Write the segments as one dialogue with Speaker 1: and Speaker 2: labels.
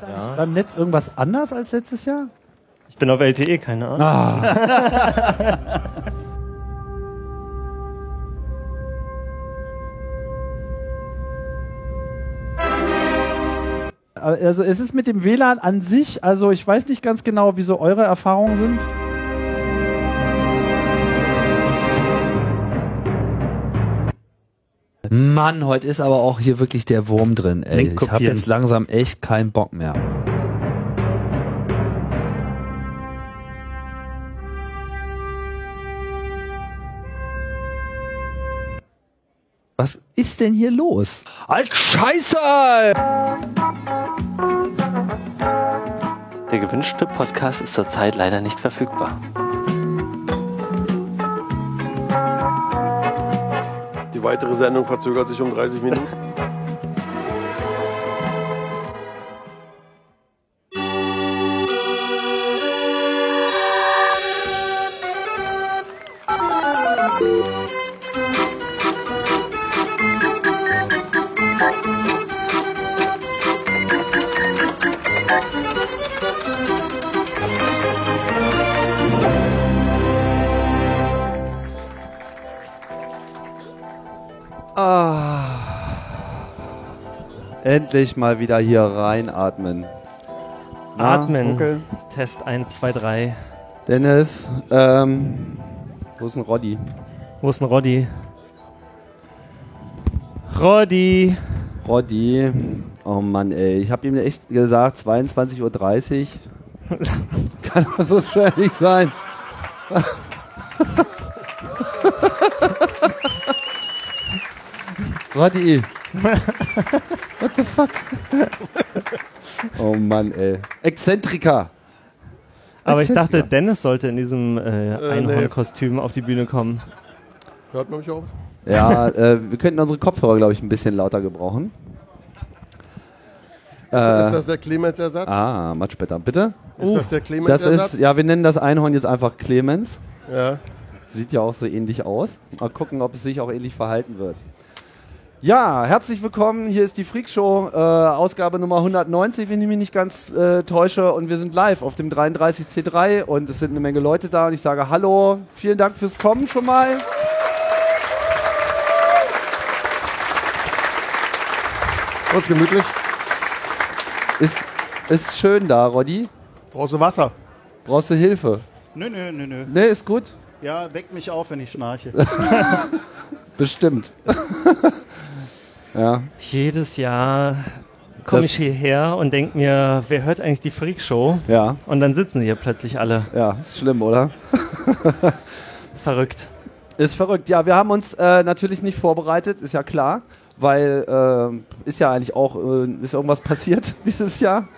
Speaker 1: War im Netz irgendwas anders als letztes Jahr?
Speaker 2: Ich bin auf LTE, keine Ahnung.
Speaker 1: Aber Also es ist mit dem WLAN an sich, also ich weiß nicht ganz genau, wie so eure Erfahrungen sind.
Speaker 3: Mann, heute ist aber auch hier wirklich der Wurm drin, ey.
Speaker 4: Link
Speaker 3: Ich habe
Speaker 4: kopieren.
Speaker 3: jetzt langsam echt keinen Bock mehr. Was ist denn hier los? Alt Scheiße!
Speaker 5: Der gewünschte Podcast ist zurzeit leider nicht verfügbar.
Speaker 6: Die weitere Sendung verzögert sich um 30 Minuten.
Speaker 3: Endlich mal wieder hier reinatmen. Na,
Speaker 2: Atmen.
Speaker 3: Onkel?
Speaker 2: Test 1, 2, 3.
Speaker 3: Dennis, ähm, wo ist denn Roddy?
Speaker 2: Wo ist denn Roddy? Roddy!
Speaker 3: Roddy, oh Mann, ey, ich habe ihm echt gesagt, 22.30 Uhr. Kann doch so schwer nicht sein. Roddy. What the fuck? Oh Mann, ey. Exzentriker.
Speaker 2: Aber ich
Speaker 3: Exzentriker.
Speaker 2: dachte, Dennis sollte in diesem äh,
Speaker 6: nee.
Speaker 2: Einhornkostüm auf die Bühne kommen.
Speaker 6: Hört man mich auf?
Speaker 3: Ja, äh, wir könnten unsere Kopfhörer, glaube ich, ein bisschen lauter gebrauchen.
Speaker 6: Ist das der Clemens-Ersatz?
Speaker 3: Ah, much better. Bitte?
Speaker 6: Ist das der
Speaker 3: Das
Speaker 6: Clemens-Ersatz?
Speaker 3: ist, ja, wir nennen das Einhorn jetzt einfach Clemens.
Speaker 6: ja.
Speaker 3: Sieht ja auch so ähnlich aus. Mal gucken, ob es sich auch ähnlich verhalten wird. Ja, herzlich willkommen. Hier ist die Freak Show, äh, Ausgabe Nummer 190, wenn ich mich nicht ganz äh, täusche. Und wir sind live auf dem 33C3 und es sind eine Menge Leute da. Und ich sage Hallo, vielen Dank fürs Kommen schon mal.
Speaker 6: Kurz gemütlich.
Speaker 3: Ist, ist schön da, Roddy.
Speaker 6: Brauchst du Wasser?
Speaker 3: Brauchst du Hilfe?
Speaker 4: Nö, nö, nö, nö.
Speaker 3: Ne, ist gut.
Speaker 4: Ja, weckt mich auf, wenn ich schnarche.
Speaker 3: Bestimmt. ja.
Speaker 2: Jedes Jahr komme
Speaker 3: Das-
Speaker 2: ich hierher und denke mir, wer hört eigentlich die Freakshow?
Speaker 3: Ja,
Speaker 2: Und dann sitzen hier plötzlich alle.
Speaker 3: ja, ist schlimm, oder?
Speaker 2: Verrückt.
Speaker 3: Ist verrückt. Ja, wir haben uns äh, natürlich nicht vorbereitet, ist ja klar, weil ähm, ist ja eigentlich auch äh, ist irgendwas passiert dieses Jahr.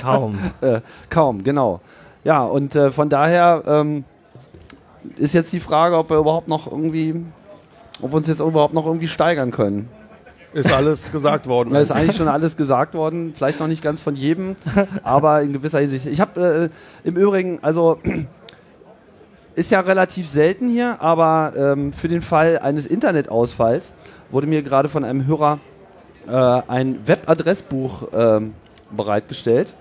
Speaker 2: Kaum.
Speaker 3: Äh, kaum, genau. Ja, und äh, von daher ähm, ist jetzt die Frage, ob wir überhaupt noch irgendwie, ob wir uns jetzt überhaupt noch irgendwie steigern können.
Speaker 6: Ist alles gesagt worden.
Speaker 3: Da ist eigentlich schon alles gesagt worden, vielleicht noch nicht ganz von jedem, aber in gewisser Hinsicht. Ich habe äh, im Übrigen, also ist ja relativ selten hier, aber ähm, für den Fall eines Internetausfalls wurde mir gerade von einem Hörer äh, ein Webadressbuch ähm, bereitgestellt.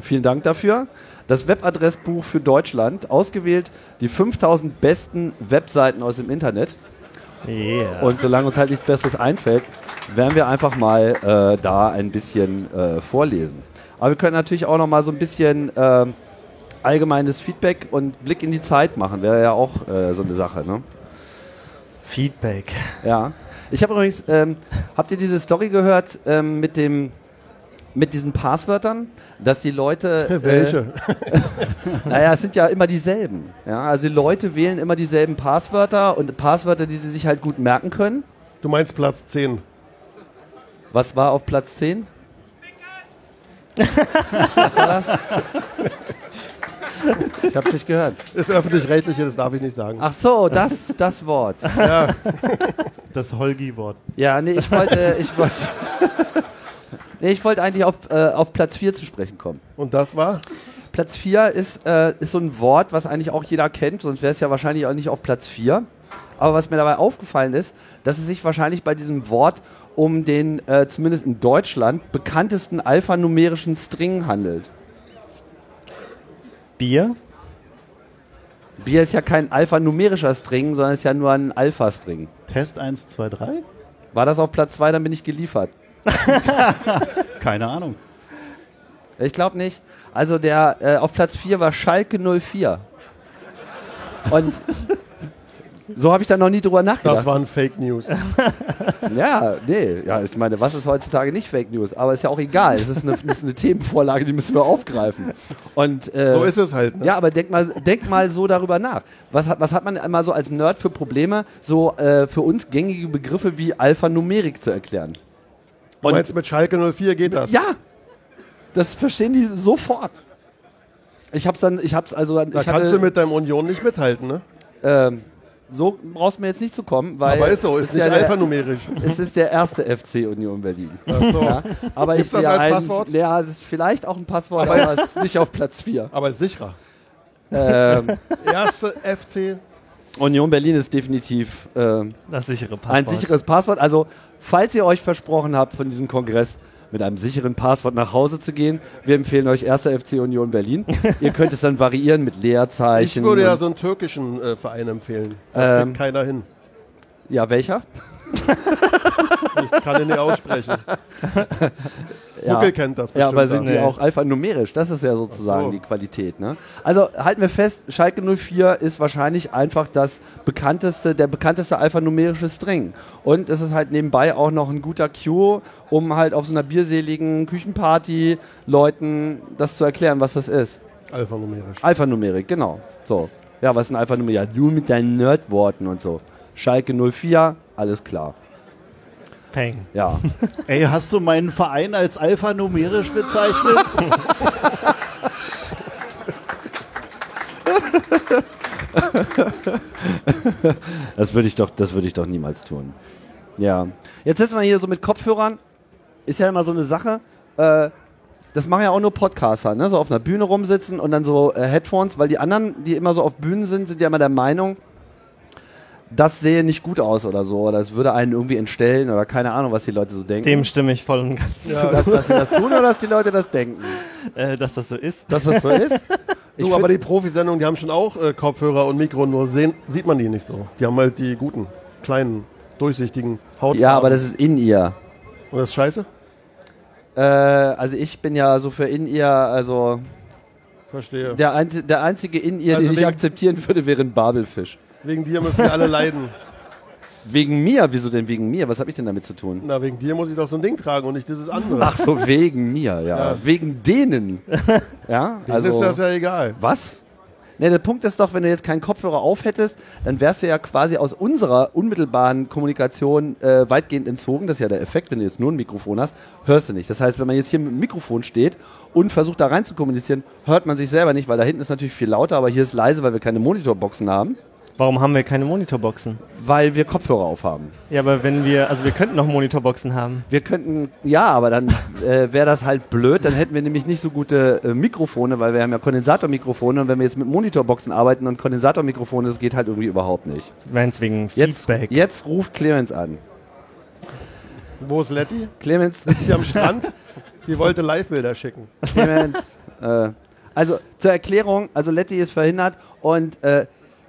Speaker 3: Vielen Dank dafür. Das Webadressbuch für Deutschland, ausgewählt die 5000 besten Webseiten aus dem Internet.
Speaker 2: Yeah.
Speaker 3: Und solange uns halt nichts Besseres einfällt, werden wir einfach mal äh, da ein bisschen äh, vorlesen. Aber wir können natürlich auch noch mal so ein bisschen ähm, allgemeines Feedback und Blick in die Zeit machen. Wäre ja auch äh, so eine Sache, ne?
Speaker 2: Feedback.
Speaker 3: Ja. Ich habe übrigens, ähm, habt ihr diese Story gehört ähm, mit dem mit diesen Passwörtern, dass die Leute äh,
Speaker 6: Welche?
Speaker 3: Naja, es sind ja immer dieselben. Ja, also die Leute wählen immer dieselben Passwörter und Passwörter, die sie sich halt gut merken können.
Speaker 6: Du meinst Platz 10.
Speaker 3: Was war auf Platz 10? Was war das? Ich hab's nicht gehört.
Speaker 6: Ist öffentlich-rechtliche, das darf ich nicht sagen.
Speaker 3: Ach so, das, das Wort.
Speaker 4: Das Holgi-Wort.
Speaker 3: Ja, nee, ich wollte, ich wollte, nee, ich wollte eigentlich auf, äh, auf Platz 4 zu sprechen kommen.
Speaker 6: Und das war?
Speaker 3: Platz 4 ist, äh, ist so ein Wort, was eigentlich auch jeder kennt, sonst wäre es ja wahrscheinlich auch nicht auf Platz 4. Aber was mir dabei aufgefallen ist, dass es sich wahrscheinlich bei diesem Wort um den, äh, zumindest in Deutschland, bekanntesten alphanumerischen String handelt.
Speaker 2: Bier?
Speaker 3: Bier ist ja kein alphanumerischer String, sondern ist ja nur ein Alpha-String.
Speaker 4: Test 1, 2, 3?
Speaker 3: War das auf Platz 2, dann bin ich geliefert.
Speaker 4: Keine Ahnung.
Speaker 3: Ich glaube nicht. Also der äh, auf Platz 4 war Schalke 04. Und so habe ich da noch nie drüber nachgedacht.
Speaker 6: Das waren Fake News.
Speaker 3: Ja, nee. Ja, ich meine, was ist heutzutage nicht Fake News? Aber ist ja auch egal. Es ist eine, es ist eine Themenvorlage, die müssen wir aufgreifen. Und, äh,
Speaker 6: So ist es halt. Ne?
Speaker 3: Ja, aber denk mal, denk mal so darüber nach. Was hat, was hat man immer so als Nerd für Probleme, so äh, für uns gängige Begriffe wie Alphanumerik zu erklären?
Speaker 6: Du meinst, mit Schalke 04 geht das?
Speaker 3: Ja, das verstehen die sofort. Ich hab's dann, ich hab's also dann,
Speaker 6: Da
Speaker 3: ich
Speaker 6: kannst
Speaker 3: hatte,
Speaker 6: du mit deinem Union nicht mithalten, ne?
Speaker 3: ähm, so brauchst du mir jetzt nicht zu kommen, weil
Speaker 6: Aber ist so, ist
Speaker 3: Äh, ja
Speaker 6: nicht
Speaker 3: der-
Speaker 6: alphanumerisch.
Speaker 3: Es ist der erste FC Union Berlin.
Speaker 6: Ach so.
Speaker 3: Ja, aber
Speaker 6: Gibt's
Speaker 3: ich
Speaker 6: das
Speaker 3: sehe
Speaker 6: als
Speaker 3: ein,
Speaker 6: Passwort?
Speaker 3: Ja, das ist vielleicht auch ein Passwort, aber,
Speaker 6: Aber-
Speaker 3: es ist nicht auf Platz 4.
Speaker 6: Aber ist sicherer.
Speaker 3: Ähm,
Speaker 6: Erste FC.
Speaker 3: Union Berlin ist definitiv ähm,
Speaker 2: Das sichere Passwort.
Speaker 3: ein sicheres Passwort. Also, falls ihr euch versprochen habt, von diesem Kongress mit einem sicheren Passwort nach Hause zu gehen, wir empfehlen euch erster FC Union Berlin. ihr könnt es dann variieren mit
Speaker 6: Ich
Speaker 3: Leerzeichen.
Speaker 6: würde ja
Speaker 3: und-
Speaker 6: so einen türkischen äh, Verein empfehlen. Das
Speaker 3: Ähm.
Speaker 6: kriegt keiner hin.
Speaker 3: ja, welcher?
Speaker 6: Ich kann ihn nicht aussprechen.
Speaker 3: Ja.
Speaker 6: Muckel kennt das bestimmt.
Speaker 3: Ja, aber sind die
Speaker 2: Nee.
Speaker 3: auch alphanumerisch? Das ist ja sozusagen
Speaker 6: so.
Speaker 3: die Qualität. Ne? Also halten wir fest, Schalke 04 ist wahrscheinlich einfach das bekannteste, der bekannteste alphanumerische String. Und es ist halt nebenbei auch noch ein guter Cue, um halt auf so einer bierseligen Küchenparty Leuten das zu erklären, was das ist.
Speaker 6: Alphanumerisch.
Speaker 3: Alphanumerik, genau. So. Ja, was ist ein Alphanumerik? Ja, du mit deinen Nerdworten und so. Schalke 04, alles klar.
Speaker 2: Peng.
Speaker 3: Ja.
Speaker 4: Ey, hast du meinen Verein als alphanumerisch bezeichnet?
Speaker 3: Das würde ich doch, das würde ich doch niemals tun. Ja. Jetzt sitzen wir hier so mit Kopfhörern. Ist ja immer so eine Sache. Äh, das machen ja auch nur Podcaster, ne? So auf einer Bühne rumsitzen und dann so äh, Headphones, weil die anderen, die immer so auf Bühnen sind, sind ja immer der Meinung, das sehe nicht gut aus oder so. Oder es würde einen irgendwie entstellen oder keine Ahnung, was die Leute so denken.
Speaker 2: Dem stimme ich voll und ganz
Speaker 6: Ja,
Speaker 3: dass, dass sie das tun oder dass die Leute das denken.
Speaker 2: zu, äh, dass das so ist.
Speaker 3: Dass das so ist.
Speaker 6: du, aber die Profisendungen, die haben schon auch äh, Kopfhörer und Mikro, nur sehen, sieht man die nicht so. Die haben halt die guten, kleinen, durchsichtigen Haut.
Speaker 3: ja, aber das ist in ihr.
Speaker 6: Und das ist scheiße?
Speaker 3: Äh, also ich bin ja so für in ihr, also
Speaker 6: Verstehe.
Speaker 3: Der, einzi der einzige in ihr,
Speaker 6: Also
Speaker 3: den ich
Speaker 6: wegen-
Speaker 3: akzeptieren würde, wäre ein Babelfisch.
Speaker 6: Wegen dir müssen wir alle leiden.
Speaker 3: Wegen mir? Wieso denn wegen mir? Was habe ich denn damit zu tun?
Speaker 6: Na, wegen dir muss ich doch so ein Ding tragen und nicht dieses andere.
Speaker 3: Ach so, wegen mir, ja.
Speaker 6: Ja.
Speaker 3: Wegen denen. Ja,
Speaker 6: Denen ist
Speaker 3: also.
Speaker 6: das ja egal.
Speaker 3: Was? Ne, der Punkt ist doch, wenn du jetzt keinen Kopfhörer auf hättest, dann wärst du ja quasi aus unserer unmittelbaren Kommunikation äh, weitgehend entzogen. Das ist ja der Effekt, wenn du jetzt nur ein Mikrofon hast, hörst du nicht. Das heißt, wenn man jetzt hier mit dem Mikrofon steht und versucht da rein zu kommunizieren, hört man sich selber nicht, weil da hinten ist natürlich viel lauter, aber hier ist leise, weil wir keine Monitorboxen haben,
Speaker 2: Warum haben wir keine Monitorboxen?
Speaker 3: weil wir Kopfhörer aufhaben.
Speaker 2: Ja, aber wenn wir, also wir könnten noch Monitorboxen haben.
Speaker 3: Wir könnten, ja, aber dann äh, wäre das halt blöd. Dann hätten wir nämlich nicht so gute äh, Mikrofone, weil wir haben ja Kondensatormikrofone. Und wenn wir jetzt mit Monitorboxen arbeiten und Kondensatormikrofone, das geht halt irgendwie überhaupt nicht.
Speaker 2: Wenn's wegen
Speaker 3: Jetzt,
Speaker 2: Feedback.
Speaker 3: jetzt ruft Clemens an.
Speaker 6: Wo ist Letty?
Speaker 3: Clemens,
Speaker 6: Die am Strand? Die wollte Live-Bilder schicken.
Speaker 3: Clemens. äh, also zur Erklärung, also Letty ist verhindert und äh,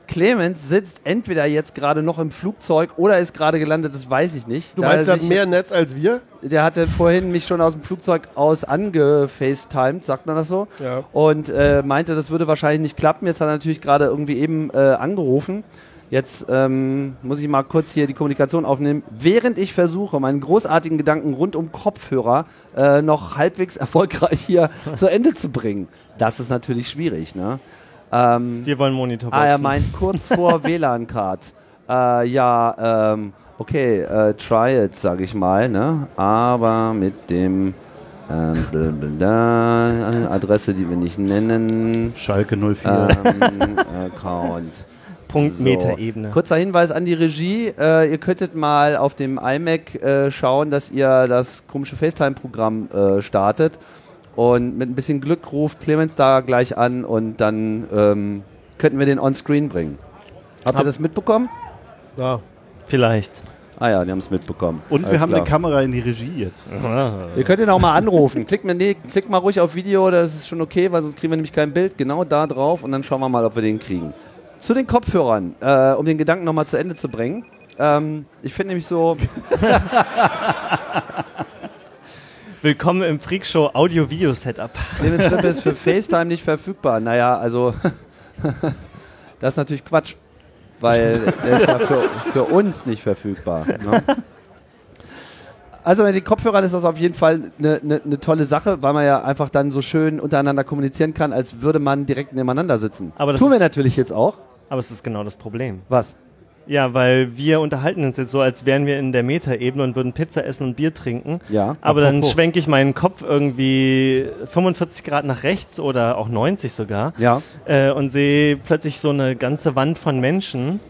Speaker 3: Clemens sitzt entweder jetzt gerade noch im Flugzeug oder ist gerade gelandet, das weiß ich nicht.
Speaker 6: Du
Speaker 3: Da
Speaker 6: meinst,
Speaker 3: er
Speaker 6: der hat
Speaker 3: sich-
Speaker 6: mehr Netz als wir?
Speaker 3: der hatte vorhin mich schon aus dem Flugzeug aus angefacetimed, sagt man das so?
Speaker 6: Ja.
Speaker 3: Und äh, meinte, das würde wahrscheinlich nicht klappen. Jetzt hat er natürlich gerade irgendwie eben äh, angerufen. Jetzt ähm, muss ich mal kurz hier die Kommunikation aufnehmen. Während ich versuche, meinen großartigen Gedanken rund um Kopfhörer äh, noch halbwegs erfolgreich hier zu Ende zu bringen. Das ist natürlich schwierig, ne? Ähm,
Speaker 2: Wir wollen Monitorboxen.
Speaker 3: Ah, er meint kurz vor WLAN-Card. Äh, ja, ähm, okay, äh, try it, sag ich mal, ne? Aber mit dem ähm, bla bla bla, Adresse, die wir nicht nennen.
Speaker 4: Schalke 04.
Speaker 3: Ähm, Account.
Speaker 2: Punkt
Speaker 3: So.
Speaker 2: Meterebene.
Speaker 3: Kurzer Hinweis an die Regie. Äh, ihr könntet mal auf dem iMac äh, schauen, dass ihr das komische FaceTime-Programm äh, startet. Und mit ein bisschen Glück ruft Clemens da gleich an und dann ähm, könnten wir den on-screen bringen. Habt ihr
Speaker 2: Hab-
Speaker 3: das mitbekommen?
Speaker 6: Ja.
Speaker 2: Vielleicht.
Speaker 3: Ah ja, die haben es mitbekommen.
Speaker 4: Und
Speaker 3: Alles
Speaker 4: wir haben
Speaker 3: klar.
Speaker 4: eine Kamera in die Regie jetzt.
Speaker 3: Ihr könnt ihn auch mal anrufen. Klickt mal, nee, klickt mal ruhig auf Video, das ist schon okay, weil sonst kriegen wir nämlich kein Bild. Genau da drauf und dann schauen wir mal, ob wir den kriegen. Zu den Kopfhörern, äh, um den Gedanken nochmal zu Ende zu bringen. Ähm, ich finde nämlich so,
Speaker 2: Willkommen im Freakshow Audio-Video-Setup.
Speaker 3: Clemens Schlippe ist für FaceTime nicht verfügbar. Naja, also, das ist natürlich Quatsch, weil er ist ja für, für uns nicht verfügbar. Ne? Also mit den Kopfhörern ist das auf jeden Fall eine ne, ne tolle Sache, weil man ja einfach dann so schön untereinander kommunizieren kann, als würde man direkt nebeneinander sitzen.
Speaker 2: Aber das
Speaker 3: Tun wir
Speaker 2: ist-
Speaker 3: natürlich jetzt auch.
Speaker 2: Aber es ist genau das Problem.
Speaker 3: Was?
Speaker 2: Ja, weil wir unterhalten uns jetzt so, als wären wir in der Metaebene und würden Pizza essen und Bier trinken.
Speaker 3: Ja.
Speaker 2: Aber dann
Speaker 3: Apropos.
Speaker 2: schwenke ich meinen Kopf irgendwie 45 Grad nach rechts oder auch 90 sogar
Speaker 3: Ja.
Speaker 2: äh, und sehe plötzlich so eine ganze Wand von Menschen.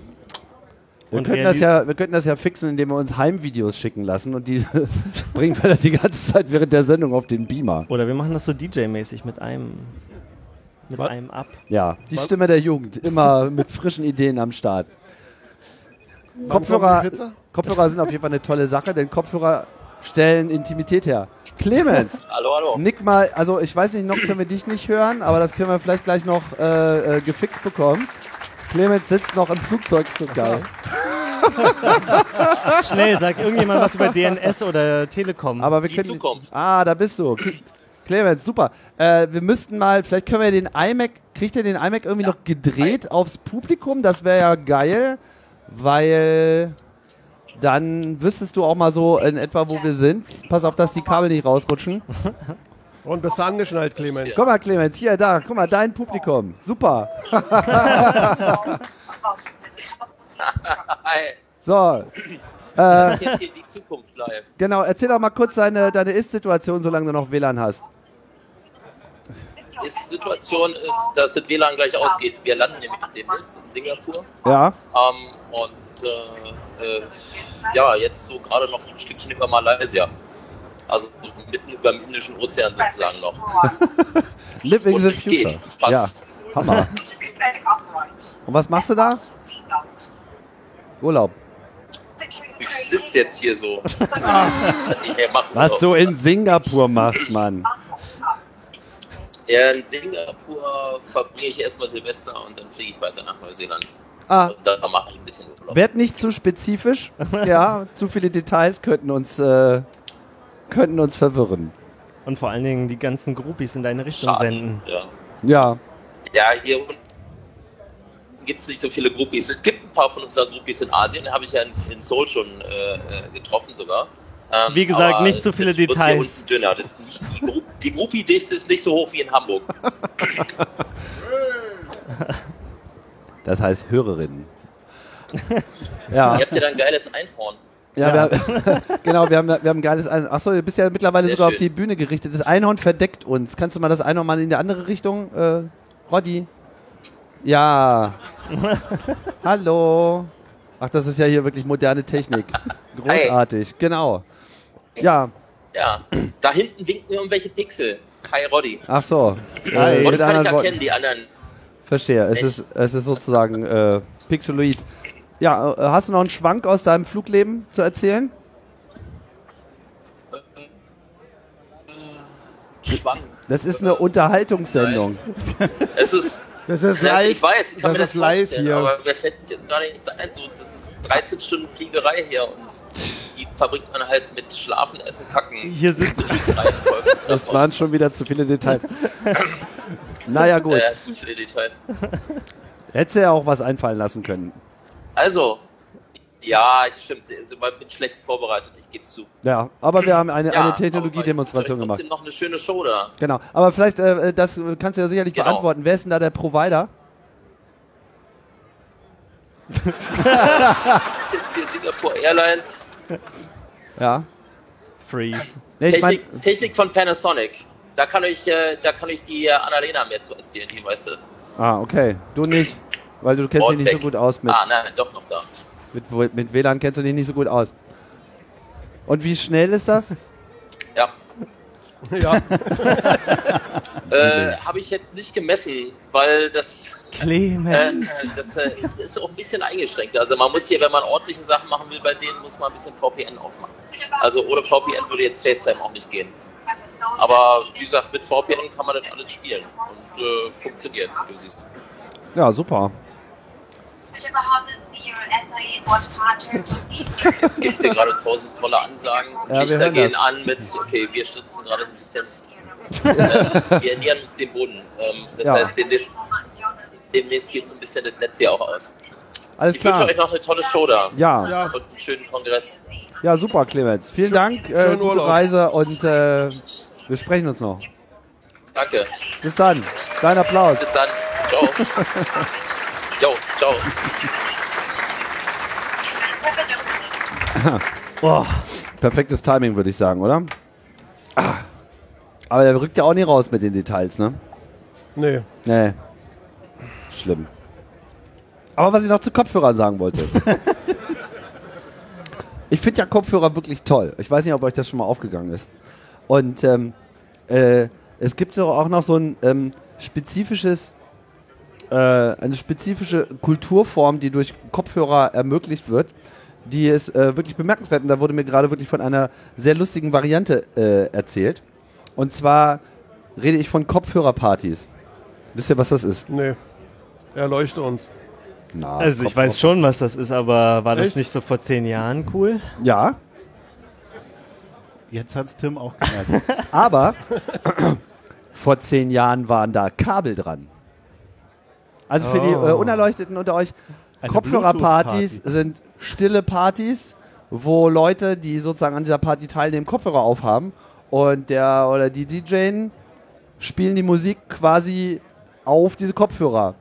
Speaker 3: Wir
Speaker 2: Und
Speaker 3: könnten, das
Speaker 2: reali-
Speaker 3: ja, wir könnten das ja fixen, indem wir uns Heimvideos schicken lassen und die bringen wir dann die ganze Zeit während der Sendung auf den Beamer.
Speaker 2: Oder wir machen das so DJ-mäßig mit einem, mit
Speaker 6: Was?
Speaker 2: einem ab.
Speaker 3: Ja, die Stimme der Jugend, immer mit frischen Ideen am Start.
Speaker 6: Warum
Speaker 3: Kopfhörer,
Speaker 6: kommt die Pizza?
Speaker 3: Kopfhörer sind auf jeden Fall eine tolle Sache, denn Kopfhörer stellen Intimität her. Clemens,
Speaker 5: Hallo, hallo.
Speaker 3: nick mal, also ich weiß nicht, noch können wir dich nicht hören, aber das können wir vielleicht gleich noch äh, äh, gefixt bekommen. Clemens sitzt noch im Flugzeug, ist so geil.
Speaker 2: Schnell, sag irgendjemand was über DNS oder Telekom.
Speaker 3: Aber wir
Speaker 5: Die
Speaker 3: können.
Speaker 5: Zukunft.
Speaker 3: Ah, da bist du. Cle- Clemens, super. Äh, wir müssten mal, vielleicht können wir den iMac, kriegt ihr den iMac irgendwie noch gedreht aufs Publikum? Das wäre ja geil, weil dann wüsstest du auch mal so in etwa, wo wir sind. Pass auf, dass die Kabel nicht rausrutschen.
Speaker 6: Und bist du angeschnallt, Clemens?
Speaker 3: Guck mal, Clemens, hier, da, guck mal, dein Publikum. Super.
Speaker 5: Hi.
Speaker 3: So,
Speaker 5: Äh, Jetzt hier die Zukunft live.
Speaker 3: genau, erzähl doch mal kurz deine, deine Ist-Situation, solange du noch WLAN hast.
Speaker 5: Die Situation ist, dass das WLAN gleich ausgeht. Wir landen nämlich demnächst in Singapur.
Speaker 3: Ja.
Speaker 5: Ähm, und äh, äh, ja, jetzt so gerade noch ein Stückchen über Malaysia. Also mitten über dem Indischen Ozean sozusagen noch.
Speaker 3: Living the
Speaker 5: Und geht.
Speaker 3: Future.
Speaker 5: Passt.
Speaker 3: Ja, Hammer. Und was machst du da? Urlaub.
Speaker 5: Ich sitze jetzt hier so. Ich mach
Speaker 3: Was du in Singapur machst, Mann.
Speaker 5: Ja, in Singapur verbringe ich erstmal Silvester und dann fliege ich weiter nach Neuseeland.
Speaker 3: Ah,
Speaker 5: Und da mache ich ein bisschen Urlaub.
Speaker 3: werd nicht zu spezifisch. Ja, zu viele Details könnten uns, äh, könnten uns verwirren.
Speaker 2: und vor allen Dingen die ganzen Groupies in deine Richtung
Speaker 5: Schade.
Speaker 2: senden.
Speaker 5: Ja.
Speaker 3: Ja,
Speaker 5: ja, hier unten gibt es nicht so viele Groupies. Es gibt ein paar von unseren Groupies in Asien, die habe ich ja in, in Seoul schon äh, äh, getroffen sogar. Ähm,
Speaker 2: Wie gesagt,
Speaker 5: aber
Speaker 2: nicht so viele
Speaker 5: es wird Hier
Speaker 2: Details.
Speaker 5: unten dünner. Das ist nicht die, Gru die Groupie-Dichte ist nicht so hoch wie in Hamburg.
Speaker 3: das heißt Hörerinnen. Ja,
Speaker 2: Ah.
Speaker 5: Ihr habt ja dann ein geiles Einhorn.
Speaker 3: ja, Wir, genau, wir haben, wir haben ein geiles Einhorn. Achso, du bist ja mittlerweile
Speaker 5: Sehr
Speaker 3: sogar auf
Speaker 5: schön.
Speaker 3: die Bühne gerichtet. Das Einhorn verdeckt uns. Kannst du mal das Einhorn mal in die andere Richtung, äh, Roddy? Ja. Hallo. Ach, das ist ja hier wirklich moderne Technik. Großartig, genau. Ja,
Speaker 5: Ja, da hinten winken irgendwelche Pixel. Hi Roddy.
Speaker 3: Ach so. Äh,
Speaker 6: Hi.
Speaker 5: Roddy
Speaker 3: mit
Speaker 5: kann ich
Speaker 3: anderen
Speaker 5: erkennen,
Speaker 3: Worten.
Speaker 5: die anderen.
Speaker 3: Verstehe. Es
Speaker 5: Echt?
Speaker 3: ist, es ist sozusagen äh, Pixeloid. Ja, äh, hast du noch einen Schwank aus deinem Flugleben zu erzählen?
Speaker 5: Schwank.
Speaker 3: Das ist eine Unterhaltungssendung.
Speaker 5: Es ist
Speaker 6: Das ist
Speaker 5: Ja,
Speaker 6: live.
Speaker 5: Ich weiß, ich kann
Speaker 6: das
Speaker 5: mir
Speaker 6: ist live
Speaker 5: vorstellen,
Speaker 6: hier.
Speaker 5: Aber wer fällt jetzt gerade nichts ein? So, das ist 13 Stunden Fliegerei hier und die verbringt man halt mit Schlafen, Essen, Kacken.
Speaker 2: Hier sitzt
Speaker 5: Rein, voll.
Speaker 3: Das waren schon wieder zu viele Details. naja, gut.
Speaker 5: Äh, zu viele Details.
Speaker 3: Hättest du ja auch was einfallen lassen können.
Speaker 5: Also, ja, ich stimmt. Also, man bin schlecht vorbereitet, ich gebe zu.
Speaker 3: Ja, aber wir haben eine,
Speaker 5: Ja,
Speaker 3: eine
Speaker 5: aber
Speaker 3: Technologiedemonstration
Speaker 5: vielleicht
Speaker 3: gemacht.
Speaker 5: trotzdem noch eine schöne Show da.
Speaker 3: Genau. Aber vielleicht, äh, das kannst du ja sicherlich
Speaker 5: Genau.
Speaker 3: beantworten. Wer ist denn da der Provider?
Speaker 5: Das ist jetzt hier Singapore Airlines.
Speaker 3: Ja.
Speaker 2: Freeze.
Speaker 3: Nee, ich mein,
Speaker 5: Technik, Technik von Panasonic. Da kann euch, äh, da kann euch die äh, Annalena mehr zu erzählen, die weiß das.
Speaker 3: ah, okay. Du nicht, weil du kennst dich nicht so
Speaker 5: Ordbeck.
Speaker 3: gut aus mit.
Speaker 5: Ah, nein, doch noch da.
Speaker 3: Mit, Wo- mit WLAN kennst du dich nicht so gut aus. Und wie schnell ist das?
Speaker 5: Ja.
Speaker 6: Ja.
Speaker 5: Äh, Habe ich jetzt nicht gemessen, weil das Äh,
Speaker 2: Clemens.
Speaker 5: das äh, ist auch ein bisschen eingeschränkt. Also man muss hier, wenn man ordentliche Sachen machen will, bei denen muss man ein bisschen VPN aufmachen. Also ohne VPN würde jetzt FaceTime auch nicht gehen. Aber wie gesagt, mit VPN kann man das alles spielen und äh, funktioniert, wie du siehst.
Speaker 3: Ja, super.
Speaker 5: Jetzt gibt es hier gerade tausend tolle Ansagen.
Speaker 3: Ja, wir
Speaker 5: Lichter
Speaker 3: hören
Speaker 5: gehen
Speaker 3: das.
Speaker 5: an mit, okay, wir schützen gerade so ein bisschen, äh, wir ernähren uns den Boden. Ähm, das
Speaker 3: Ja.
Speaker 5: heißt, demnächst, demnächst geht so ein bisschen das Netz hier auch aus.
Speaker 3: Alles
Speaker 5: Ich wünsche
Speaker 3: klar.
Speaker 5: euch noch eine tolle Show da.
Speaker 3: Ja.
Speaker 6: Ja.
Speaker 5: Und einen schönen Kongress.
Speaker 3: ja, super, Clemens. Vielen Dank, äh,
Speaker 6: schönen
Speaker 3: gute
Speaker 6: Urlaub.
Speaker 3: Reise und äh, wir sprechen uns noch.
Speaker 5: Danke.
Speaker 3: Bis dann. Dein Applaus.
Speaker 5: Bis dann. Ciao. Jo, ciao.
Speaker 3: Perfektes Timing, würde ich sagen, oder? Ah. Aber der rückt ja auch nie raus mit den Details, ne?
Speaker 6: Nee.
Speaker 3: Nee. Schlimm. Aber was ich noch zu Kopfhörern sagen wollte. ich finde ja Kopfhörer wirklich toll. Ich weiß nicht, ob euch das schon mal aufgegangen ist. Und ähm, äh, es gibt doch auch noch so ein ähm, spezifisches, äh, eine spezifische Kulturform, die durch Kopfhörer ermöglicht wird. Die ist äh, wirklich bemerkenswert. Und da wurde mir gerade wirklich von einer sehr lustigen Variante äh, erzählt. Und zwar rede ich von Kopfhörerpartys. Wisst ihr, was das ist?
Speaker 6: Nee. Erleuchte uns.
Speaker 3: Na,
Speaker 2: Also ich
Speaker 3: Kopf-
Speaker 2: weiß schon, was das ist, aber war das
Speaker 6: Echt?
Speaker 2: nicht so vor zehn Jahren cool?
Speaker 3: Ja,
Speaker 4: Jetzt hat's Tim auch gemerkt.
Speaker 3: aber vor zehn Jahren waren da Kabel dran. Also für die äh, Unerleuchteten unter euch,
Speaker 4: Oh. Eine
Speaker 3: Kopfhörerpartys
Speaker 4: Bluetooth-Party.
Speaker 3: sind stille Partys, wo Leute, die sozusagen an dieser Party teilnehmen, Kopfhörer aufhaben und der oder die DJ spielen die Musik quasi auf diese Kopfhörer.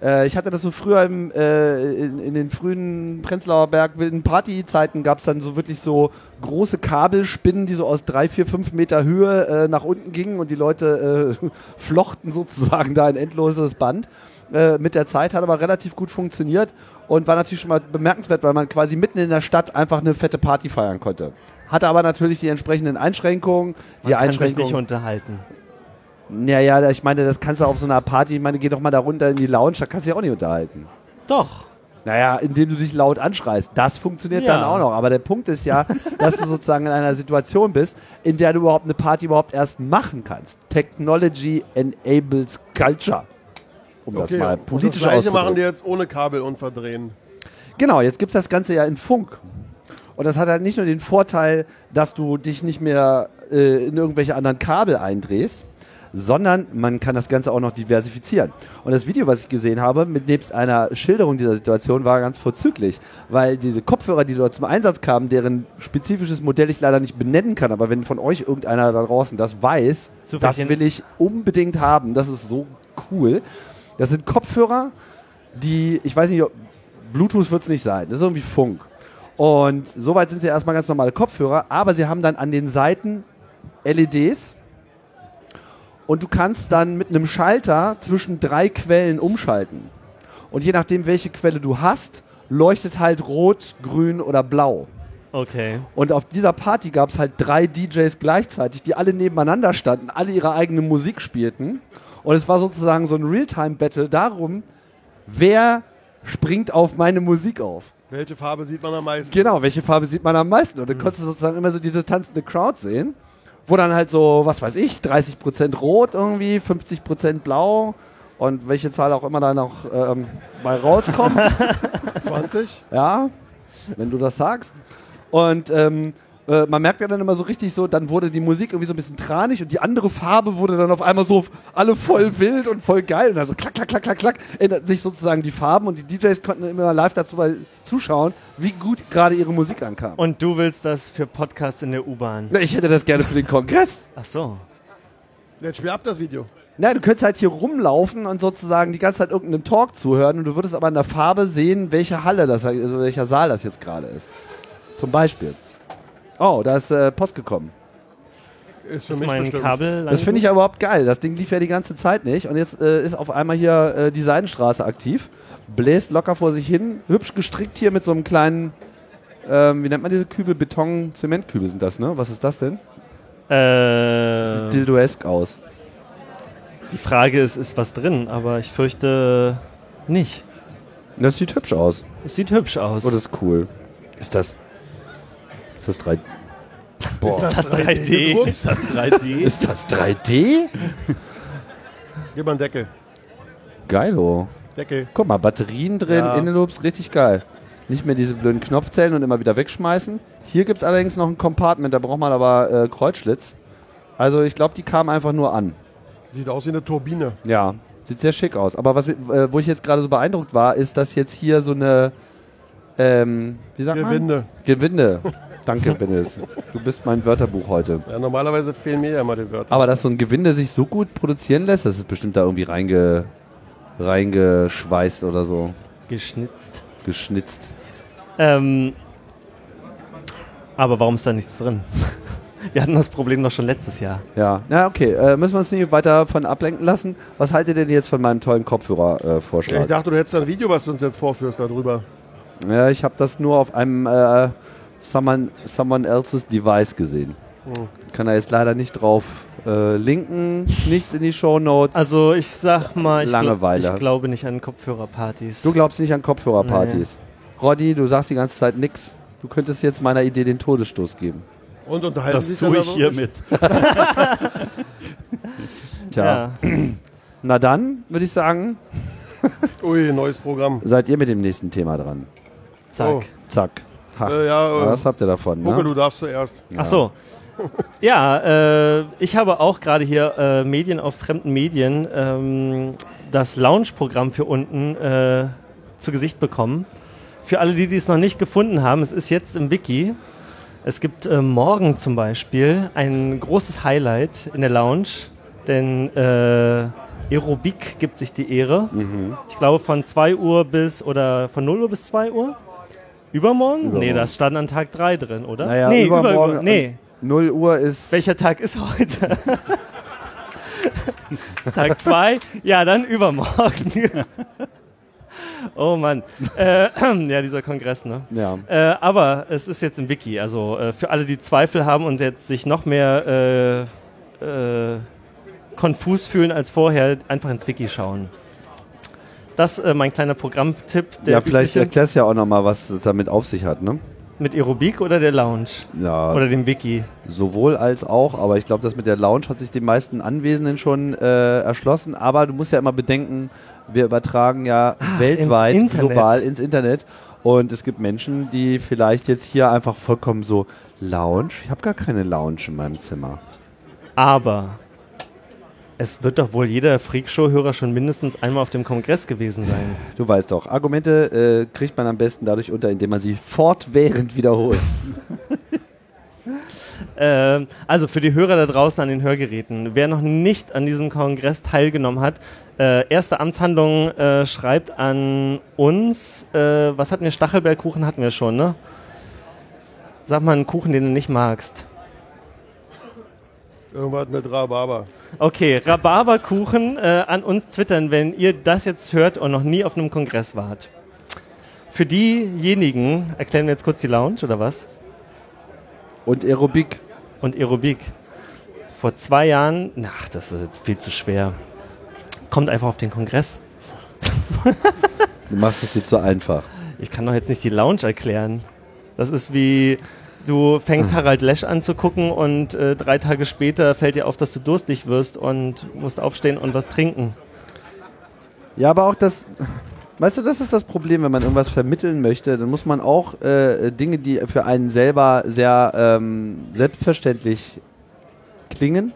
Speaker 3: Äh, ich hatte das so früher im, äh, in, in den frühen Prenzlauer Berg wilden Partyzeiten gab es dann so wirklich so große Kabelspinnen, die so aus drei, vier, fünf Meter Höhe äh, nach unten gingen und die Leute äh, flochten sozusagen da ein endloses Band. Äh, mit der Zeit hat aber relativ gut funktioniert und war natürlich schon mal bemerkenswert, weil man quasi mitten in der Stadt einfach eine fette Party feiern konnte. Hatte aber natürlich die entsprechenden Einschränkungen. Die
Speaker 2: Man kann sich nicht
Speaker 3: Einschränkungen.
Speaker 2: unterhalten.
Speaker 3: Naja, da- ich meine, das kannst du auf so einer Party, ich meine, geh doch mal da runter in die Lounge, da kannst du dich auch nicht unterhalten.
Speaker 2: Doch.
Speaker 3: Naja, indem du dich laut anschreist. Das funktioniert
Speaker 2: Ja.
Speaker 3: dann auch noch. Aber der Punkt ist ja, dass du sozusagen in einer Situation bist, in der du überhaupt eine Party überhaupt erst machen kannst. Technology enables culture. Um das mal politisch
Speaker 6: und das Gleiche machen
Speaker 3: auszudrücken.
Speaker 6: die jetzt ohne Kabel und verdrehen.
Speaker 3: Genau, jetzt gibt's das Ganze ja in Funk. Und das hat halt nicht nur den Vorteil, dass du dich nicht mehr äh, in irgendwelche anderen Kabel eindrehst, sondern man kann das Ganze auch noch diversifizieren. Und das Video, was ich gesehen habe, mit nebst einer Schilderung dieser Situation, war ganz vorzüglich, weil diese Kopfhörer, die dort zum Einsatz kamen, deren spezifisches Modell ich leider nicht benennen kann, aber wenn von euch irgendeiner da draußen das weiß,
Speaker 2: Zufällig
Speaker 3: das
Speaker 2: hin-
Speaker 3: will ich unbedingt haben. Das ist so cool. Das sind Kopfhörer, die, ich weiß nicht, ob- Bluetooth wird es nicht sein, das ist irgendwie Funk. Und soweit sind sie erstmal ganz normale Kopfhörer, aber sie haben dann an den Seiten LEDs und du kannst dann mit einem Schalter zwischen drei Quellen umschalten. Und je nachdem, welche Quelle du hast, leuchtet halt rot, grün oder blau.
Speaker 2: Okay.
Speaker 3: Und auf dieser Party gab es halt drei DJs gleichzeitig, die alle nebeneinander standen, alle ihre eigene Musik spielten. Und es war sozusagen so ein Realtime-Battle darum, wer springt auf meine Musik auf.
Speaker 6: Welche Farbe sieht man am meisten?
Speaker 3: Genau, welche Farbe sieht man am meisten? Und dann konntest du sozusagen immer so diese tanzende Crowd sehen, wo dann halt so, was weiß ich, 30% rot irgendwie, 50% blau und welche Zahl auch immer da noch ähm, bei rauskommt.
Speaker 6: 20?
Speaker 3: Ja, wenn du das sagst. Und ähm, äh, man merkt ja dann immer so richtig so, dann wurde die Musik irgendwie so ein bisschen tranig und die andere Farbe wurde dann auf einmal so alle voll wild und voll geil. Und also klack, klack, klack, klack, klack, ändert sich sozusagen die Farben und die DJs konnten immer live dazu mal zuschauen, wie gut gerade ihre Musik ankam.
Speaker 2: Und du willst das für Podcast in der U-Bahn?
Speaker 3: Na, ich hätte das gerne für den Kongress.
Speaker 2: Ach so.
Speaker 6: Jetzt spiel ab das Video.
Speaker 3: Na, du könntest halt hier rumlaufen und sozusagen die ganze Zeit irgendeinem Talk zuhören und du würdest aber in der Farbe sehen, welche Halle das, also welcher Saal das jetzt gerade ist. Zum Beispiel. Oh, da ist äh, Post gekommen.
Speaker 6: Ist für
Speaker 2: Ist
Speaker 6: mich
Speaker 2: mein
Speaker 6: bestimmt.
Speaker 2: Kabel lang
Speaker 3: Das finde ich aber überhaupt geil. Das Ding lief ja die ganze Zeit nicht und jetzt äh, ist auf einmal hier äh, die Seidenstraße aktiv. Bläst locker vor sich hin, hübsch gestrickt hier mit so einem kleinen, ähm, wie nennt man diese Kübel? Beton, Zementkübel sind das, ne? Was ist das denn?
Speaker 2: Äh, Ähm.
Speaker 3: Sieht dildoesk aus.
Speaker 2: die Frage ist, ist was drin? Aber ich fürchte nicht.
Speaker 3: Das sieht hübsch aus.
Speaker 2: Es sieht hübsch aus.
Speaker 3: Oh, das ist cool. Ist das. Ist das 3D? Boah.
Speaker 2: das 3D?
Speaker 4: Ist das 3D?
Speaker 3: Ist das 3D?
Speaker 6: Gib mal einen Deckel.
Speaker 3: Geilo.
Speaker 6: Deckel.
Speaker 3: Guck mal, Batterien drin,
Speaker 6: Ja.
Speaker 3: Innenloops, richtig geil. Nicht mehr diese blöden Knopfzellen und immer wieder wegschmeißen. Hier gibt es allerdings noch ein Compartment, da braucht man aber äh, Kreuzschlitz. Also ich glaube, die kamen einfach nur an.
Speaker 6: Sieht aus wie eine Turbine.
Speaker 3: Ja, sieht sehr schick aus. Aber was, mi- äh, wo ich jetzt gerade so beeindruckt war, ist, dass jetzt hier so eine, ähm, wie sagt man?
Speaker 6: Gewinde.
Speaker 3: Gewinde. Danke, Dennis. Du bist mein Wörterbuch heute.
Speaker 6: Ja, normalerweise fehlen mir ja immer die Wörter.
Speaker 3: Aber dass so ein Gewinde sich so gut produzieren lässt, das ist bestimmt da irgendwie reinge, reingeschweißt oder so.
Speaker 2: Geschnitzt.
Speaker 3: Geschnitzt.
Speaker 2: Ähm, aber warum ist da nichts drin? Wir hatten das Problem doch schon letztes Jahr.
Speaker 3: Ja, na okay. Äh, müssen wir uns nicht weiter von ablenken lassen. Was haltet ihr denn jetzt von meinem tollen äh, Kopfhörer-Vorschlag?
Speaker 6: Ich dachte, du hättest da ein Video, was du uns jetzt vorführst darüber.
Speaker 3: ja, ich habe das nur auf einem äh, someone, someone else's Device gesehen. Kann da jetzt leider nicht drauf äh, linken. Nichts in die Shownotes.
Speaker 2: Also ich sag mal, ich,
Speaker 3: Langeweile.
Speaker 2: ich glaube nicht an Kopfhörerpartys.
Speaker 3: du glaubst nicht an Kopfhörerpartys. Roddy, du sagst die ganze Zeit nix. Du könntest jetzt meiner Idee den Todesstoß geben.
Speaker 6: Und unterhalten
Speaker 4: Das um.
Speaker 6: sich
Speaker 4: tue
Speaker 6: dann
Speaker 4: ich
Speaker 6: aber-
Speaker 4: hiermit.
Speaker 3: Tja. Na dann, würde ich sagen,
Speaker 6: Ui, neues Programm.
Speaker 3: seid ihr mit dem nächsten Thema dran.
Speaker 2: Zack.
Speaker 6: Oh.
Speaker 3: Zack. Ha.
Speaker 6: Äh, ja, äh,
Speaker 3: Was habt ihr davon?
Speaker 6: Mucke,
Speaker 3: Ne?
Speaker 6: du darfst zuerst.
Speaker 2: Ach so. Ja, äh, ich habe auch gerade hier äh, Medien auf fremden Medien ähm, das Lounge-Programm für unten äh, zu Gesicht bekommen. Für alle, die, die es noch nicht gefunden haben, es ist jetzt im Wiki. Es gibt äh, morgen zum Beispiel ein großes Highlight in der Lounge, denn äh, Aerobik gibt sich die Ehre. Ich glaube von 2 Uhr bis oder von 0 Uhr bis 2 Uhr. Übermorgen? Nee,
Speaker 3: Übermorgen.
Speaker 2: das stand an Tag 3 drin, oder?
Speaker 3: Naja,
Speaker 2: nee, über-
Speaker 3: übermorgen.
Speaker 2: über- nee.
Speaker 3: 0 Uhr ist.
Speaker 2: Welcher Tag ist heute? Tag zwei? Ja, dann übermorgen. oh Mann. Äh, ja, dieser Kongress, ne?
Speaker 3: Ja.
Speaker 2: Äh, aber es ist jetzt im Wiki, also äh, für alle, die Zweifel haben und jetzt sich noch mehr äh, äh, konfus fühlen als vorher, einfach ins Wiki schauen. Das äh, mein kleiner Programmtipp. Der
Speaker 3: ja, vielleicht
Speaker 2: übliche
Speaker 3: erklärst du ja auch nochmal, was es damit auf sich hat, ne?
Speaker 2: mit Aerobik oder der Lounge?
Speaker 3: Ja,
Speaker 2: Oder dem Wiki?
Speaker 3: sowohl als auch, aber ich glaube, das mit der Lounge hat sich den meisten Anwesenden schon äh, erschlossen. Aber du musst ja immer bedenken, wir übertragen ja weltweit,
Speaker 2: ins Internet.
Speaker 3: global ins Ah, Internet. Und es gibt Menschen, die vielleicht jetzt hier einfach vollkommen so Lounge. Ich habe gar keine Lounge in meinem Zimmer.
Speaker 2: Aber es wird doch wohl jeder Freakshow-Hörer schon mindestens einmal auf dem Kongress gewesen sein.
Speaker 3: Du weißt doch, Argumente äh, kriegt man am besten dadurch unter, indem man sie fortwährend wiederholt.
Speaker 2: Ähm, also für die Hörer da draußen an den Hörgeräten, wer noch nicht an diesem Kongress teilgenommen hat, äh, erste Amtshandlung äh, schreibt an uns. Äh, was hatten wir? Stachelbergkuchen hatten wir schon, ne? Sag mal einen Kuchen, den du nicht magst.
Speaker 6: Irgendwas mit Rhabarber.
Speaker 2: Okay, Rhabarberkuchen äh, an uns twittern, wenn ihr das jetzt hört und noch nie auf einem Kongress wart. Für diejenigen erklären wir jetzt kurz die Lounge oder was?
Speaker 3: Und Aerobik.
Speaker 2: und Aerobik. Vor zwei Jahren, na, ach, das ist jetzt viel zu schwer. Kommt einfach auf den Kongress.
Speaker 3: Du machst es dir zu einfach.
Speaker 2: Ich kann doch jetzt nicht die Lounge erklären. Das ist wie, du fängst Harald Lesch an zu gucken und äh, drei Tage später fällt dir auf, dass du durstig wirst und musst aufstehen und was trinken.
Speaker 3: Ja, aber auch das. Weißt du, das ist das Problem, wenn man irgendwas vermitteln möchte, dann muss man auch äh, Dinge, die für einen selber sehr ähm, selbstverständlich klingen,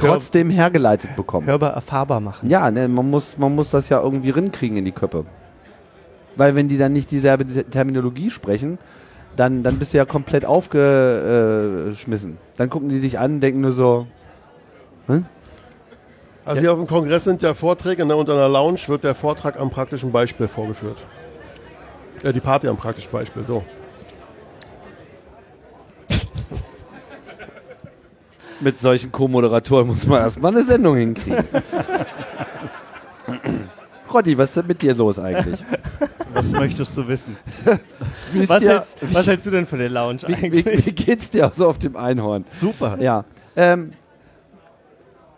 Speaker 2: Hör-
Speaker 3: trotzdem hergeleitet bekommen.
Speaker 2: Hörbar erfahrbar machen.
Speaker 3: Ja, ne, man, muss, man muss das ja irgendwie rinkriegen in die Köpfe. Weil wenn die dann nicht dieselbe Terminologie sprechen, dann, dann bist du ja komplett aufgeschmissen. Dann gucken die dich an und denken nur so,
Speaker 6: Also hier auf dem Kongress sind ja Vorträge ne, und in der Lounge wird der Vortrag am praktischen Beispiel vorgeführt. Äh, die Party am praktischen Beispiel, so.
Speaker 3: mit solchen Co-Moderatoren muss man erstmal eine Sendung hinkriegen. Roddy, was ist denn mit dir los eigentlich?
Speaker 4: Das möchtest du wissen.
Speaker 3: Wisst
Speaker 2: Was,
Speaker 3: ihr-
Speaker 2: hältst, was hältst du denn von der Lounge
Speaker 3: wie, wie, wie
Speaker 2: eigentlich?
Speaker 3: geht's dir auch so auf dem Einhorn?
Speaker 4: Super.
Speaker 3: Ja. Ähm,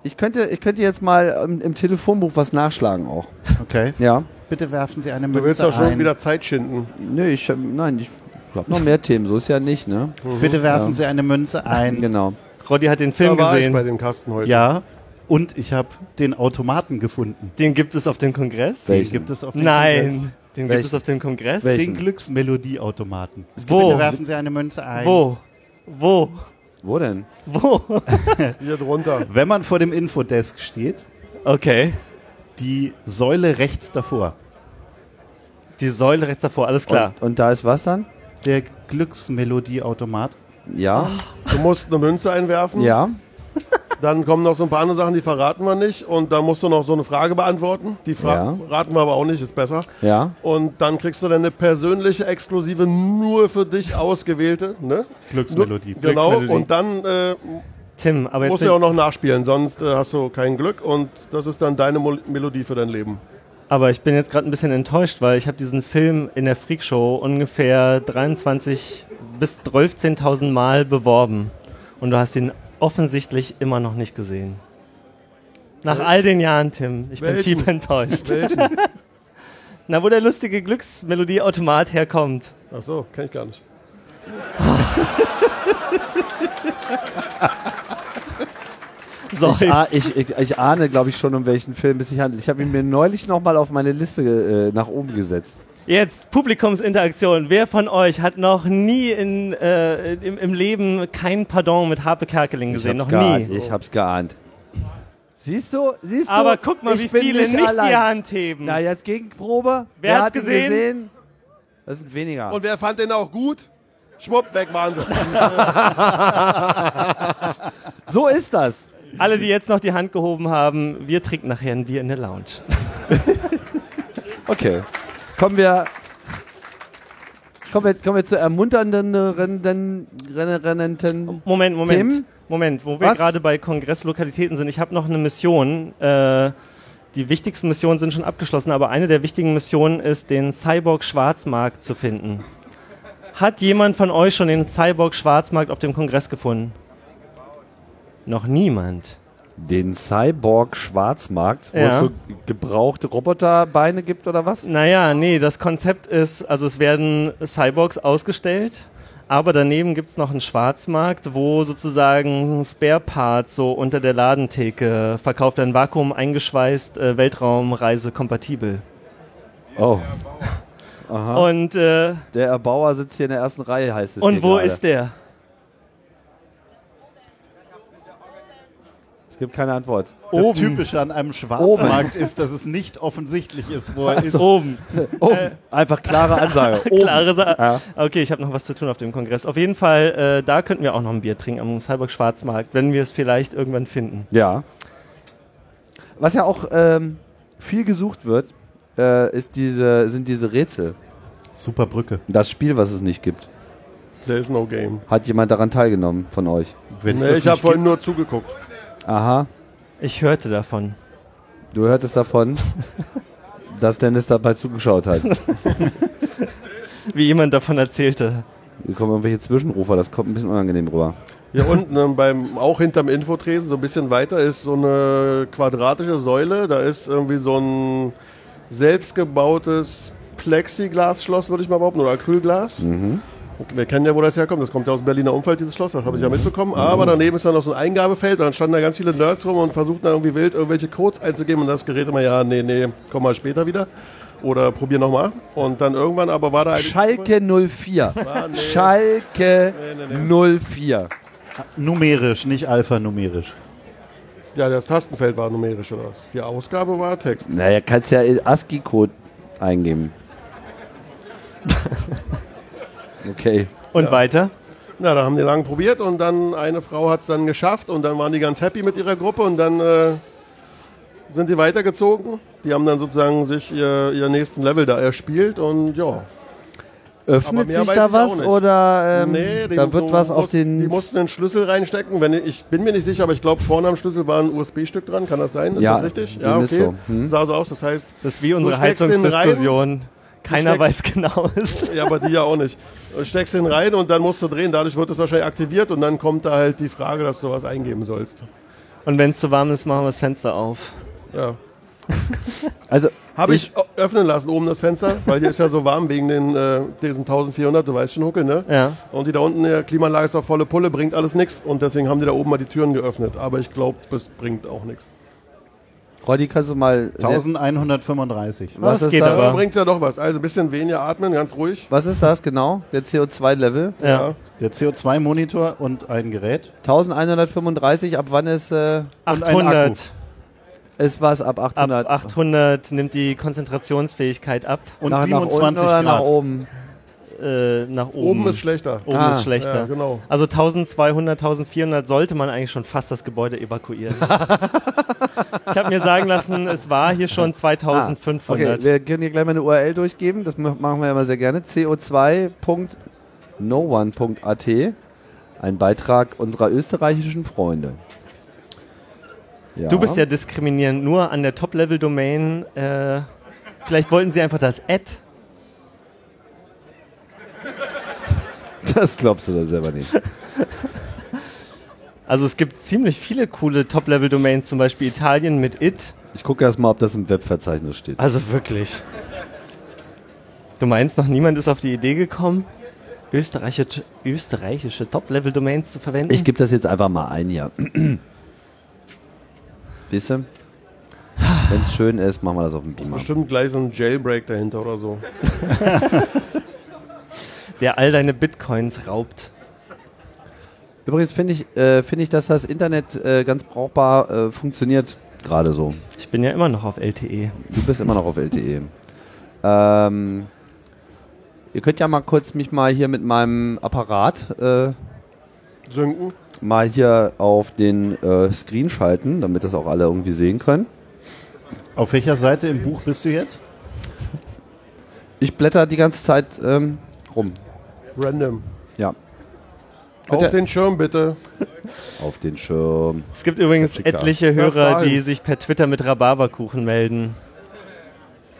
Speaker 3: ich, könnte, ich könnte jetzt mal im, im Telefonbuch was nachschlagen auch.
Speaker 4: Okay.
Speaker 3: Ja.
Speaker 4: Bitte werfen Sie eine
Speaker 6: Du willst
Speaker 4: Münze
Speaker 6: doch schon
Speaker 4: ein.
Speaker 6: wieder Zeit schinden.
Speaker 3: Nö, ich, ähm, nein, ich habe noch mehr Themen, so ist ja nicht, ne?
Speaker 4: Bitte werfen Sie eine Münze ein.
Speaker 3: Genau.
Speaker 2: Roddy hat den
Speaker 6: Da
Speaker 2: Film
Speaker 6: war ich bei
Speaker 2: gesehen.
Speaker 6: dem Kasten heute.
Speaker 4: Ja. Und ich habe den Automaten gefunden.
Speaker 2: Den gibt es auf dem Kongress?
Speaker 4: Den
Speaker 3: Welchen?
Speaker 4: gibt es auf dem Kongress.
Speaker 2: Nein. Den
Speaker 3: Welchen?
Speaker 2: gibt es auf dem Kongress?
Speaker 3: Welchen?
Speaker 4: Den Glücksmelodieautomaten.
Speaker 2: Wo?
Speaker 4: Bitte werfen Sie eine Münze ein.
Speaker 2: Wo? Wo?
Speaker 3: Wo denn?
Speaker 2: Wo?
Speaker 6: Hier drunter.
Speaker 4: Wenn man vor dem Infodesk steht,
Speaker 2: Okay.
Speaker 4: die Säule rechts davor.
Speaker 2: Die Säule rechts davor, alles klar.
Speaker 3: Und, und da ist was dann?
Speaker 4: Der Glücksmelodieautomat.
Speaker 3: Ja.
Speaker 6: Du musst eine Münze einwerfen.
Speaker 3: Ja.
Speaker 6: Dann kommen noch so ein paar andere Sachen, die verraten wir nicht. Und dann musst du noch so eine Frage beantworten. Die Fra
Speaker 3: Ja.
Speaker 6: raten wir aber auch nicht, ist besser.
Speaker 3: Ja.
Speaker 6: Und dann kriegst du deine persönliche, exklusive, nur für dich ausgewählte. Ne?
Speaker 4: Glücksmelodie.
Speaker 6: Nur- Genau.
Speaker 2: Glücksmelodie.
Speaker 6: Und dann äh,
Speaker 2: Tim, aber jetzt.
Speaker 6: musst du ja auch noch nachspielen, sonst äh, hast du kein Glück. Und das ist dann deine Mol Melodie für dein Leben.
Speaker 2: Aber ich bin jetzt gerade ein bisschen enttäuscht, weil ich habe diesen Film in der Freak Show ungefähr 23 bis 12.000 Mal beworben und du hast ihn offensichtlich immer noch nicht gesehen. Nach all den Jahren, Tim, ich bin
Speaker 6: Welchen?
Speaker 2: tief enttäuscht.
Speaker 6: Welchen?
Speaker 2: Na, wo der lustige Glücksmelodieautomat herkommt.
Speaker 6: Ach so, kenn ich gar nicht.
Speaker 2: Sorry.
Speaker 3: Ich, ah, ich, ich, ich ahne, glaube ich, schon, um welchen Film es sich handelt. Ich habe ihn mir neulich nochmal auf meine Liste äh, nach oben gesetzt.
Speaker 2: Jetzt Publikumsinteraktion. Wer von euch hat noch nie in, äh, im, im Leben kein Pardon mit Harpe Kerkeling
Speaker 3: Ich
Speaker 2: gesehen? Noch
Speaker 3: hab's
Speaker 2: nie.
Speaker 3: geahnt. Ich hab's geahnt. Siehst du, siehst du?
Speaker 2: Aber guck mal,
Speaker 3: ich
Speaker 2: wie
Speaker 3: bin
Speaker 2: viele nicht, die Hand heben.
Speaker 3: Na, jetzt Gegenprobe.
Speaker 2: Wer hat's
Speaker 3: hat ihn
Speaker 2: gesehen?
Speaker 3: gesehen? Das sind weniger.
Speaker 6: Und wer fand den auch gut? Schwupp, weg waren sie.
Speaker 3: so ist das.
Speaker 2: Alle, die jetzt noch die Hand gehoben haben, wir trinken nachher ein Bier in der Lounge.
Speaker 3: Okay. Kommen wir. Kommen wir, kommen wir zu ermunternden Rennen, Rennen,
Speaker 2: Hm? Moment, Moment.
Speaker 3: Tim?
Speaker 2: Moment, wo wir
Speaker 3: Was?
Speaker 2: gerade bei Kongresslokalitäten sind. Ich habe noch eine Mission. Äh, die wichtigsten Missionen sind schon abgeschlossen, aber eine der wichtigen Missionen ist, den Cyborg-Schwarzmarkt zu finden. Hat jemand von euch schon den Cyborg-Schwarzmarkt auf dem Kongress gefunden? Noch niemand.
Speaker 3: Den Cyborg-Schwarzmarkt, wo
Speaker 2: Ja.
Speaker 3: es so gebrauchte Roboterbeine gibt oder was?
Speaker 2: Naja, nee, das Konzept ist, also es werden Cyborgs ausgestellt, aber daneben gibt's noch einen Schwarzmarkt, wo sozusagen Spare Parts so unter der Ladentheke verkauft werden, Vakuum eingeschweißt, äh, Weltraumreise kompatibel.
Speaker 3: Oh,
Speaker 2: Und, äh,
Speaker 3: der Erbauer sitzt hier in der ersten Reihe, heißt es.
Speaker 2: und
Speaker 3: hier
Speaker 2: wo
Speaker 3: gerade.
Speaker 2: ist der?
Speaker 3: Es gibt keine Antwort.
Speaker 4: Das
Speaker 2: Oben.
Speaker 4: Typische an einem Schwarzmarkt ist, dass es nicht offensichtlich ist, wo er ist.
Speaker 2: Oben.
Speaker 3: Oh,
Speaker 2: äh,
Speaker 3: einfach klare Ansage. Oben.
Speaker 2: Klare Sache.
Speaker 3: Ja.
Speaker 2: Okay, ich habe noch was zu tun auf dem Kongress. Auf jeden Fall, äh, da könnten wir auch noch ein Bier trinken am Cyborg-Schwarzmarkt, wenn wir es vielleicht irgendwann finden.
Speaker 3: Ja. Was ja auch ähm, viel gesucht wird, äh, ist diese, sind diese Rätsel.
Speaker 4: Super Brücke.
Speaker 3: Das Spiel, was es nicht gibt.
Speaker 6: There is no game.
Speaker 3: Hat jemand daran teilgenommen von euch?
Speaker 4: Wenn's
Speaker 6: Nee,
Speaker 4: das
Speaker 6: ich habe
Speaker 4: nicht
Speaker 6: vorhin nur zugeguckt.
Speaker 3: Aha,
Speaker 2: Ich hörte davon.
Speaker 3: du hörtest davon, dass Dennis dabei zugeschaut hat.
Speaker 2: Wie jemand davon erzählte.
Speaker 3: Hier kommen irgendwelche Zwischenrufer, das kommt ein bisschen unangenehm rüber.
Speaker 6: Hier unten, ähm, beim, auch hinterm Infotresen, so ein bisschen weiter, ist so eine quadratische Säule. Da ist irgendwie so ein selbstgebautes Plexiglasschloss, würde ich mal behaupten, oder Acrylglas.
Speaker 4: Mhm.
Speaker 6: Okay, Wir kennen ja, wo das herkommt. Das kommt ja aus dem Berliner Umfeld, dieses Schloss. Das habe ich ja
Speaker 4: Mhm.
Speaker 6: mitbekommen. Aber daneben ist dann noch so ein Eingabefeld. Dann standen da ganz viele Nerds rum und versuchten da irgendwie wild irgendwelche Codes einzugeben. Und das Gerät immer, ja, nee, nee, komm mal später wieder. Oder probier nochmal. Und dann irgendwann aber war da ein...
Speaker 3: Schalke 04.
Speaker 6: nee.
Speaker 3: Schalke 04.
Speaker 4: Numerisch, nicht alphanumerisch.
Speaker 6: Ja, das Tastenfeld war numerisch oder was? Die Ausgabe war Text.
Speaker 3: Naja, kannst ja in ASCII-Code eingeben. Okay.
Speaker 2: Und weiter?
Speaker 6: Na, da haben die lange probiert und dann eine Frau hat es dann geschafft und dann waren die ganz happy mit ihrer Gruppe und dann äh, sind die weitergezogen. Die haben dann sozusagen sich ihr, ihr nächsten Level da erspielt und ja. Aber
Speaker 3: Öffnet
Speaker 6: mehr
Speaker 3: sich
Speaker 6: weiß
Speaker 3: da
Speaker 6: ich
Speaker 3: was
Speaker 6: auch nicht.
Speaker 3: oder ähm,
Speaker 6: die-
Speaker 3: da wird
Speaker 6: du
Speaker 3: was auf
Speaker 6: musst-
Speaker 3: den...
Speaker 6: Die mussten einen Schlüssel reinstecken. Wenn ich, ich bin mir nicht sicher, aber ich glaube, vorne am Schlüssel war ein USB-Stück dran. Kann das sein? Ist
Speaker 3: Ja,
Speaker 6: das richtig?
Speaker 3: dem ist so. Hm.
Speaker 6: Sah so aus. Das heißt,
Speaker 2: Das ist wie unsere
Speaker 6: steckst den rein.
Speaker 2: Heizungsdiskussion. Keiner
Speaker 6: steckst-
Speaker 2: weiß genau es.
Speaker 6: Ja, aber die ja auch nicht. Du Steckst ihn rein und dann musst du drehen. Dadurch wird es wahrscheinlich aktiviert und dann kommt da halt die Frage, dass du was eingeben sollst.
Speaker 2: Und wenn es zu warm ist, machen wir das Fenster auf.
Speaker 6: Ja.
Speaker 3: Also,
Speaker 6: Habe ich, o- öffnen lassen oben das Fenster, weil hier ist ja so warm wegen den, äh, diesen 1400, du weißt schon, Huckel, ne?
Speaker 2: Ja.
Speaker 6: Und die da unten, der Klimaanlage ist auf volle Pulle, bringt alles nichts und deswegen haben die da oben mal die Türen geöffnet. Aber ich glaube, es bringt auch nichts.
Speaker 3: Roddy, kannst du mal.
Speaker 4: 1135.
Speaker 3: Was
Speaker 2: Das
Speaker 3: ist
Speaker 2: geht
Speaker 3: das?
Speaker 6: Aber
Speaker 2: aber.
Speaker 6: bringt ja doch was. Also ein bisschen weniger atmen, ganz ruhig.
Speaker 3: Was ist das genau? Der CO2-Level?
Speaker 2: Ja.
Speaker 4: Der CO2-Monitor und ein Gerät.
Speaker 3: 1135, ab wann ist, äh,
Speaker 4: Und ein
Speaker 2: 800.
Speaker 3: ist was? Ab
Speaker 2: Ab
Speaker 3: 800?
Speaker 2: 800 nimmt die Konzentrationsfähigkeit ab
Speaker 4: Und
Speaker 3: nach, nach unten
Speaker 4: 27
Speaker 3: oder nach
Speaker 4: Grad.
Speaker 3: oben?
Speaker 2: äh, nach
Speaker 6: Oben,
Speaker 2: oben.
Speaker 6: ist schlechter.
Speaker 2: Oben
Speaker 3: Ah,
Speaker 2: ist schlechter.
Speaker 6: ja, genau.
Speaker 2: Also 1200, 1400 sollte man eigentlich schon fast das Gebäude evakuieren. ich habe mir sagen lassen, es war hier schon
Speaker 3: Ah, Okay,
Speaker 2: 2500.
Speaker 3: wir können hier gleich mal eine URL durchgeben. Das ma- machen wir ja mal sehr gerne. co2.noone.at. Ein Beitrag unserer österreichischen Freunde. Ja.
Speaker 2: Du bist ja diskriminierend nur an der Top-Level-Domain. Äh, vielleicht wollten sie einfach das Ad.
Speaker 3: Das glaubst du doch selber nicht.
Speaker 2: Also es gibt ziemlich viele coole Top-Level-Domains, zum Beispiel Italien mit it.
Speaker 3: Ich gucke erst mal, ob das im Webverzeichnis steht.
Speaker 2: Also wirklich. Du meinst, noch niemand ist auf die Idee gekommen, österreichische, österreichische Top-Level-Domains zu verwenden?
Speaker 3: Ich gebe das jetzt einfach mal ein hier. Wisse? Wenn es schön ist, machen wir das auf dem Beamer.
Speaker 6: Bestimmt gleich so ein Jailbreak dahinter oder so.
Speaker 2: der all deine Bitcoins raubt.
Speaker 3: Übrigens finde ich, äh, finde ich, dass das Internet äh, ganz brauchbar äh, funktioniert. Gerade so.
Speaker 2: Ich bin ja immer noch auf E. LTE.
Speaker 3: Du bist immer noch auf LTE. Ähm, ihr könnt ja mal kurz mich mal hier mit meinem Apparat äh,
Speaker 6: Sinken.
Speaker 3: mal hier auf den äh, Screen schalten, damit das auch alle irgendwie sehen können.
Speaker 4: Auf welcher Seite im Buch bist du jetzt?
Speaker 3: Ich blätter die ganze Zeit ähm, rum.
Speaker 6: Random.
Speaker 3: Ja,
Speaker 6: Auf
Speaker 3: Bitte.
Speaker 6: den Schirm bitte.
Speaker 3: auf den Schirm.
Speaker 2: Es gibt übrigens
Speaker 3: Klassiker.
Speaker 2: etliche
Speaker 6: Ja,
Speaker 2: Hörer,
Speaker 6: Fragen.
Speaker 2: die sich per Twitter mit Rhabarberkuchen melden.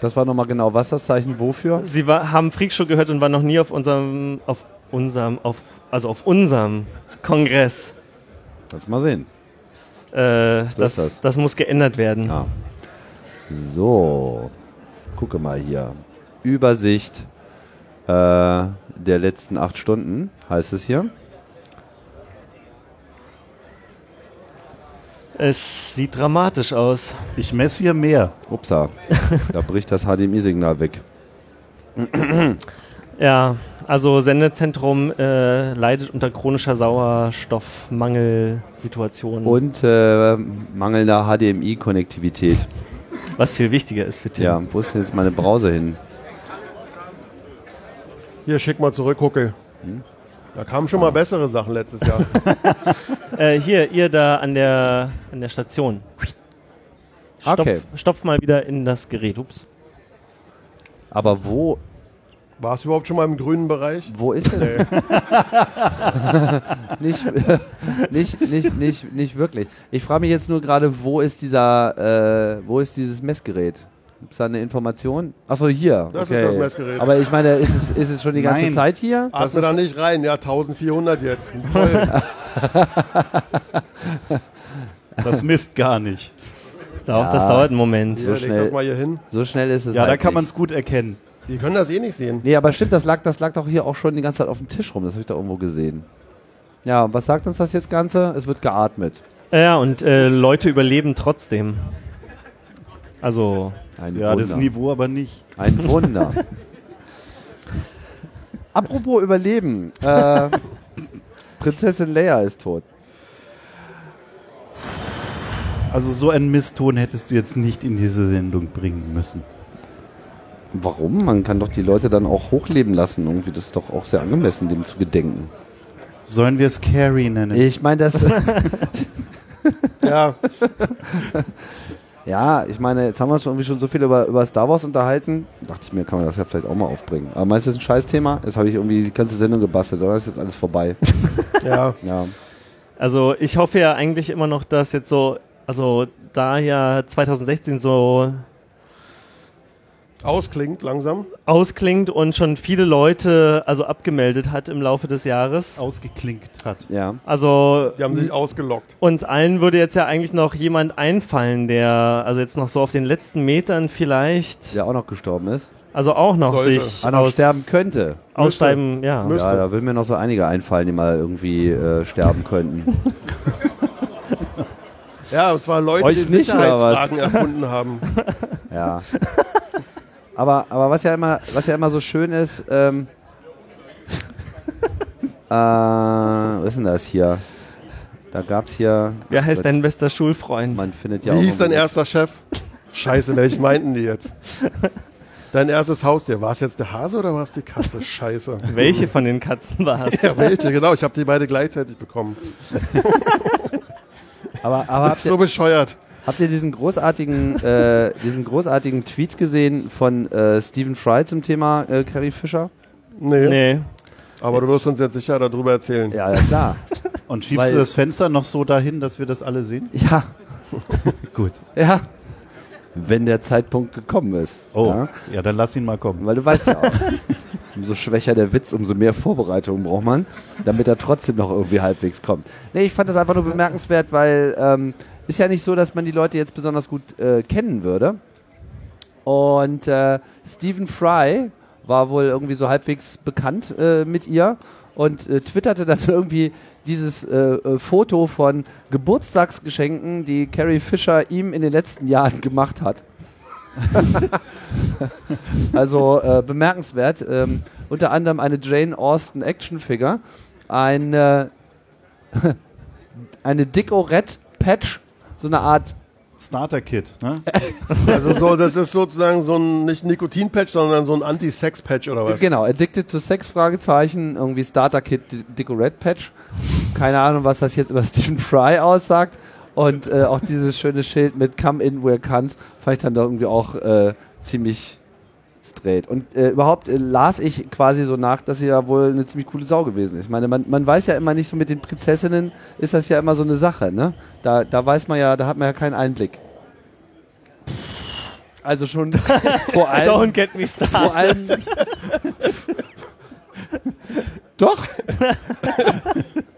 Speaker 3: Das war nochmal genau was das Zeichen wofür?
Speaker 2: Sie war, haben Freakshow gehört und waren noch nie auf unserem, auf unserem, auf, also auf unserem Kongress.
Speaker 3: Kannst mal sehen.
Speaker 2: Äh, das,
Speaker 3: das.
Speaker 2: das. muss geändert werden.
Speaker 3: Ja. So, gucke mal hier. Übersicht äh, der letzten acht Stunden heißt es hier.
Speaker 2: Es sieht dramatisch aus.
Speaker 4: Ich messe hier mehr.
Speaker 3: Upsa, da bricht das HDMI-Signal weg.
Speaker 2: Ja, also Sendezentrum äh, leidet unter chronischer Sauerstoffmangelsituation.
Speaker 3: Und äh, mangelnder HDMI-Konnektivität.
Speaker 2: was viel wichtiger ist für Tim.
Speaker 3: Ja, wo ist denn jetzt meine Brause hin?
Speaker 6: Hier, schick mal zurück, Huckel.
Speaker 3: Hm?
Speaker 6: Da kamen schon mal
Speaker 3: Ah.
Speaker 6: bessere Sachen letztes Jahr.
Speaker 2: Äh, hier, ihr da an der, an der Station. Stopf,
Speaker 3: Okay.
Speaker 2: stopf mal wieder in das Gerät. Ups.
Speaker 3: Aber wo,
Speaker 6: Warst du überhaupt schon mal im grünen Bereich?
Speaker 3: wo ist denn? nicht, nicht, nicht, nicht, nicht wirklich. Ich frage mich jetzt nur gerade, wo ist dieser, äh, wo ist dieses Messgerät? Gibt es da eine Information? Achso, hier.
Speaker 6: Das ist
Speaker 3: okay.
Speaker 6: das Messgerät.
Speaker 3: Aber ich meine, ist es, ist es schon die ganze
Speaker 4: Nein. Ah.
Speaker 3: Zeit hier?
Speaker 6: Atme da nicht rein, ja, 1400 jetzt. Toll.
Speaker 4: Das misst gar nicht.
Speaker 2: So, Das dauert einen Moment.
Speaker 6: so Leg
Speaker 3: schnell.
Speaker 6: das mal hier hin.
Speaker 3: So schnell ist es
Speaker 4: Ja, da
Speaker 3: halt
Speaker 4: kann
Speaker 3: nicht.
Speaker 4: man es gut erkennen.
Speaker 6: Die können das eh nicht sehen.
Speaker 3: Nee, aber stimmt, das lag, das lag doch hier auch schon die ganze Zeit auf dem Tisch rum. Das habe ich da irgendwo gesehen. Ja, und was sagt uns das jetzt Ganze? Es wird geatmet.
Speaker 2: Ja, und äh, Leute überleben trotzdem. Also,
Speaker 3: Ein
Speaker 4: Ja,
Speaker 3: Wunder.
Speaker 4: das Niveau aber nicht.
Speaker 3: Ein Wunder. Apropos Überleben. Äh, Prinzessin Leia ist tot.
Speaker 4: Also so einen Misston hättest du jetzt nicht in diese Sendung bringen müssen.
Speaker 3: Warum? Man kann doch die Leute dann auch hochleben lassen. Irgendwie, das ist doch auch sehr angemessen, dem zu gedenken.
Speaker 4: Sollen wir es Carrie nennen?
Speaker 3: Ne? Ich meine, das.
Speaker 6: Ja,
Speaker 3: ja, ich meine, jetzt haben wir uns schon irgendwie schon so viel über, über Star Wars unterhalten. Dachte ich mir, kann man das ja vielleicht auch mal aufbringen. Aber meinst du, das ist ein Scheißthema? Jetzt habe ich irgendwie die ganze Sendung gebastelt, oder? Ist jetzt alles vorbei.
Speaker 6: ja.
Speaker 3: Ja.
Speaker 2: also ich hoffe ja eigentlich immer noch, dass jetzt so, also da ja 2016 so
Speaker 6: Ausklingt langsam.
Speaker 2: ausklingt und schon viele Leute also abgemeldet hat im Laufe des Jahres.
Speaker 4: ausgeklinkt hat.
Speaker 3: Ja.
Speaker 2: Also
Speaker 6: Die haben
Speaker 3: Hm.
Speaker 6: sich ausgelockt.
Speaker 2: uns allen würde jetzt ja eigentlich noch jemand einfallen, der also jetzt noch so auf den letzten Metern vielleicht
Speaker 3: Der auch noch gestorben ist.
Speaker 2: also auch noch
Speaker 6: Sollte.
Speaker 2: sich
Speaker 3: Ah, noch
Speaker 2: aus-
Speaker 3: sterben könnte.
Speaker 2: aussteigen, ja.
Speaker 6: Müsste.
Speaker 3: Ja, da würden mir noch so einige einfallen, die mal irgendwie äh, sterben könnten.
Speaker 6: Ja, und zwar Leute,
Speaker 3: Euch
Speaker 6: die
Speaker 3: nicht, oder was?
Speaker 6: Sicherheitsfragen erfunden haben.
Speaker 3: Ja. Aber, aber was, ja immer, was ja immer so schön ist, ähm, äh, was ist denn das hier? Da gab's hier.
Speaker 2: Wer heißt
Speaker 3: Gott,
Speaker 2: dein bester Schulfreund?
Speaker 3: Man findet ja
Speaker 6: Wie
Speaker 3: auch.
Speaker 6: hieß dein
Speaker 3: irgendwo-
Speaker 6: erster Chef? Scheiße, welchen meinten die jetzt? Dein erstes Haustier. War es jetzt der Hase oder war es die Katze? Scheiße.
Speaker 2: Welche von den Katzen war es?
Speaker 6: Ja, welche? Genau, ich habe die beide gleichzeitig bekommen.
Speaker 3: Aber, aber habt, ihr,
Speaker 6: So bescheuert.
Speaker 3: habt ihr diesen großartigen, äh, diesen großartigen Tweet gesehen von äh, Stephen Fry zum Thema äh, Carrie Fisher?
Speaker 6: Nee.
Speaker 2: Nee.
Speaker 6: Aber du wirst uns jetzt sicher darüber erzählen.
Speaker 3: Ja, ja klar.
Speaker 4: Und schiebst
Speaker 3: Weil-
Speaker 4: du das Fenster noch so dahin, dass wir das alle sehen?
Speaker 3: ja,
Speaker 4: Gut.
Speaker 3: ja. Wenn der Zeitpunkt gekommen ist.
Speaker 4: Oh,
Speaker 3: Ja?
Speaker 4: ja, dann lass ihn mal kommen.
Speaker 3: Weil du weißt ja auch, umso schwächer der Witz, umso mehr Vorbereitung braucht man, damit er trotzdem noch irgendwie halbwegs kommt. Nee, ich fand das einfach nur bemerkenswert, weil ähm, ist ja nicht so, dass man die Leute jetzt besonders gut äh, kennen würde. Und äh, Stephen Fry war wohl irgendwie so halbwegs bekannt äh, mit ihr und äh, twitterte dann irgendwie dieses äh, äh, Foto von Geburtstagsgeschenken, die Carrie Fisher ihm in den letzten Jahren gemacht hat. Also äh, bemerkenswert. Ähm, unter anderem eine Jane Austen Actionfigur, eine, eine Dicorette Patch, so eine Art.
Speaker 4: Starter-Kit, ne?
Speaker 6: Also so, das ist sozusagen so ein, nicht Nikotin-Patch, sondern so ein Anti-Sex-Patch oder was?
Speaker 3: Genau, Addicted to Sex Fragezeichen, irgendwie Starter Kit D- Dicorette Patch. Keine Ahnung, was das jetzt über Stephen Fry aussagt. Und äh, auch dieses schöne Schild mit Come in where comes, fand ich dann doch irgendwie auch äh, ziemlich straight. Und äh, überhaupt äh, las ich quasi so nach, dass sie ja wohl eine ziemlich coole Sau gewesen ist. Ich meine, man, man weiß ja immer nicht so mit den Prinzessinnen, ist das ja immer so eine Sache, ne? Da, da weiß man ja, da hat man ja keinen Einblick. Also schon vor allem,
Speaker 2: Don't get me
Speaker 3: vor
Speaker 2: started.
Speaker 3: allem. Doch.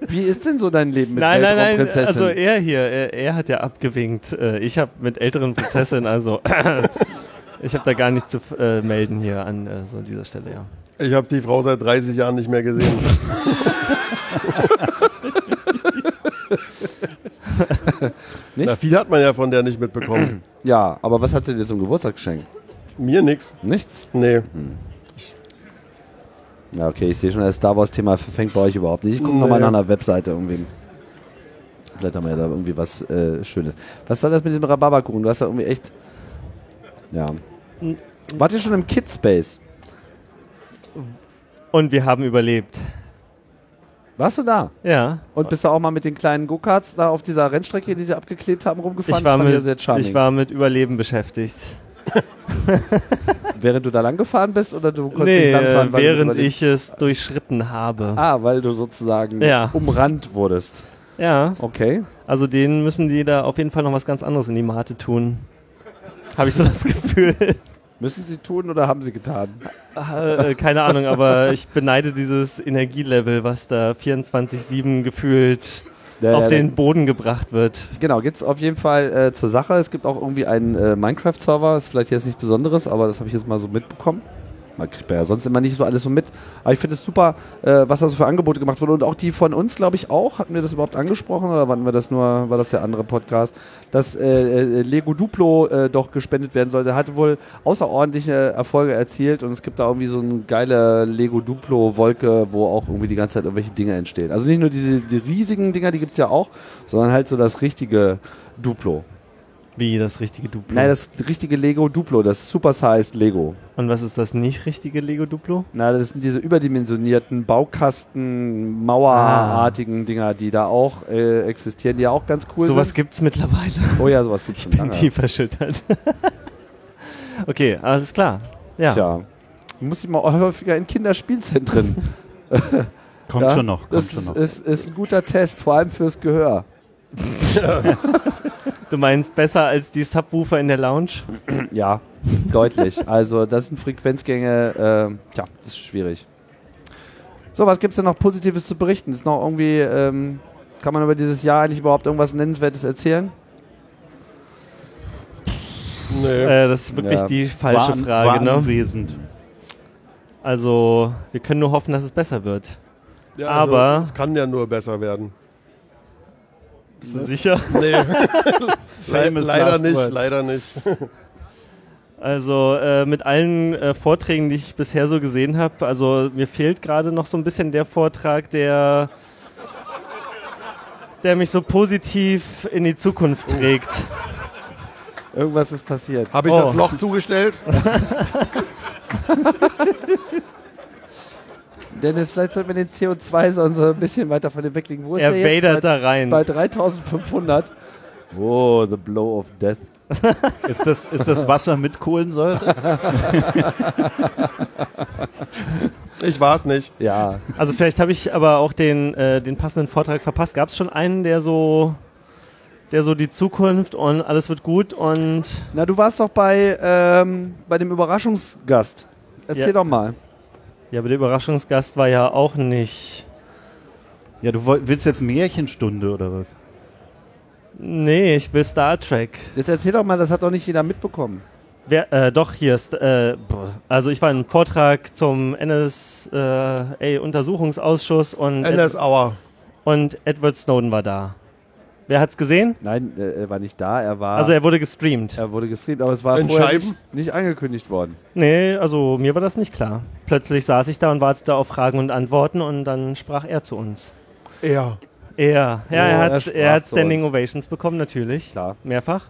Speaker 3: Wie ist denn so dein Leben mit
Speaker 2: Nein, nein, nein.
Speaker 3: Weltraumprinzessin?
Speaker 2: Also er hier, er, er hat ja abgewinkt. Äh, Ich habe mit älteren Prinzessinnen, also ich habe da gar nichts zu äh, melden hier an äh, so dieser Stelle, ja.
Speaker 6: Ich habe die Frau seit 30 Jahren nicht mehr gesehen.
Speaker 3: Nicht?
Speaker 6: Na, viel hat man ja von der nicht mitbekommen.
Speaker 3: ja, aber was hat sie dir zum Geburtstag geschenkt?
Speaker 6: Mir nix.
Speaker 3: Nichts.
Speaker 6: Nee.
Speaker 3: Ja, okay, ich sehe schon, das Star Wars-Thema verfängt bei euch überhaupt nicht. Ich gucke nochmal
Speaker 6: Nee.
Speaker 3: nach einer Webseite irgendwie. Vielleicht haben wir ja da irgendwie was äh, Schönes. Was soll das mit diesem Rhabarberkuchen? Du hast da irgendwie echt. Ja. Wart ihr schon im Kidspace?
Speaker 2: Und wir haben überlebt.
Speaker 3: Warst du da?
Speaker 2: Ja.
Speaker 3: Und bist du auch mal mit den kleinen Go-Karts da auf dieser Rennstrecke, die sie abgeklebt haben, rumgefahren?
Speaker 2: Ich war,
Speaker 3: Fand ja
Speaker 2: mit,
Speaker 3: sehr charming.
Speaker 2: ich war mit Überleben beschäftigt.
Speaker 3: Während du da lang gefahren bist oder du konntest
Speaker 2: Nee,
Speaker 3: nicht langfahren?
Speaker 2: äh,
Speaker 3: weil du
Speaker 2: während
Speaker 3: überlebt-
Speaker 2: ich es durchschritten habe.
Speaker 3: Ah, weil du sozusagen
Speaker 2: Ja.
Speaker 3: umrandt wurdest.
Speaker 2: Ja,
Speaker 3: Okay.
Speaker 2: also denen müssen die da auf jeden Fall noch was ganz anderes in die Mate tun. Habe ich so das Gefühl.
Speaker 3: Müssen sie tun oder haben sie getan?
Speaker 2: Äh, äh, keine Ahnung, aber ich beneide dieses Energielevel, was da 24-7 gefühlt
Speaker 3: Ja,
Speaker 2: auf
Speaker 3: ja,
Speaker 2: den Boden gebracht wird.
Speaker 3: Äh, Genau, geht's auf jeden Fall äh, zur Sache. Es gibt auch irgendwie einen äh, Minecraft-Server, ist vielleicht jetzt nichts Besonderes, aber das habe ich jetzt mal so mitbekommen. Man kriegt ja sonst immer nicht so alles so mit. Aber ich finde es super, äh, was da so für Angebote gemacht wurde. Und auch die von uns, glaube ich, auch. Hatten wir das überhaupt angesprochen oder waren wir das nur, war das der andere Podcast? Dass äh, äh, Lego Duplo äh, doch gespendet werden sollte. Hatte wohl außerordentliche Erfolge erzielt und es gibt da irgendwie so eine geile Lego Duplo-Wolke, wo auch irgendwie die ganze Zeit irgendwelche Dinge entstehen. Also nicht nur diese die riesigen Dinger, die gibt es ja auch, sondern halt so das richtige Duplo.
Speaker 2: Wie das richtige Duplo.
Speaker 3: Nein, das richtige Lego Duplo, das supersized Lego.
Speaker 2: Und was ist das nicht richtige Lego Duplo?
Speaker 3: Na, das sind diese überdimensionierten Baukasten, Mauerartigen
Speaker 4: Ah.
Speaker 3: Dinger, die da auch äh, existieren, die ja auch ganz cool
Speaker 2: Sowas
Speaker 3: sind.
Speaker 2: gibt's mittlerweile.
Speaker 3: Oh ja, sowas gibt's schon
Speaker 2: Bin
Speaker 3: lange.
Speaker 2: tief verschüttert. okay, alles klar. Ja.
Speaker 3: Tja, muss ich mal häufiger in Kinderspielzentren.
Speaker 4: Kommt
Speaker 3: ja?
Speaker 4: schon noch, kommt
Speaker 3: das
Speaker 4: schon
Speaker 3: ist,
Speaker 4: noch.
Speaker 3: Ist, ist ein guter Test, vor allem fürs Gehör.
Speaker 2: Du meinst besser als die Subwoofer in der Lounge?
Speaker 3: Ja, deutlich. Also das sind Frequenzgänge, äh, tja, das ist schwierig. So, was gibt's denn noch Positives zu berichten? Ist noch irgendwie, ähm, kann man über dieses Jahr eigentlich überhaupt irgendwas Nennenswertes erzählen?
Speaker 6: Nee.
Speaker 2: Äh, das ist wirklich
Speaker 3: Ja.
Speaker 2: die falsche
Speaker 4: war, war
Speaker 2: Frage. Ne?
Speaker 4: anwesend.
Speaker 2: Also, wir können nur hoffen, dass es besser wird.
Speaker 6: Ja, also,
Speaker 2: aber-
Speaker 6: Es kann ja nur besser werden.
Speaker 2: Bist du sicher?
Speaker 6: Nee, le
Speaker 4: Famous
Speaker 6: leider
Speaker 4: last
Speaker 6: nicht,
Speaker 4: words.
Speaker 6: leider nicht.
Speaker 2: Also äh, mit allen äh, Vorträgen, die ich bisher so gesehen habe, also mir fehlt gerade noch so ein bisschen der Vortrag, der, der mich so positiv in die Zukunft
Speaker 3: Oh.
Speaker 2: trägt.
Speaker 3: Irgendwas ist passiert.
Speaker 6: Habe ich
Speaker 2: Oh.
Speaker 6: das Loch zugestellt?
Speaker 3: Dennis, vielleicht sollten wir den CO2-Sensor ein bisschen weiter von dem weglegen. Wo ist
Speaker 2: Er
Speaker 3: der jetzt?
Speaker 2: wadert
Speaker 3: Bei-
Speaker 2: da rein.
Speaker 3: Bei 3500. Oh, the blow of death.
Speaker 4: Ist das, ist das Wasser mit Kohlensäure?
Speaker 6: Ich war es nicht.
Speaker 3: Ja,
Speaker 2: Also vielleicht habe ich aber auch den, äh, den passenden Vortrag verpasst. Gab es schon einen, der so, der so die Zukunft und alles wird gut und
Speaker 3: Na, du warst doch bei, ähm, bei dem Überraschungsgast. Erzähl
Speaker 2: Ja.
Speaker 3: doch mal.
Speaker 2: ja, aber der Überraschungsgast war ja auch nicht.
Speaker 4: Ja, du woll- willst jetzt Märchenstunde oder was?
Speaker 2: Nee, ich will Star Trek.
Speaker 3: Jetzt erzähl doch mal, das hat doch nicht jeder mitbekommen.
Speaker 2: Wer, äh, doch, hier ist. Äh, boah. also, ich war in einem Vortrag zum NSA-Untersuchungsausschuss und, Ed
Speaker 6: NS Hour.
Speaker 2: und Edward Snowden war da. Wer hat's gesehen?
Speaker 3: Nein, äh, er war nicht da, er war.
Speaker 2: Also, er wurde gestreamt.
Speaker 3: er wurde gestreamt, aber es war
Speaker 6: In
Speaker 3: vorher
Speaker 6: Scheiben?
Speaker 3: nicht, nicht angekündigt worden.
Speaker 2: Nee, also, mir war das nicht klar. Plötzlich saß ich da und wartete auf Fragen und Antworten und dann sprach er zu uns.
Speaker 6: Ja.
Speaker 2: Er, ja,
Speaker 3: Oh,
Speaker 2: er
Speaker 3: er
Speaker 2: hat,
Speaker 3: sprach
Speaker 2: er hat
Speaker 3: zu
Speaker 2: Standing
Speaker 3: uns.
Speaker 2: Ovations bekommen, natürlich.
Speaker 3: Klar.
Speaker 2: Mehrfach.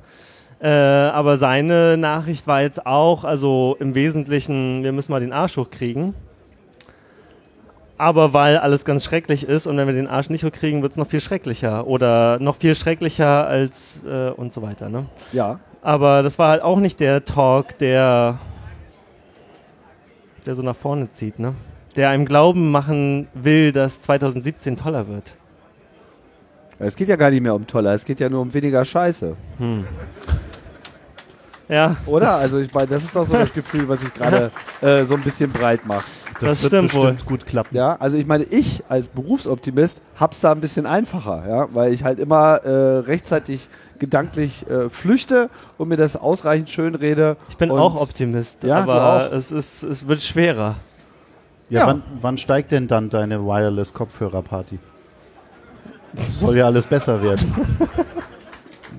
Speaker 2: Äh, aber seine Nachricht war jetzt auch, also im Wesentlichen, wir müssen mal den Arsch hochkriegen. Aber weil alles ganz schrecklich ist und wenn wir den Arsch nicht hochkriegen, wird es noch viel schrecklicher. Oder noch viel schrecklicher als äh, und so weiter. Ne?
Speaker 3: Ja.
Speaker 2: Aber das war halt auch nicht der Talk, der, der so nach vorne zieht, ne? Der einem Glauben machen will, dass 2017 toller wird.
Speaker 3: Es geht ja gar nicht mehr um toller, es geht ja nur um weniger Scheiße.
Speaker 2: Ja,
Speaker 3: Oder? Also, ich meine, das ist doch so das Gefühl, was ich gerade äh, so ein bisschen breit macht.
Speaker 2: Das stimmt
Speaker 4: bestimmt gut klappen.
Speaker 3: Ja, also ich meine, ich als Berufsoptimist hab's da ein bisschen einfacher, ja, weil ich halt immer äh, rechtzeitig gedanklich äh, flüchte und mir das ausreichend schön rede.
Speaker 2: ich bin
Speaker 3: und
Speaker 2: auch Optimist,
Speaker 3: Ja, du
Speaker 2: aber
Speaker 3: auch.
Speaker 2: es, ist, es wird schwerer.
Speaker 4: Ja,
Speaker 3: Ja.
Speaker 4: Wann, wann steigt denn dann deine Wireless-Kopfhörer-Party? Soll ja alles besser werden.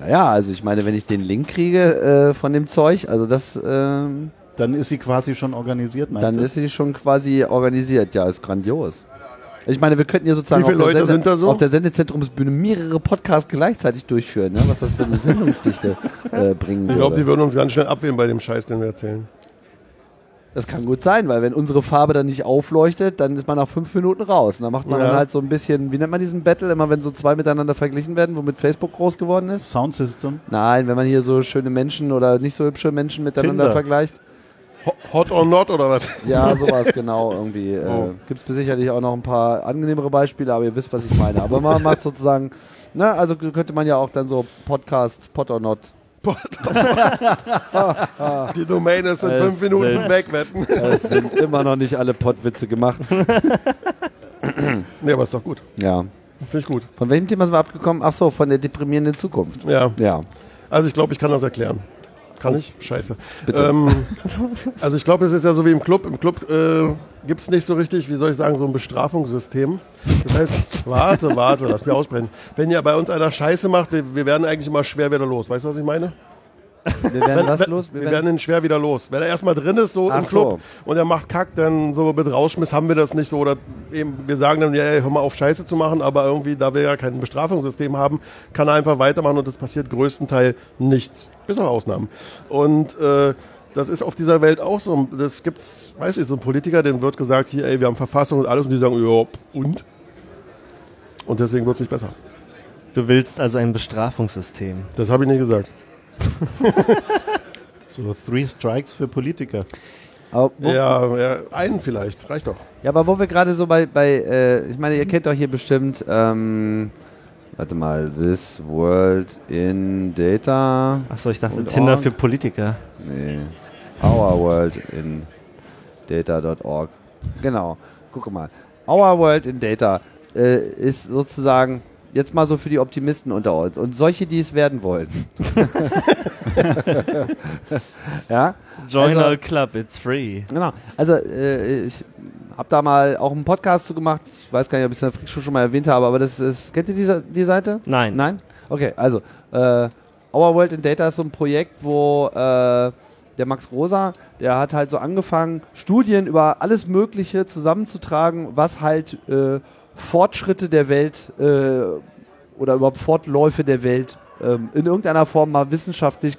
Speaker 3: Naja, also ich meine, wenn ich den Link kriege äh, von dem Zeug, also das, ähm,
Speaker 4: Dann ist sie quasi schon organisiert, meinst
Speaker 3: dann
Speaker 4: du?
Speaker 3: ist sie schon quasi organisiert. Ja, ist grandios. Ich meine, wir könnten hier sozusagen
Speaker 6: Wie viele
Speaker 3: auf, der
Speaker 6: Leute sind da so?
Speaker 3: auf der Sendezentrumsbühne mehrere Podcasts gleichzeitig durchführen, ne? was das für eine Sendungsdichte äh, bringen
Speaker 6: Ich
Speaker 3: würde.
Speaker 6: glaube, die würden uns ganz schnell abwählen bei dem Scheiß, den wir erzählen.
Speaker 3: Das kann gut sein, weil wenn unsere Farbe dann nicht aufleuchtet, dann ist man nach fünf Minuten raus. Und dann macht man
Speaker 6: Ja.
Speaker 3: dann halt so ein bisschen, wie nennt man diesen Battle, immer wenn so zwei miteinander verglichen werden, womit Facebook groß geworden ist?
Speaker 4: Soundsystem?
Speaker 3: Nein, wenn man hier so schöne Menschen oder nicht so hübsche Menschen miteinander
Speaker 4: Tinder.
Speaker 3: vergleicht.
Speaker 6: Ho- Hot or not oder was?
Speaker 3: Ja, sowas genau irgendwie. Äh,
Speaker 6: Oh.
Speaker 3: Gibt es sicherlich auch noch ein paar angenehmere Beispiele, aber ihr wisst, was ich meine. Aber man macht sozusagen, na, also könnte man ja auch dann so Podcast, Pot or Not.
Speaker 6: Die Domain ist in
Speaker 3: Es
Speaker 6: fünf Minuten
Speaker 3: sind-
Speaker 6: weg, wetten.
Speaker 3: Es sind immer noch nicht alle Pottwitze gemacht.
Speaker 6: Nee, aber ist doch gut.
Speaker 3: Ja.
Speaker 6: Finde ich gut.
Speaker 3: Von welchem Thema sind wir abgekommen? Ach so, von der deprimierenden Zukunft.
Speaker 6: Ja.
Speaker 3: Ja.
Speaker 6: Also ich glaube, ich kann das erklären. Kann ich? Scheiße.
Speaker 3: Oh. Bitte.
Speaker 6: Ähm, also ich glaube, es ist ja so wie im Club. Im Club äh, gibt es nicht so richtig, wie soll ich sagen, so ein Bestrafungssystem. Das heißt, warte, warte, lass mich aussprechen. Wenn ja bei uns einer Scheiße macht, wir, wir werden eigentlich immer schwer wieder los. Weißt du, was ich meine?
Speaker 3: Wir werden was
Speaker 6: Wenn-
Speaker 3: los?
Speaker 6: Ne, Wir, werden ihn schwer wieder los. Wenn er erstmal drin ist, so
Speaker 3: Ach
Speaker 6: im Club, und er macht Kack, dann so mit Rauschmiss haben wir das nicht so. Oder eben, wir sagen dann, ja, ey, hör mal auf, Scheiße zu machen, aber irgendwie, da wir ja kein Bestrafungssystem haben, kann er einfach weitermachen und es passiert größtenteils nichts. Bis auf Ausnahmen. Und äh, das ist auf dieser Welt auch so. Das gibt's, weiß ich, so ein Politiker, dem wird gesagt, hier, ey, wir haben Verfassung und alles, und die sagen, ja, und? Und deswegen wird's nicht besser.
Speaker 2: Du willst also ein Bestrafungssystem.
Speaker 6: Das habe ich nicht gesagt.
Speaker 4: So Three Strikes für Politiker.
Speaker 3: aber wo, ja.
Speaker 6: Ja, ja, einen vielleicht, reicht doch.
Speaker 3: aber wo wir gerade so bei, bei äh, ich meine, ihr kennt doch hier bestimmt ähm, Warte mal, This World in Data.
Speaker 2: Achso, ich dachte
Speaker 3: Und
Speaker 2: Tinder
Speaker 3: Org.
Speaker 2: für Politiker.
Speaker 3: Nee. Our World in Data.org. Genau. Guck mal. Our World in Data äh, ist sozusagen jetzt mal so für die Optimisten unter uns und solche, die es werden wollen. ja,
Speaker 2: Join
Speaker 3: Also-
Speaker 2: our club, it's free.
Speaker 3: genau. Also äh, ich habe da mal auch einen Podcast zu gemacht. Ich weiß gar nicht, ob ich es in der Freakshow schon mal erwähnt habe, aber das ist. Kennt ihr diese, die Seite?
Speaker 2: Nein.
Speaker 3: Nein? Okay, also äh, Our World in Data ist so ein Projekt, wo äh, der Max Rosa, der hat halt so angefangen, Studien über alles Mögliche zusammenzutragen, was halt äh, Fortschritte der Welt äh, oder überhaupt Fortläufe der Welt ähm, in irgendeiner Form mal wissenschaftlich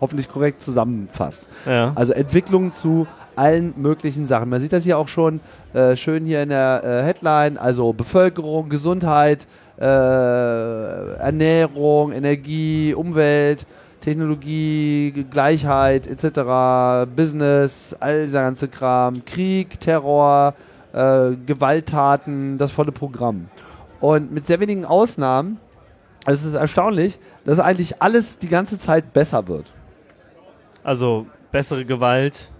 Speaker 3: hoffentlich korrekt zusammenfasst.
Speaker 2: Ja.
Speaker 3: Also Entwicklungen zu allen möglichen Sachen. Man sieht das hier auch schon äh, schön hier in der äh, Headline, also Bevölkerung, Gesundheit, äh, Ernährung, Energie, Umwelt, Technologie, G- Gleichheit etc., Business, all dieser ganze Kram, Krieg, Terror, äh, Gewalttaten, das volle Programm. Und mit sehr wenigen Ausnahmen, es ist erstaunlich, dass eigentlich alles die ganze Zeit besser wird.
Speaker 2: Also bessere Gewalt,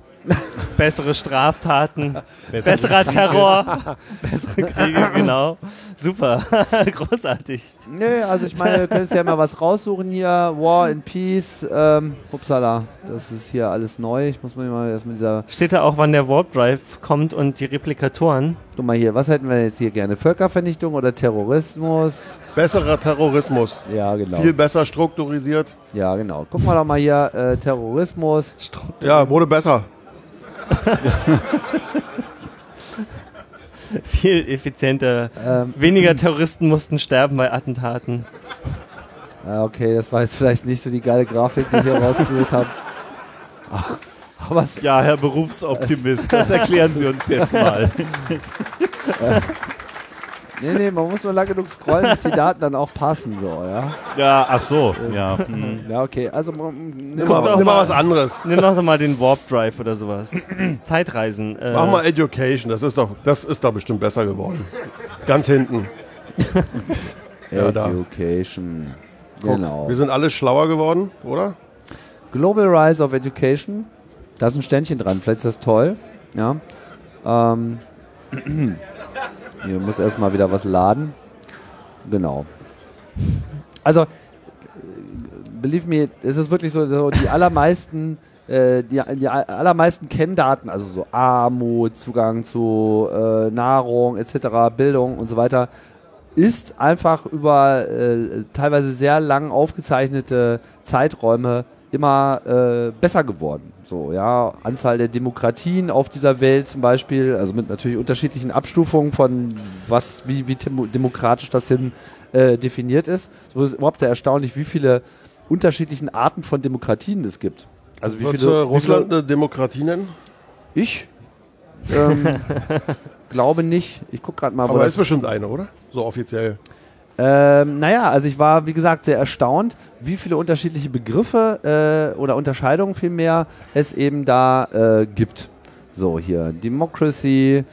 Speaker 2: bessere Straftaten, besserer Terror, bessere Kriege, genau. Super, großartig.
Speaker 3: Nö, also ich meine, du könntest ja mal was raussuchen hier. War and Peace. Ähm, upsala, das ist hier alles neu. Ich muss mir mal erstmal dieser.
Speaker 2: Steht da auch, wann der Warp Drive kommt und die Replikatoren?
Speaker 3: Guck mal hier, was hätten wir jetzt hier gerne? Völkervernichtung oder Terrorismus?
Speaker 6: Besserer Terrorismus.
Speaker 3: Ja, genau.
Speaker 6: Viel besser strukturisiert.
Speaker 3: Ja, genau. Guck mal doch mal hier, äh, Terrorismus.
Speaker 6: Ja, wurde besser.
Speaker 2: Viel effizienter.
Speaker 3: Ähm,
Speaker 2: Weniger Terroristen mussten sterben bei Attentaten.
Speaker 3: äh, okay, das war jetzt vielleicht nicht so die geile Grafik, die ich hier rausgesucht habe. Aber es,
Speaker 4: Ja, Herr Berufsoptimist, das erklären Sie uns jetzt mal.
Speaker 3: nee, nee, man muss nur lang genug scrollen, bis die Daten dann auch passen, so, ja.
Speaker 4: Ja, ach so, ja. hm.
Speaker 3: Ja, okay, also, nimm
Speaker 2: Guck
Speaker 3: mal.
Speaker 2: doch
Speaker 6: Nimm mal
Speaker 2: mal-
Speaker 6: was anderes.
Speaker 2: Nimm doch mal den Warp Drive oder sowas. Zeitreisen. Äh,
Speaker 6: Mach mal Education, das ist doch, das ist da bestimmt besser geworden. Ganz hinten. Ja, da.
Speaker 3: Education.
Speaker 6: Guck,
Speaker 3: Genau.
Speaker 6: Wir sind alle schlauer geworden, oder?
Speaker 3: Global Rise of Education. Da ist ein Ständchen dran, vielleicht ist das toll. Ja. Ähm. Hier muss erstmal wieder was laden. Genau. Also, äh, believe me, es ist wirklich so, so die allermeisten. äh, Die, die allermeisten Kenndaten, also so Armut, Zugang zu äh, Nahrung etc., Bildung und so weiter, ist einfach über äh, teilweise sehr lang aufgezeichnete Zeiträume immer äh, besser geworden. So, ja, Anzahl der Demokratien auf dieser Welt zum Beispiel, also mit natürlich unterschiedlichen Abstufungen von was, wie, wie demo- demokratisch das hin äh, definiert ist. So ist überhaupt sehr erstaunlich, wie viele unterschiedlichen Arten von Demokratien es gibt. Also wie
Speaker 6: Würdest
Speaker 3: viele
Speaker 6: du Russland eine Demokratie nennen?
Speaker 3: Wie viele, ich ähm, glaube nicht. Ich gucke gerade mal, wo
Speaker 6: Aber
Speaker 3: das
Speaker 6: ist bestimmt eine, oder? So offiziell.
Speaker 3: Ähm, naja, also ich war, wie gesagt, sehr erstaunt, wie viele unterschiedliche Begriffe äh, oder Unterscheidungen vielmehr es eben da äh, gibt. So, hier Democracy,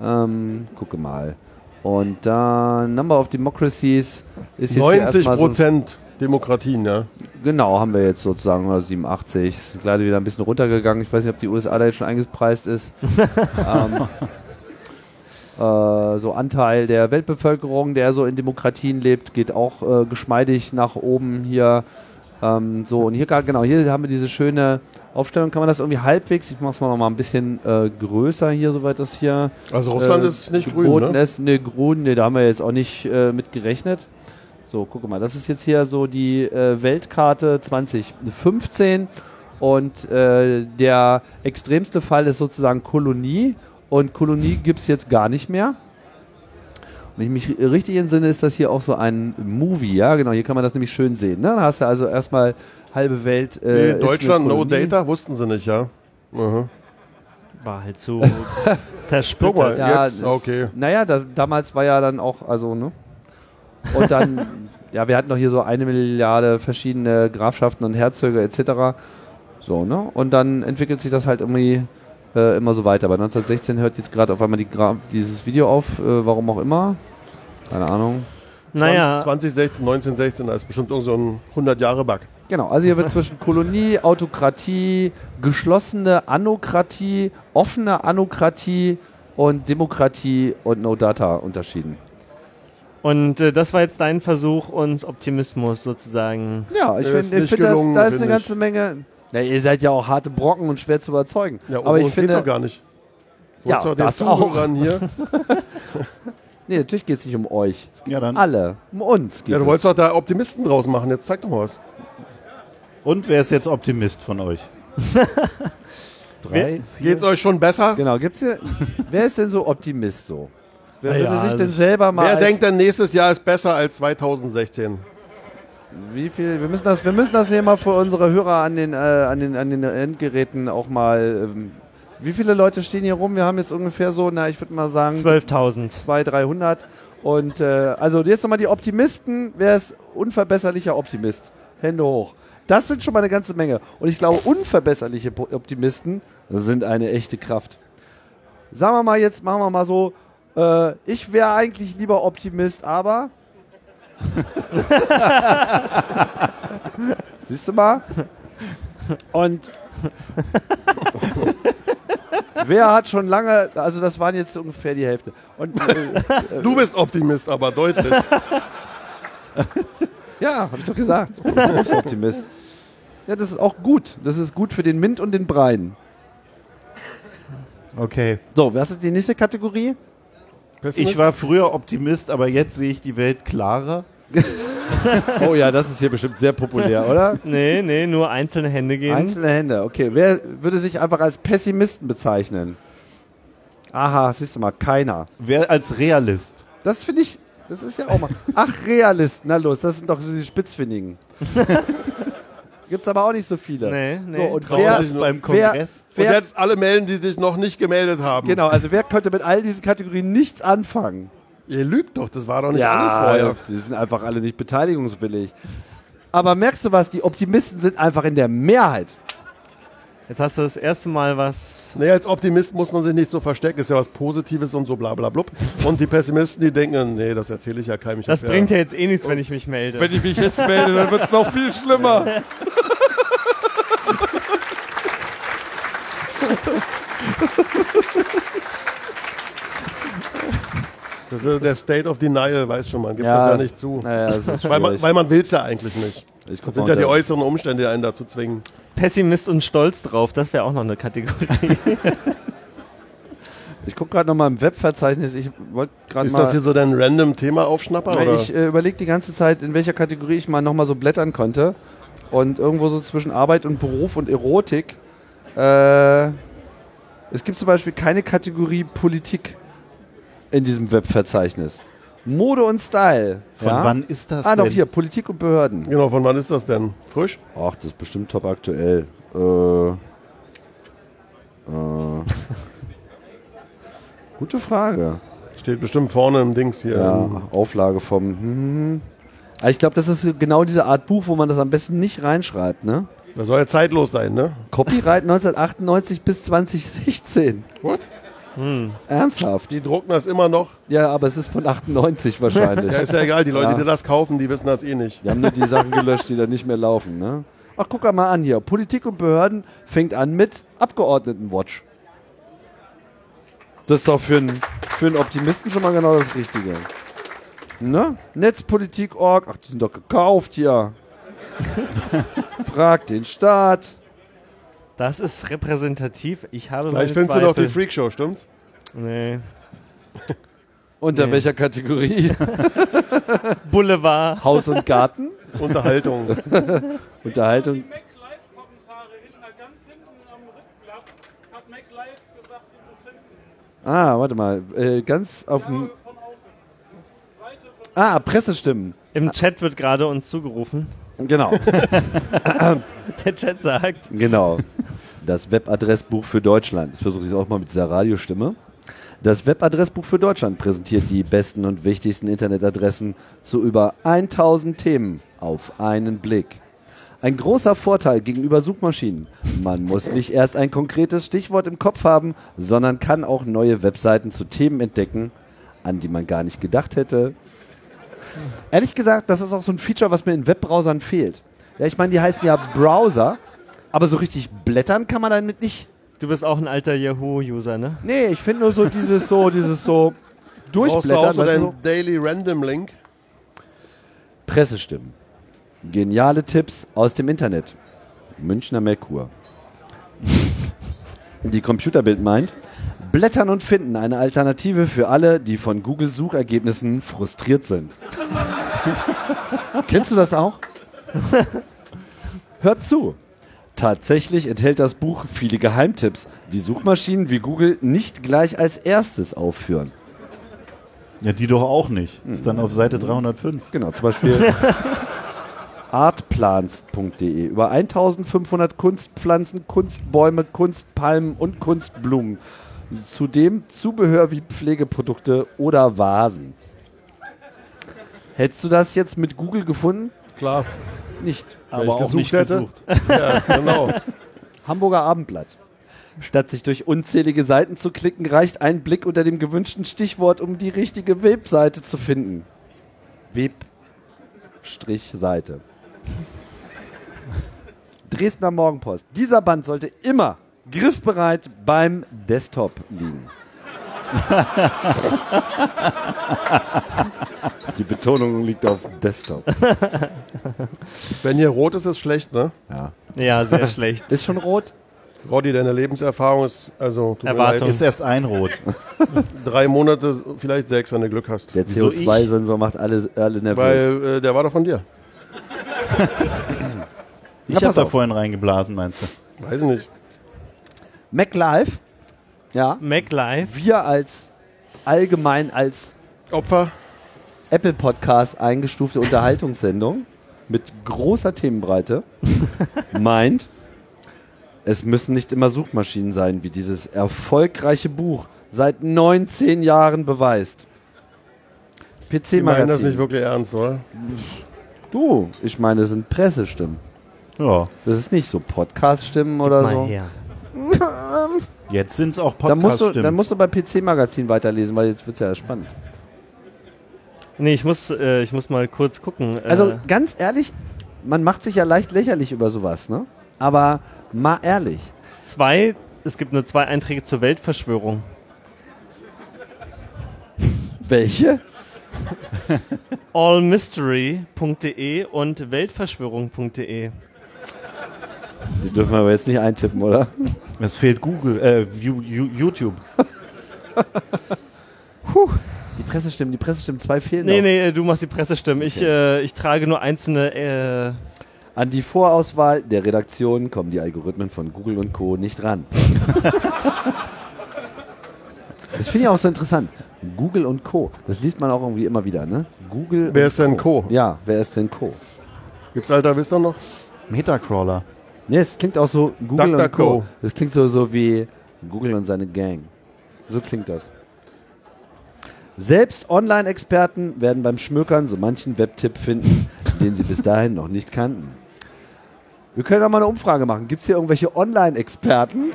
Speaker 3: ähm, gucke mal. Und da Number of Democracies ist jetzt hier
Speaker 6: 90
Speaker 3: erstmal so,
Speaker 6: Prozent Demokratien, ja.
Speaker 3: Genau, haben wir jetzt sozusagen oder 87. Ist leider wieder ein bisschen runtergegangen. Ich weiß nicht, ob die USA da jetzt schon eingepreist ist. ähm, äh, so Anteil der Weltbevölkerung, der so in Demokratien lebt, geht auch äh, geschmeidig nach oben hier. Ähm, so, und hier gar- genau, hier haben wir diese schöne Aufstellung. Kann man das irgendwie halbwegs? Ich mach's mal noch mal ein bisschen äh, größer hier, soweit das hier
Speaker 6: Also Russland
Speaker 3: äh,
Speaker 6: ist nicht
Speaker 3: geboten
Speaker 6: grün, ne?
Speaker 3: ist. Ne, grün, ne, da haben wir jetzt auch nicht äh, mit gerechnet. So, guck mal, das ist jetzt hier so die äh, Weltkarte 2015 und äh, der extremste Fall ist sozusagen Kolonie und Kolonie gibt es jetzt gar nicht mehr. Wenn ich mich richtig entsinne, ist das hier auch so ein Movie, ja genau, hier kann man das nämlich schön sehen. Ne? Da hast du also erstmal halbe Welt.
Speaker 6: Nee,
Speaker 3: Äh, ist eine
Speaker 6: Deutschland, no
Speaker 3: Kolonie.
Speaker 6: data, wussten sie nicht, ja. Mhm.
Speaker 2: War halt so
Speaker 6: Guck mal,
Speaker 2: zersplittert.
Speaker 3: Ja,
Speaker 6: jetzt, Ah,
Speaker 3: das-
Speaker 6: okay.
Speaker 3: Naja, da, damals war ja dann auch, also, ne? Und dann, ja, wir hatten doch hier so eine Milliarde verschiedene Grafschaften und Herzöge etc. So, ne? Und dann entwickelt sich das halt irgendwie äh, immer so weiter. Bei 1916 hört jetzt gerade auf einmal die Gra dieses Video auf, äh, warum auch immer. Keine Ahnung.
Speaker 2: Naja,
Speaker 6: 2016, 1916, da ist bestimmt irgend so ein 100-Jahre-Bug.
Speaker 3: Genau, also hier wird zwischen Kolonie, Autokratie, geschlossene Anokratie, offene Anokratie und Demokratie und No Data unterschieden.
Speaker 2: und äh, das war jetzt dein Versuch, uns Optimismus sozusagen.
Speaker 3: Ja, ich
Speaker 6: Äh, Ist
Speaker 3: finde,
Speaker 6: nicht
Speaker 3: find, das-
Speaker 6: gelungen,
Speaker 3: da ist
Speaker 6: find
Speaker 3: eine
Speaker 6: ich.
Speaker 3: ganze Menge. Na, ihr seid ja auch harte Brocken und schwer zu überzeugen.
Speaker 6: Ja,
Speaker 3: Aber
Speaker 6: ohne
Speaker 3: ich
Speaker 6: uns geht's doch
Speaker 3: finde,
Speaker 6: gar nicht.
Speaker 3: Ja,
Speaker 6: Wozu
Speaker 3: das
Speaker 6: den
Speaker 3: auch.
Speaker 6: Zuhörern hier.
Speaker 3: nee, natürlich geht es nicht um euch. Es geht
Speaker 4: Ja,
Speaker 3: um
Speaker 4: dann.
Speaker 3: alle. Um uns geht
Speaker 6: Ja, du
Speaker 3: es.
Speaker 6: wolltest doch da Optimisten draus machen. Jetzt zeig doch mal was.
Speaker 4: Und wer ist jetzt Optimist von euch? Drei, vier.
Speaker 6: Geht's euch schon besser?
Speaker 3: Genau, gibt's hier. wer ist denn so Optimist so? Wer
Speaker 2: Na
Speaker 3: würde
Speaker 2: ja,
Speaker 3: sich
Speaker 2: also
Speaker 3: denn selber mal.
Speaker 6: Wer
Speaker 3: als-
Speaker 6: denkt denn nächstes Jahr ist besser als 2016?
Speaker 3: Wie viel? Wir müssen das, wir müssen das hier mal für unsere Hörer an den, äh, an den, an den Endgeräten auch mal. Ähm, wie viele Leute stehen hier rum? Wir haben jetzt ungefähr so, na, ich würde mal sagen,
Speaker 2: 12.000.
Speaker 3: 200, 300. Und äh, also jetzt nochmal die Optimisten. Wer ist unverbesserlicher Optimist? Hände hoch. Das sind schon mal eine ganze Menge. Und ich glaube, unverbesserliche Po- Optimisten sind eine echte Kraft. Sagen wir mal jetzt, machen wir mal so, äh, ich wäre eigentlich lieber Optimist, aber... Siehst du mal? Und wer hat schon lange, also das waren jetzt ungefähr die Hälfte. Und äh,
Speaker 6: Du bist Optimist, aber deutlich.
Speaker 3: Ja, hab ich doch gesagt. Ich bin Berufsoptimist. Ja, das ist auch gut. Das ist gut für den Mint und den Brein.
Speaker 4: Okay.
Speaker 3: So, was ist die nächste Kategorie?
Speaker 4: Ich war früher Optimist, aber jetzt sehe ich die Welt klarer.
Speaker 3: Oh ja, das ist hier bestimmt sehr populär, oder? Mhm.
Speaker 2: Nee, nee, nur einzelne Hände gehen.
Speaker 3: Einzelne Hände. Okay, wer würde sich einfach als Pessimisten bezeichnen? Aha, siehst du mal, keiner.
Speaker 4: Wer als Realist?
Speaker 3: Das finde ich, das ist ja auch mal. Ach, Realisten, na los, das sind doch die Spitzfindigen. Gibt's aber auch nicht so viele.
Speaker 2: Nee, nee,
Speaker 3: So, und
Speaker 2: traurig.
Speaker 3: wer,
Speaker 4: Das ist beim
Speaker 3: wer,
Speaker 4: Kongress.
Speaker 6: Und
Speaker 3: wer,
Speaker 6: jetzt alle melden, die sich noch nicht gemeldet haben.
Speaker 3: genau, also wer könnte mit all diesen Kategorien nichts anfangen?
Speaker 6: Ihr lügt doch, das war doch nicht
Speaker 3: ja,
Speaker 6: alles
Speaker 3: Die sind einfach alle nicht beteiligungswillig. Aber merkst du was? Die Optimisten sind einfach in der Mehrheit.
Speaker 2: Jetzt hast du das erste Mal was.
Speaker 6: vorher. Nee, als Optimist muss man sich nicht so verstecken, ist ja was Positives und so bla bla blub. Und die Pessimisten, die denken, nee, das erzähle ich ja keinem. Ich
Speaker 2: Das
Speaker 6: hab
Speaker 2: bringt ja jetzt eh nichts, wenn ich mich melde.
Speaker 3: ich mich jetzt melde, dann wird es noch viel schlimmer.
Speaker 6: Das ist der State of Denial, weiß schon man, gibt
Speaker 3: Ja.
Speaker 6: das ja nicht zu.
Speaker 3: Naja, das ist
Speaker 6: Weil man,
Speaker 3: schwierig.
Speaker 6: weil man will es ja eigentlich nicht.
Speaker 3: Ich guck
Speaker 6: Das
Speaker 3: mal
Speaker 6: sind ja die
Speaker 3: unter-
Speaker 6: äußeren Umstände, die einen dazu zwingen.
Speaker 2: Pessimist und stolz drauf, das wäre auch noch eine Kategorie.
Speaker 3: ich gucke gerade nochmal im Webverzeichnis. Ich wollte gerade
Speaker 6: Ist das hier
Speaker 3: mal.
Speaker 6: so dein random Thema aufschnapper?
Speaker 3: Weil
Speaker 6: Oder?
Speaker 3: ich äh, überlege die ganze Zeit, in welcher Kategorie ich mal nochmal so blättern konnte. Und irgendwo so zwischen Arbeit und Beruf und Erotik. Äh, es gibt zum Beispiel keine Kategorie Politik in diesem Webverzeichnis. Mode und Style.
Speaker 4: Von
Speaker 3: ja?
Speaker 4: wann ist das
Speaker 3: Ah,
Speaker 4: denn?
Speaker 3: noch hier, Politik und Behörden.
Speaker 6: genau, von wann ist das denn? Frisch?
Speaker 3: Ach, das ist bestimmt top aktuell. Äh, äh, gute Frage.
Speaker 6: Steht bestimmt vorne im Dings hier.
Speaker 3: Ja, Auflage vom. Hm. Aber Ich glaube, das ist genau diese Art Buch, wo man das am besten nicht reinschreibt, ne?
Speaker 6: Das soll ja zeitlos sein, ne?
Speaker 3: Copyright 1998 bis 2016.
Speaker 6: What?
Speaker 3: Ernsthaft?
Speaker 6: Die drucken das immer noch.
Speaker 3: Ja, aber es ist von 98 wahrscheinlich.
Speaker 6: Ja, ist ja egal, die Leute,
Speaker 3: Ja.
Speaker 6: die das kaufen, die wissen das eh nicht.
Speaker 3: Wir haben nur die Sachen gelöscht, die da nicht mehr laufen, ne? Ach, guck mal an hier. Politik und Behörden fängt an mit Abgeordnetenwatch. Das ist doch für einen, für einen Optimisten schon mal genau das Richtige. Ne? Netzpolitik.org. Ach, die sind doch gekauft hier. Frag den Staat.
Speaker 2: Das ist repräsentativ. Ich habe
Speaker 6: Gleich
Speaker 2: meine
Speaker 6: findest du noch die
Speaker 2: Zweifel.
Speaker 6: Freakshow, stimmt's?
Speaker 2: Nee.
Speaker 3: Unter
Speaker 2: Nee.
Speaker 3: welcher Kategorie?
Speaker 2: Boulevard.
Speaker 3: Haus und Garten?
Speaker 6: Unterhaltung.
Speaker 3: Unterhaltung.
Speaker 7: Mac Live Kommentare hinten, äh, ganz hinten am Rückblatt hat Mac Live gesagt, wie sie es finden.
Speaker 3: Ah, warte mal. Äh, ganz auf dem.
Speaker 7: Aber von außen. Zweite von
Speaker 3: Ah, Pressestimmen.
Speaker 2: Im Chat wird gerade uns zugerufen.
Speaker 3: Genau.
Speaker 2: Der Chat sagt.
Speaker 3: Genau. Das Webadressbuch für Deutschland. Das versuche ich auch mal mit dieser Radiostimme. Das Webadressbuch für Deutschland präsentiert die besten und wichtigsten Internetadressen zu über 1000 Themen auf einen Blick. Ein großer Vorteil gegenüber Suchmaschinen. Man muss nicht erst ein konkretes Stichwort im Kopf haben, sondern kann auch neue Webseiten zu Themen entdecken, an die man gar nicht gedacht hätte. Ehrlich gesagt, das ist auch so ein Feature, was mir in Webbrowsern fehlt. Ja, ich meine, die heißen ja Browser, aber so richtig blättern kann man damit nicht.
Speaker 2: Du bist auch ein alter Yahoo-User, ne?
Speaker 3: Nee, ich finde nur so dieses so, dieses so
Speaker 6: Brauchst du auch
Speaker 3: durchblättern, weißt
Speaker 6: so
Speaker 3: du,
Speaker 6: deinen
Speaker 3: so.
Speaker 6: Daily Random Link?
Speaker 3: Pressestimmen. Geniale Tipps aus dem Internet. Münchner Merkur. Die Computerbild meint, Blättern und Finden eine Alternative für alle, die von Google-Suchergebnissen frustriert sind. Kennst du das auch? Hört zu. Tatsächlich enthält das Buch viele Geheimtipps, die Suchmaschinen wie Google nicht gleich als erstes aufführen.
Speaker 4: Ja, die doch auch nicht. Ist dann auf Seite 305.
Speaker 3: Genau, zum Beispiel artplanst.de. Über 1500 Kunstpflanzen, Kunstbäume, Kunstpalmen und Kunstblumen. Zudem Zubehör wie Pflegeprodukte oder Vasen. Hättest du das jetzt mit Google gefunden?
Speaker 6: Klar.
Speaker 3: Nicht.
Speaker 4: Aber auch
Speaker 6: gesucht
Speaker 4: nicht
Speaker 6: hätte.
Speaker 4: gesucht.
Speaker 6: Genau.
Speaker 3: Hamburger Abendblatt. Statt sich durch unzählige Seiten zu klicken, reicht ein Blick unter dem gewünschten Stichwort, um die richtige Webseite zu finden. Web-Seite. Dresdner Morgenpost. Dieser Band sollte immer griffbereit beim Desktop liegen. die Betonung liegt auf Desktop.
Speaker 6: Wenn hier rot ist, ist schlecht, ne?
Speaker 2: Ja, sehr schlecht.
Speaker 3: Ist schon rot?
Speaker 6: Roddy, deine Lebenserfahrung ist, also, tut mir leid,
Speaker 2: Erwartung.
Speaker 4: Ist erst ein Rot.
Speaker 6: drei Monate, vielleicht sechs, wenn du Glück hast.
Speaker 3: Der
Speaker 4: Wieso ich?
Speaker 3: CO2-Sensor macht alle, alle nervös.
Speaker 6: Weil äh, der war doch von dir.
Speaker 3: Na,
Speaker 4: Ich habe
Speaker 3: pass
Speaker 4: da
Speaker 3: auf.
Speaker 4: vorhin reingeblasen, meinst du?
Speaker 6: Weiß ich nicht.
Speaker 3: MacLive. Ja.
Speaker 2: MacLife.
Speaker 3: wir als allgemein als
Speaker 6: Opfer?
Speaker 3: Apple Podcast eingestufte Unterhaltungssendung mit großer Themenbreite meint, es müssen nicht immer Suchmaschinen sein, wie dieses erfolgreiche Buch seit 19 Jahren beweist. PC
Speaker 6: Die meinen das nicht
Speaker 3: Magazin.
Speaker 6: wirklich ernst, oder?
Speaker 3: Du, ich meine, es sind Pressestimmen.
Speaker 4: Ja.
Speaker 3: Das ist nicht so Podcast-Stimmen oder
Speaker 2: Also,
Speaker 3: so.
Speaker 4: Jetzt sind es auch
Speaker 3: Dann musst, du, dann
Speaker 4: Podcast-Stimmen.
Speaker 3: musst du bei PC Magazin weiterlesen, weil jetzt wird es ja spannend.
Speaker 2: Nee, ich muss, äh, ich muss mal kurz gucken. Äh,
Speaker 3: Also ganz ehrlich, man macht sich ja leicht lächerlich über sowas, ne? Aber mal ehrlich.
Speaker 2: zwei, es gibt nur zwei Einträge zur Weltverschwörung.
Speaker 3: Welche?
Speaker 2: allmystery.de und weltverschwörung.de.
Speaker 3: Die dürfen wir aber jetzt nicht eintippen, oder?
Speaker 4: Es fehlt Google, äh, Ju- Ju- YouTube.
Speaker 3: Die Pressestimmen, die Pressestimmen, zwei fehlen
Speaker 2: Nee,
Speaker 3: noch.
Speaker 2: nee, äh, du machst die Pressestimmen. Ich, äh, ich trage nur einzelne. Äh,
Speaker 3: An die Vorauswahl der Redaktion kommen die Algorithmen von Google und Co. nicht ran. das finde ich auch so interessant. Google und Co. Das liest man auch irgendwie immer wieder, ne? Google
Speaker 6: Wer
Speaker 3: und
Speaker 6: ist denn Co?
Speaker 3: Ja, wer ist denn Co?
Speaker 6: Gibt's Alter Wister noch?
Speaker 4: Metacrawler.
Speaker 3: Nee, es klingt auch so Google
Speaker 6: Dr.
Speaker 3: und Co.
Speaker 6: Co.
Speaker 3: Das klingt so, so wie Google und seine Gang. So klingt das. Selbst Online-Experten werden beim Schmökern so manchen Webtipp finden, den sie bis dahin noch nicht kannten. Wir können auch mal eine Umfrage machen. Gibt es hier irgendwelche Online-Experten?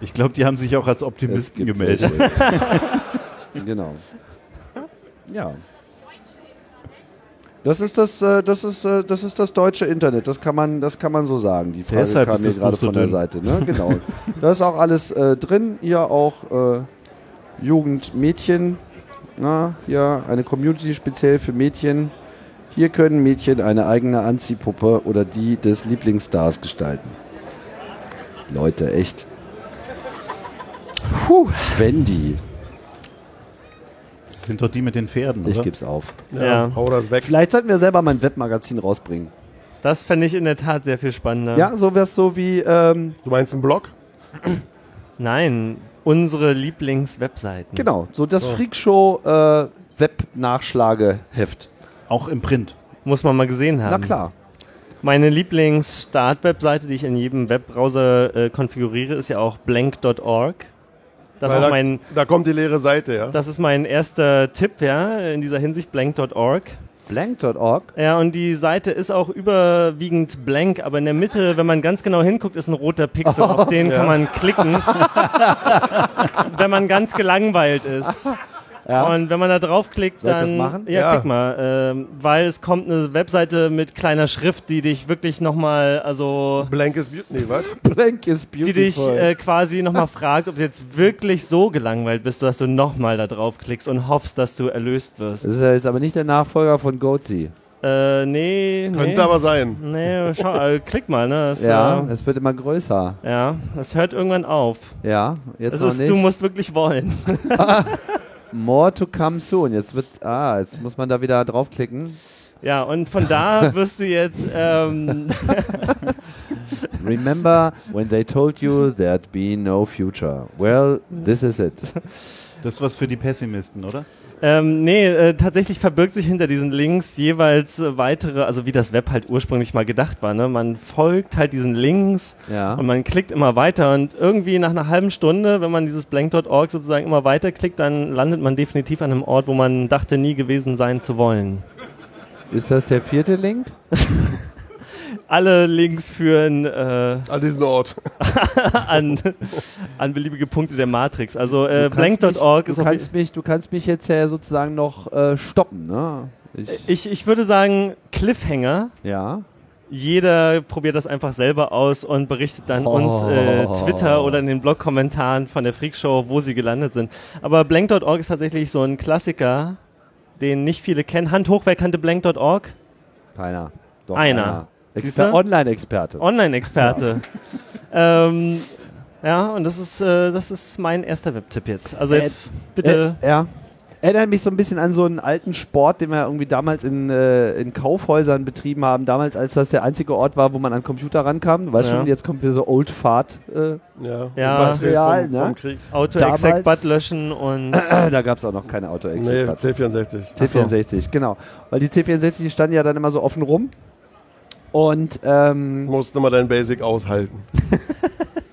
Speaker 4: Ich glaube, die haben sich auch als
Speaker 3: Es
Speaker 4: Optimisten
Speaker 3: gibt
Speaker 4: gemeldet.
Speaker 3: welche. genau. Ja. Das ist das, äh, das ist, äh, das ist das deutsche Internet. Das kann man, das kann man so sagen. Die Frage
Speaker 4: Deshalb
Speaker 3: kam
Speaker 4: ist
Speaker 3: mir
Speaker 4: das
Speaker 3: gerade
Speaker 4: Buch so
Speaker 3: von der
Speaker 4: dünn.
Speaker 3: Seite. Ne? Genau. da ist auch alles äh, drin. Hier auch äh, Jugendmädchen. Na, hier eine Community speziell für Mädchen. Hier können Mädchen eine eigene Anziehpuppe oder die des Lieblingsstars gestalten. Leute, echt. Puh. Wendy.
Speaker 4: Das sind doch die mit den Pferden,
Speaker 3: Ich
Speaker 4: oder?
Speaker 3: geb's auf.
Speaker 2: ja.
Speaker 6: Hau das weg.
Speaker 3: Vielleicht sollten wir selber mal ein Webmagazin rausbringen.
Speaker 2: Das fände ich in der Tat sehr viel spannender.
Speaker 3: Ja, so wär's so wie, ähm,
Speaker 6: Du meinst einen Blog?
Speaker 2: Nein, unsere Lieblingswebseiten.
Speaker 3: genau, so das Freakshow äh, Web-Nachschlageheft.
Speaker 4: Auch im Print.
Speaker 2: Muss man mal gesehen haben.
Speaker 3: Na klar.
Speaker 2: Meine Lieblings-Start-Webseite, die ich in jedem Webbrowser äh, konfiguriere, ist ja auch blank.org. Das
Speaker 6: Weil
Speaker 2: ist
Speaker 6: da,
Speaker 2: mein
Speaker 6: da kommt die leere Seite, ja?
Speaker 2: Das ist mein erster Tipp, ja, in dieser Hinsicht, blank.org.
Speaker 3: Blank.org.
Speaker 2: Ja, und die Seite ist auch überwiegend blank, aber in der Mitte, wenn man ganz genau hinguckt, ist ein roter
Speaker 3: Oh.
Speaker 2: Pixel. Auf den kann man klicken, wenn man ganz gelangweilt ist.
Speaker 3: Ja.
Speaker 2: Und wenn man da draufklickt,
Speaker 3: Soll ich
Speaker 2: dann.
Speaker 3: das machen?
Speaker 2: Ja,
Speaker 6: Ja.
Speaker 2: klick mal. Ähm, weil es kommt eine Webseite mit kleiner Schrift, die dich wirklich nochmal, also.
Speaker 6: Blank is Beauty, nee, was?
Speaker 3: Blank is
Speaker 2: Die
Speaker 3: beautiful.
Speaker 2: dich äh, quasi nochmal fragt, ob du jetzt wirklich so gelangweilt bist, dass du nochmal da draufklickst und hoffst, dass du erlöst wirst.
Speaker 3: das ist ja jetzt aber nicht der Nachfolger von Goatse.
Speaker 2: Äh, nee, nee.
Speaker 6: Könnte aber sein.
Speaker 2: Nee, schau, äh, klick mal, ne? Das,
Speaker 3: Ja,
Speaker 2: Äh,
Speaker 3: es wird immer größer.
Speaker 2: ja, das hört irgendwann auf.
Speaker 3: Ja, jetzt
Speaker 2: Das
Speaker 3: noch
Speaker 2: ist, du
Speaker 3: nicht.
Speaker 2: musst wirklich wollen.
Speaker 3: More to come soon. Jetzt wird, ah, jetzt muss man da wieder draufklicken.
Speaker 2: Ja, und von da wirst du jetzt, ähm,
Speaker 3: Remember when they told you there'd be no future. Well, this is it.
Speaker 4: Das ist was für die Pessimisten, oder?
Speaker 2: ähm, nee, äh, tatsächlich verbirgt sich hinter diesen Links jeweils äh, weitere, also wie das Web halt ursprünglich mal gedacht war, ne? Man folgt halt diesen Links
Speaker 3: Ja.
Speaker 2: und man klickt immer weiter und irgendwie nach einer halben Stunde, wenn man dieses blank.org sozusagen immer weiterklickt, dann landet man definitiv an einem Ort, wo man dachte, nie gewesen sein zu wollen.
Speaker 3: Ist das der vierte Link?
Speaker 2: Alle Links führen, äh,
Speaker 6: An diesen Ort.
Speaker 2: an, an beliebige Punkte der Matrix. Also äh,
Speaker 3: Du kannst
Speaker 2: blank.org
Speaker 3: mich-
Speaker 2: ist
Speaker 3: Du
Speaker 2: auf
Speaker 3: kannst mich, du kannst mich jetzt ja sozusagen noch äh, stoppen, ne? Ich,
Speaker 2: ich, ich würde sagen, Cliffhanger.
Speaker 3: ja.
Speaker 2: Jeder probiert das einfach selber aus und berichtet dann
Speaker 3: Oh.
Speaker 2: uns äh, Twitter oder in den Blog-Kommentaren von der Freakshow, wo sie gelandet sind. Aber blank.org ist tatsächlich so ein Klassiker, den nicht viele kennen. Hand hoch, wer kannte blank.org?
Speaker 3: Keiner. Doch,
Speaker 2: Einer.
Speaker 3: Exper
Speaker 2: Siehste?
Speaker 3: Online-Experte.
Speaker 2: Online-Experte. Ja. ähm, ja, und das ist, äh, das ist mein erster Webtipp jetzt. Also jetzt bitte.
Speaker 3: Äh, ja. Erinnert mich so ein bisschen an so einen alten Sport, den wir irgendwie damals in, äh, in Kaufhäusern betrieben haben. Damals, als das der einzige Ort war, wo man an Computer rankam. Du weißt
Speaker 2: Ja.
Speaker 3: schon, jetzt kommt wieder so Old Fart. Äh,
Speaker 6: Ja,
Speaker 2: Ja.
Speaker 6: Überdreht
Speaker 3: Real,
Speaker 6: vom,
Speaker 3: ne?
Speaker 6: vom Krieg.
Speaker 2: Auto-Exec
Speaker 3: damals-
Speaker 2: Butt löschen und
Speaker 3: da gab es auch noch keine auto
Speaker 6: Nee,
Speaker 3: nee,
Speaker 6: C64.
Speaker 3: C64, genau. Weil die C64 die standen ja dann immer so offen rum. Und ähm,
Speaker 6: Du musst immer dein Basic aushalten.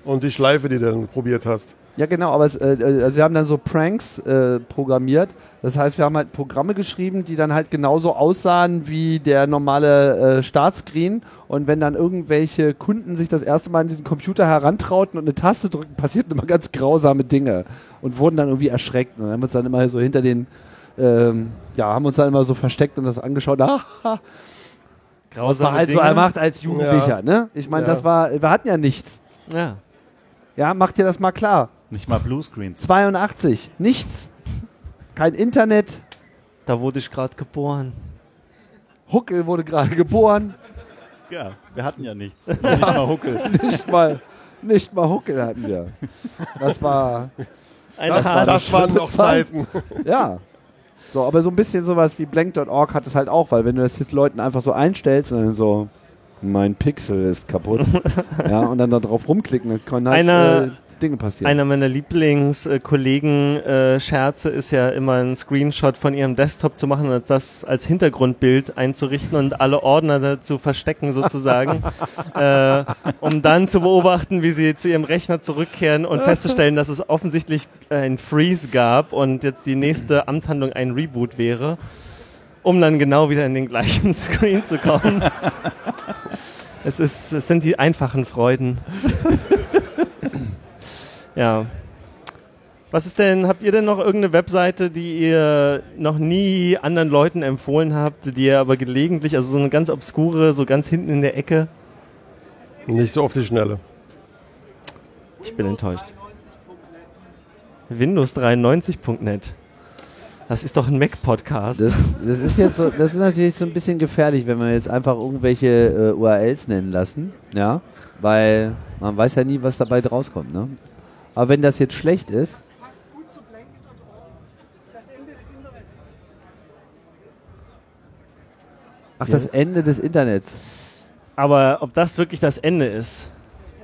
Speaker 6: Und die Schleife, die du dann probiert hast.
Speaker 3: Ja, genau, aber es, äh, äh, also wir haben dann so Pranks äh, programmiert. Das heißt, wir haben halt Programme geschrieben, die dann halt genauso aussahen wie der normale äh, Startscreen. Und wenn dann irgendwelche Kunden sich das erste Mal an diesen Computer herantrauten und eine Taste drückten, passierten immer ganz grausame Dinge und wurden dann irgendwie erschreckt. Und dann haben wir uns dann immer so hinter den, ähm, ja, haben uns dann immer so versteckt und das angeschaut. Ah, ha, was
Speaker 2: grausame
Speaker 3: man halt so
Speaker 2: Dinge.
Speaker 3: macht als Jugendlicher, ne? Ich meine,
Speaker 6: Ja.
Speaker 3: das war, wir hatten ja nichts.
Speaker 2: Ja.
Speaker 3: Ja, mach dir das mal klar.
Speaker 4: Nicht mal Bluescreens.
Speaker 3: 82. Nichts. Kein Internet.
Speaker 2: Da wurde ich gerade geboren.
Speaker 3: Huckel wurde gerade geboren.
Speaker 4: Ja, wir hatten ja nichts. Nicht mal Huckel.
Speaker 3: Nicht mal, nicht mal Huckel hatten wir. Das war,
Speaker 2: Eine
Speaker 6: Das,
Speaker 2: harte
Speaker 6: das waren noch Zeiten.
Speaker 3: ja. So, aber so ein bisschen sowas wie blank.org hat es halt auch, weil wenn du das jetzt Leuten einfach so einstellst und dann so, mein Pixel ist kaputt, ja, und dann da drauf rumklicken, dann können halt
Speaker 2: Einer-
Speaker 3: äh, Dinge passieren.
Speaker 2: Einer meiner Lieblings-Kollegen-Scherze ist ja immer einen Screenshot von ihrem Desktop zu machen und das als Hintergrundbild einzurichten und alle Ordner da zu verstecken sozusagen, äh, um dann zu beobachten, wie sie zu ihrem Rechner zurückkehren und festzustellen, dass es offensichtlich äh, ein Freeze gab und jetzt die nächste Amtshandlung ein Reboot wäre, um dann genau wieder in den gleichen Screen zu kommen. Es, ist, es sind die einfachen Freuden. Ja. Was ist denn, habt ihr denn noch irgendeine Webseite, die ihr noch nie anderen Leuten empfohlen habt, die ihr aber gelegentlich, also so eine ganz obskure, so ganz hinten in der Ecke?
Speaker 6: Nicht so auf die Schnelle.
Speaker 2: Ich bin enttäuscht. Windows93.net. Das ist doch ein Mac-Podcast.
Speaker 3: Das, das ist jetzt so, das ist natürlich so ein bisschen gefährlich, wenn wir jetzt einfach irgendwelche äh, URLs nennen lassen, ja, weil man weiß ja nie, was dabei rauskommt, ne? Aber wenn das jetzt schlecht ist,
Speaker 7: Passt gut zu blank.org. Das Ende des Internets.
Speaker 3: ach, das Ende des Internets.
Speaker 2: Aber ob das wirklich das Ende ist?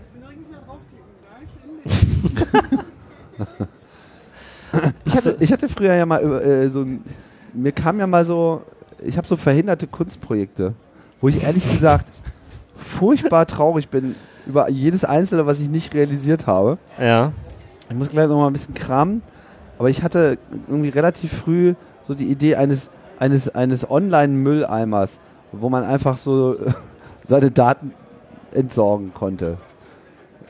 Speaker 7: Jetzt nirgends mehr draufklicken. Da ist Ende.
Speaker 3: Ich hatte, ich hatte früher ja mal über, äh, so, ein- mir kam ja mal so, ich habe so verhinderte Kunstprojekte, wo ich ehrlich gesagt furchtbar traurig bin über jedes einzelne, was ich nicht realisiert habe.
Speaker 2: Ja.
Speaker 3: Ich muss gleich noch mal ein bisschen kramen, aber ich hatte irgendwie relativ früh so die Idee eines, eines, eines Online-Mülleimers, wo man einfach so äh, seine Daten entsorgen konnte.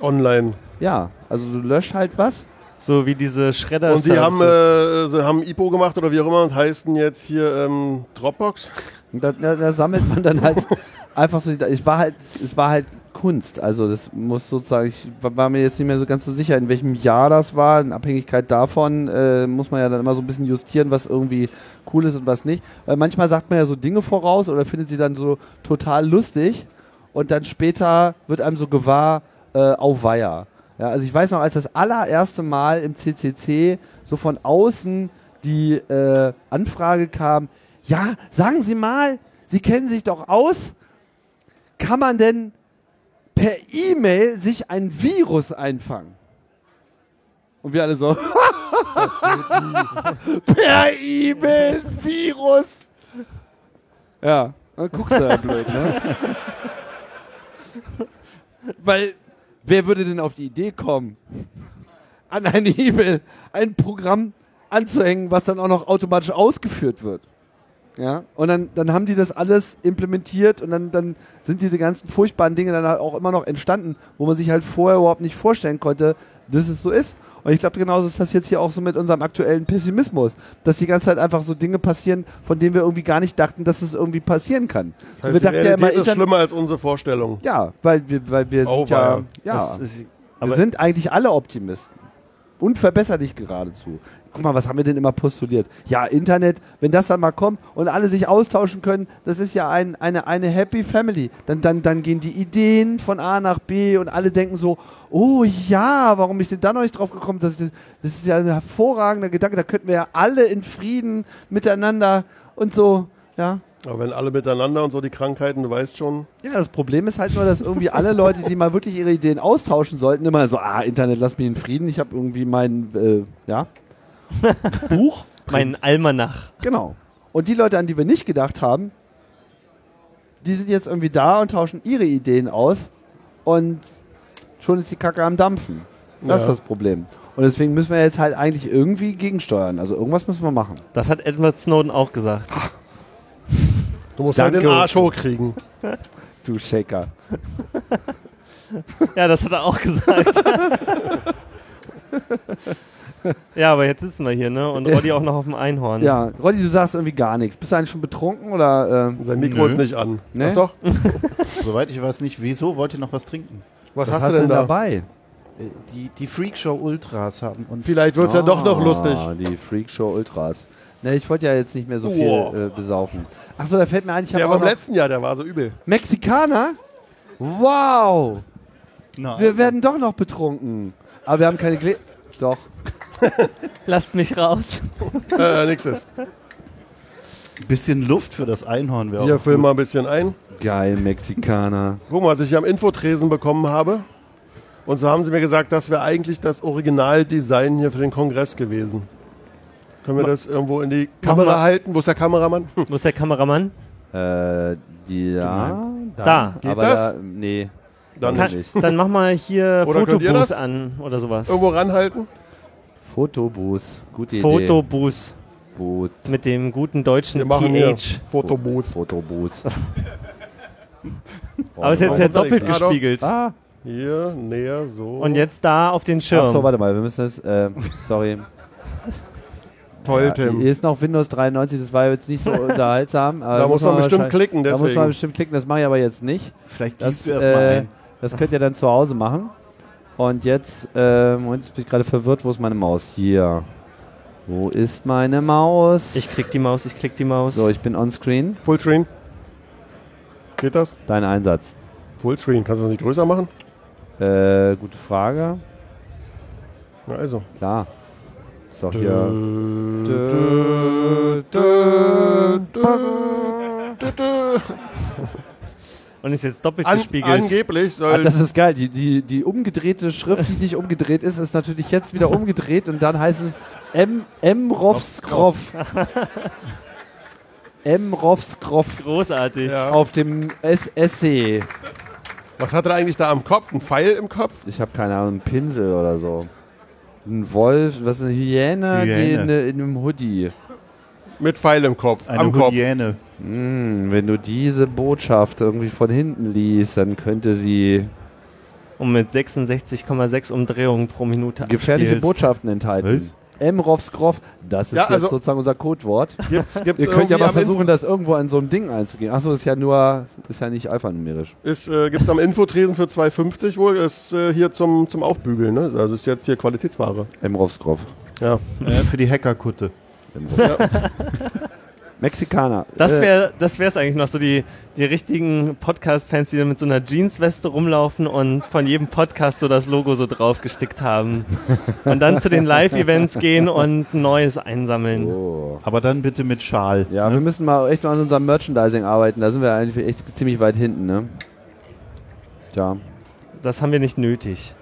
Speaker 6: Online.
Speaker 3: Ja, also du löscht halt was,
Speaker 2: So wie diese Schredder.
Speaker 6: Und die haben, äh, sie haben IPO gemacht oder wie auch immer und heißen jetzt hier ähm, Dropbox.
Speaker 3: Und Da, da, da sammelt man dann halt einfach so. die- Ich war halt, es war halt Kunst. Also das muss sozusagen. Ich war war mir jetzt nicht mehr so ganz so sicher, in welchem Jahr das war. In Abhängigkeit davon äh, muss man ja dann immer so ein bisschen justieren, was irgendwie cool ist und was nicht. Weil manchmal sagt man ja so Dinge voraus oder findet sie dann so total lustig und dann später wird einem so gewahr, äh, auweia. Ja, also ich weiß noch, als das allererste Mal im CCC so von außen die äh, Anfrage kam, ja, sagen Sie mal, Sie kennen sich doch aus, kann man denn per E-Mail sich ein Virus einfangen? Und wir alle so, per E-Mail Virus. Ja, dann guckst du ja blöd, ne? Weil, wer würde denn auf die Idee kommen, an eine E-Mail ein Programm anzuhängen, was dann auch noch automatisch ausgeführt wird? Ja, und dann, dann haben die das alles implementiert und dann, dann sind diese ganzen furchtbaren Dinge dann halt auch immer noch entstanden, wo man sich halt vorher überhaupt nicht vorstellen konnte, dass es so ist. Und ich glaube, genauso ist das jetzt hier auch so mit unserem aktuellen Pessimismus, dass die ganze Zeit einfach so Dinge passieren, von denen wir irgendwie gar nicht dachten, dass es irgendwie passieren kann.
Speaker 6: Das heißt,
Speaker 3: wir
Speaker 6: die
Speaker 3: dachten ja immer,
Speaker 6: Realität ist
Speaker 3: Internet-
Speaker 6: schlimmer als unsere Vorstellung.
Speaker 3: ja, weil wir, weil wir
Speaker 6: Oh,
Speaker 3: sind ja,
Speaker 6: weia.
Speaker 3: ja
Speaker 2: aber
Speaker 3: wir sind eigentlich alle Optimisten. Unverbesserlich geradezu. Guck mal, was haben wir denn immer postuliert? Ja, Internet, wenn das dann mal kommt und alle sich austauschen können, das ist ja ein, eine, eine Happy Family. Dann, dann, dann gehen die Ideen von A nach B und alle denken so, oh ja, warum bin ich denn da noch nicht drauf gekommen? Das, das das ist ja ein hervorragender Gedanke, da könnten wir ja alle in Frieden miteinander und so, ja.
Speaker 6: Aber wenn alle miteinander und so die Krankheiten, du weißt schon.
Speaker 3: Ja, das Problem ist halt nur, dass irgendwie alle Leute, die mal wirklich ihre Ideen austauschen sollten, immer so, ah, Internet, lass mich in Frieden, ich habe irgendwie mein, äh, ja, Buch.
Speaker 2: mein Almanach.
Speaker 3: Genau. Und die Leute, an die wir nicht gedacht haben, die sind jetzt irgendwie da und tauschen ihre Ideen aus und schon ist die Kacke am Dampfen. Das ist
Speaker 6: Ja.
Speaker 3: das Problem. Und deswegen müssen wir jetzt halt eigentlich irgendwie gegensteuern. Also irgendwas müssen wir machen.
Speaker 2: Das hat Edward Snowden auch gesagt.
Speaker 6: Du musst
Speaker 3: Danke.
Speaker 6: halt den Arsch hochkriegen.
Speaker 3: Du Shaker.
Speaker 2: Ja, das hat er auch gesagt. ja, aber jetzt sitzen wir hier, ne? Und Roddy auch noch auf dem Einhorn.
Speaker 6: Hm.
Speaker 3: Ja, Roddy, du sagst irgendwie gar nichts. Bist du eigentlich schon betrunken oder? ne? ähm,
Speaker 6: Sein Mikro
Speaker 2: Nö.
Speaker 6: ist nicht an.
Speaker 3: Nee?
Speaker 6: Ach doch.
Speaker 4: Soweit ich weiß nicht, wieso wollt ihr noch was trinken?
Speaker 6: Was,
Speaker 3: was
Speaker 6: hast, du denn da?
Speaker 3: dabei?
Speaker 4: Äh, Die, die Freakshow Ultras haben uns.
Speaker 6: Vielleicht wird es ja doch noch lustig.
Speaker 3: Ah, die Freakshow Ultras. Ne, ich wollte ja jetzt nicht mehr so
Speaker 6: Wow.
Speaker 3: viel äh, besaufen. Achso, da fällt mir ein, ich habe
Speaker 6: Der
Speaker 3: auch
Speaker 6: war im
Speaker 3: noch
Speaker 6: letzten Jahr, der war so übel.
Speaker 3: Mexikaner? Wow!
Speaker 4: Nein.
Speaker 3: Wir werden doch noch betrunken. Aber wir haben keine Gläser. Doch.
Speaker 2: Lasst mich raus.
Speaker 6: äh, nix ist.
Speaker 4: Ein bisschen Luft für das Einhorn wäre
Speaker 6: Hier,
Speaker 4: auch
Speaker 6: füll
Speaker 4: gut.
Speaker 6: mal ein bisschen ein.
Speaker 3: Geil, Mexikaner.
Speaker 6: Guck mal, was ich hier am Infotresen bekommen habe. Und so haben sie mir gesagt, das wäre eigentlich das Originaldesign hier für den Kongress gewesen. Können wir das irgendwo in die Kamera
Speaker 2: mal.
Speaker 6: halten? Wo ist der Kameramann? Hm.
Speaker 2: Wo ist der Kameramann?
Speaker 3: Äh, die da.
Speaker 2: Da.
Speaker 6: Geht
Speaker 3: aber
Speaker 6: das?
Speaker 3: da, nee.
Speaker 6: Dann
Speaker 3: Kann-
Speaker 6: nicht.
Speaker 3: Nicht.
Speaker 2: Dann mach mal hier
Speaker 6: Oder könnt ihr
Speaker 2: Fotobooth
Speaker 6: das?
Speaker 2: an oder sowas.
Speaker 6: irgendwo ranhalten.
Speaker 3: Fotobus. Gute Idee.
Speaker 2: Fotobooth
Speaker 3: Fotobus.
Speaker 2: mit dem guten deutschen
Speaker 6: Wir machen
Speaker 2: TH.
Speaker 6: hier Fotobooth.
Speaker 3: Fotobus.
Speaker 2: Aber es ist jetzt ja doppelt
Speaker 6: Ah, doch.
Speaker 2: gespiegelt.
Speaker 3: Ah,
Speaker 6: Hier, näher, so.
Speaker 2: Und jetzt da auf den Schirm.
Speaker 3: achso, warte mal, wir müssen das. Äh, sorry.
Speaker 6: toll,
Speaker 3: Ja,
Speaker 6: Tim.
Speaker 3: Hier ist noch Windows 93, das war jetzt nicht so unterhaltsam. Aber
Speaker 6: Da muss man bestimmt
Speaker 3: wahrscheinlich-
Speaker 6: klicken,
Speaker 3: Da muss man
Speaker 6: deswegen.
Speaker 3: bestimmt klicken, das mache ich aber jetzt nicht.
Speaker 4: Vielleicht
Speaker 3: Das,
Speaker 4: liest du erstmal
Speaker 3: äh,
Speaker 4: ein.
Speaker 3: das könnt ihr dann zu Hause machen. Und jetzt, äh, Moment, jetzt bin ich gerade verwirrt, wo ist meine Maus? Hier. Wo ist meine Maus?
Speaker 2: Ich klick die Maus, ich klick die Maus.
Speaker 3: so, ich bin on screen.
Speaker 6: Fullscreen. Geht das?
Speaker 3: Dein Einsatz.
Speaker 6: Fullscreen. Kannst du das nicht größer machen?
Speaker 3: Äh, gute Frage.
Speaker 6: Na also.
Speaker 3: Klar. Ist doch hier.
Speaker 2: Und ist jetzt doppelt
Speaker 6: An,
Speaker 2: gespiegelt.
Speaker 6: angeblich
Speaker 3: Ah,
Speaker 6: soll
Speaker 3: das ist geil. Die, die, die umgedrehte Schrift, die nicht umgedreht ist, ist natürlich jetzt wieder umgedreht und dann heißt es M. M. Rofskroff. M. Rofskroff
Speaker 2: Großartig.
Speaker 6: Ja.
Speaker 3: auf dem SSC.
Speaker 6: Was hat er eigentlich da am Kopf? Ein Pfeil im Kopf?
Speaker 3: Ich habe keine Ahnung, einen Pinsel oder so. Ein Wolf, was ist eine Hyäne, Die
Speaker 4: Hyäne.
Speaker 3: in, ne- in einem Hoodie.
Speaker 6: Mit Pfeil im Kopf.
Speaker 4: Eine
Speaker 6: am Kopf.
Speaker 4: Hygiene.
Speaker 3: Hm, wenn du diese Botschaft irgendwie von hinten liest, dann könnte sie
Speaker 2: und mit 66,6 Umdrehungen pro Minute
Speaker 3: Gefährliche
Speaker 2: abspielst.
Speaker 3: Botschaften enthalten.
Speaker 4: Was?
Speaker 3: Emrovskrov, das ist
Speaker 6: Ja, also-
Speaker 3: jetzt sozusagen unser Codewort.
Speaker 6: Gibt's, gibt's
Speaker 3: Ihr könnt ja
Speaker 6: irgendwie
Speaker 3: mal
Speaker 6: am Info-
Speaker 3: versuchen, das irgendwo an so einem Ding einzugehen. Achso, ist ja nur, ist ja nicht alphanumerisch.
Speaker 6: Ist, äh, gibt's am Infotresen für 2,50 wohl, ist äh, hier zum, zum Aufbügeln, ne? Also ist jetzt hier Qualitätsware.
Speaker 3: Emrovskrov.
Speaker 6: Ja.
Speaker 4: Äh, für die Hackerkutte.
Speaker 3: Mexikaner.
Speaker 2: Das
Speaker 3: Äh,
Speaker 2: wäre das wär's eigentlich noch so die, die richtigen Podcast-Fans, die dann mit so einer Jeansweste rumlaufen und von jedem Podcast so das Logo so draufgestickt haben. Und dann zu den Live-Events gehen und Neues einsammeln.
Speaker 3: Oh.
Speaker 4: Aber dann bitte mit Schal.
Speaker 3: Ja, wir müssen mal echt mal an unserem Merchandising arbeiten. Da sind wir eigentlich echt ziemlich weit hinten, ne? Tja.
Speaker 2: Das haben wir nicht nötig.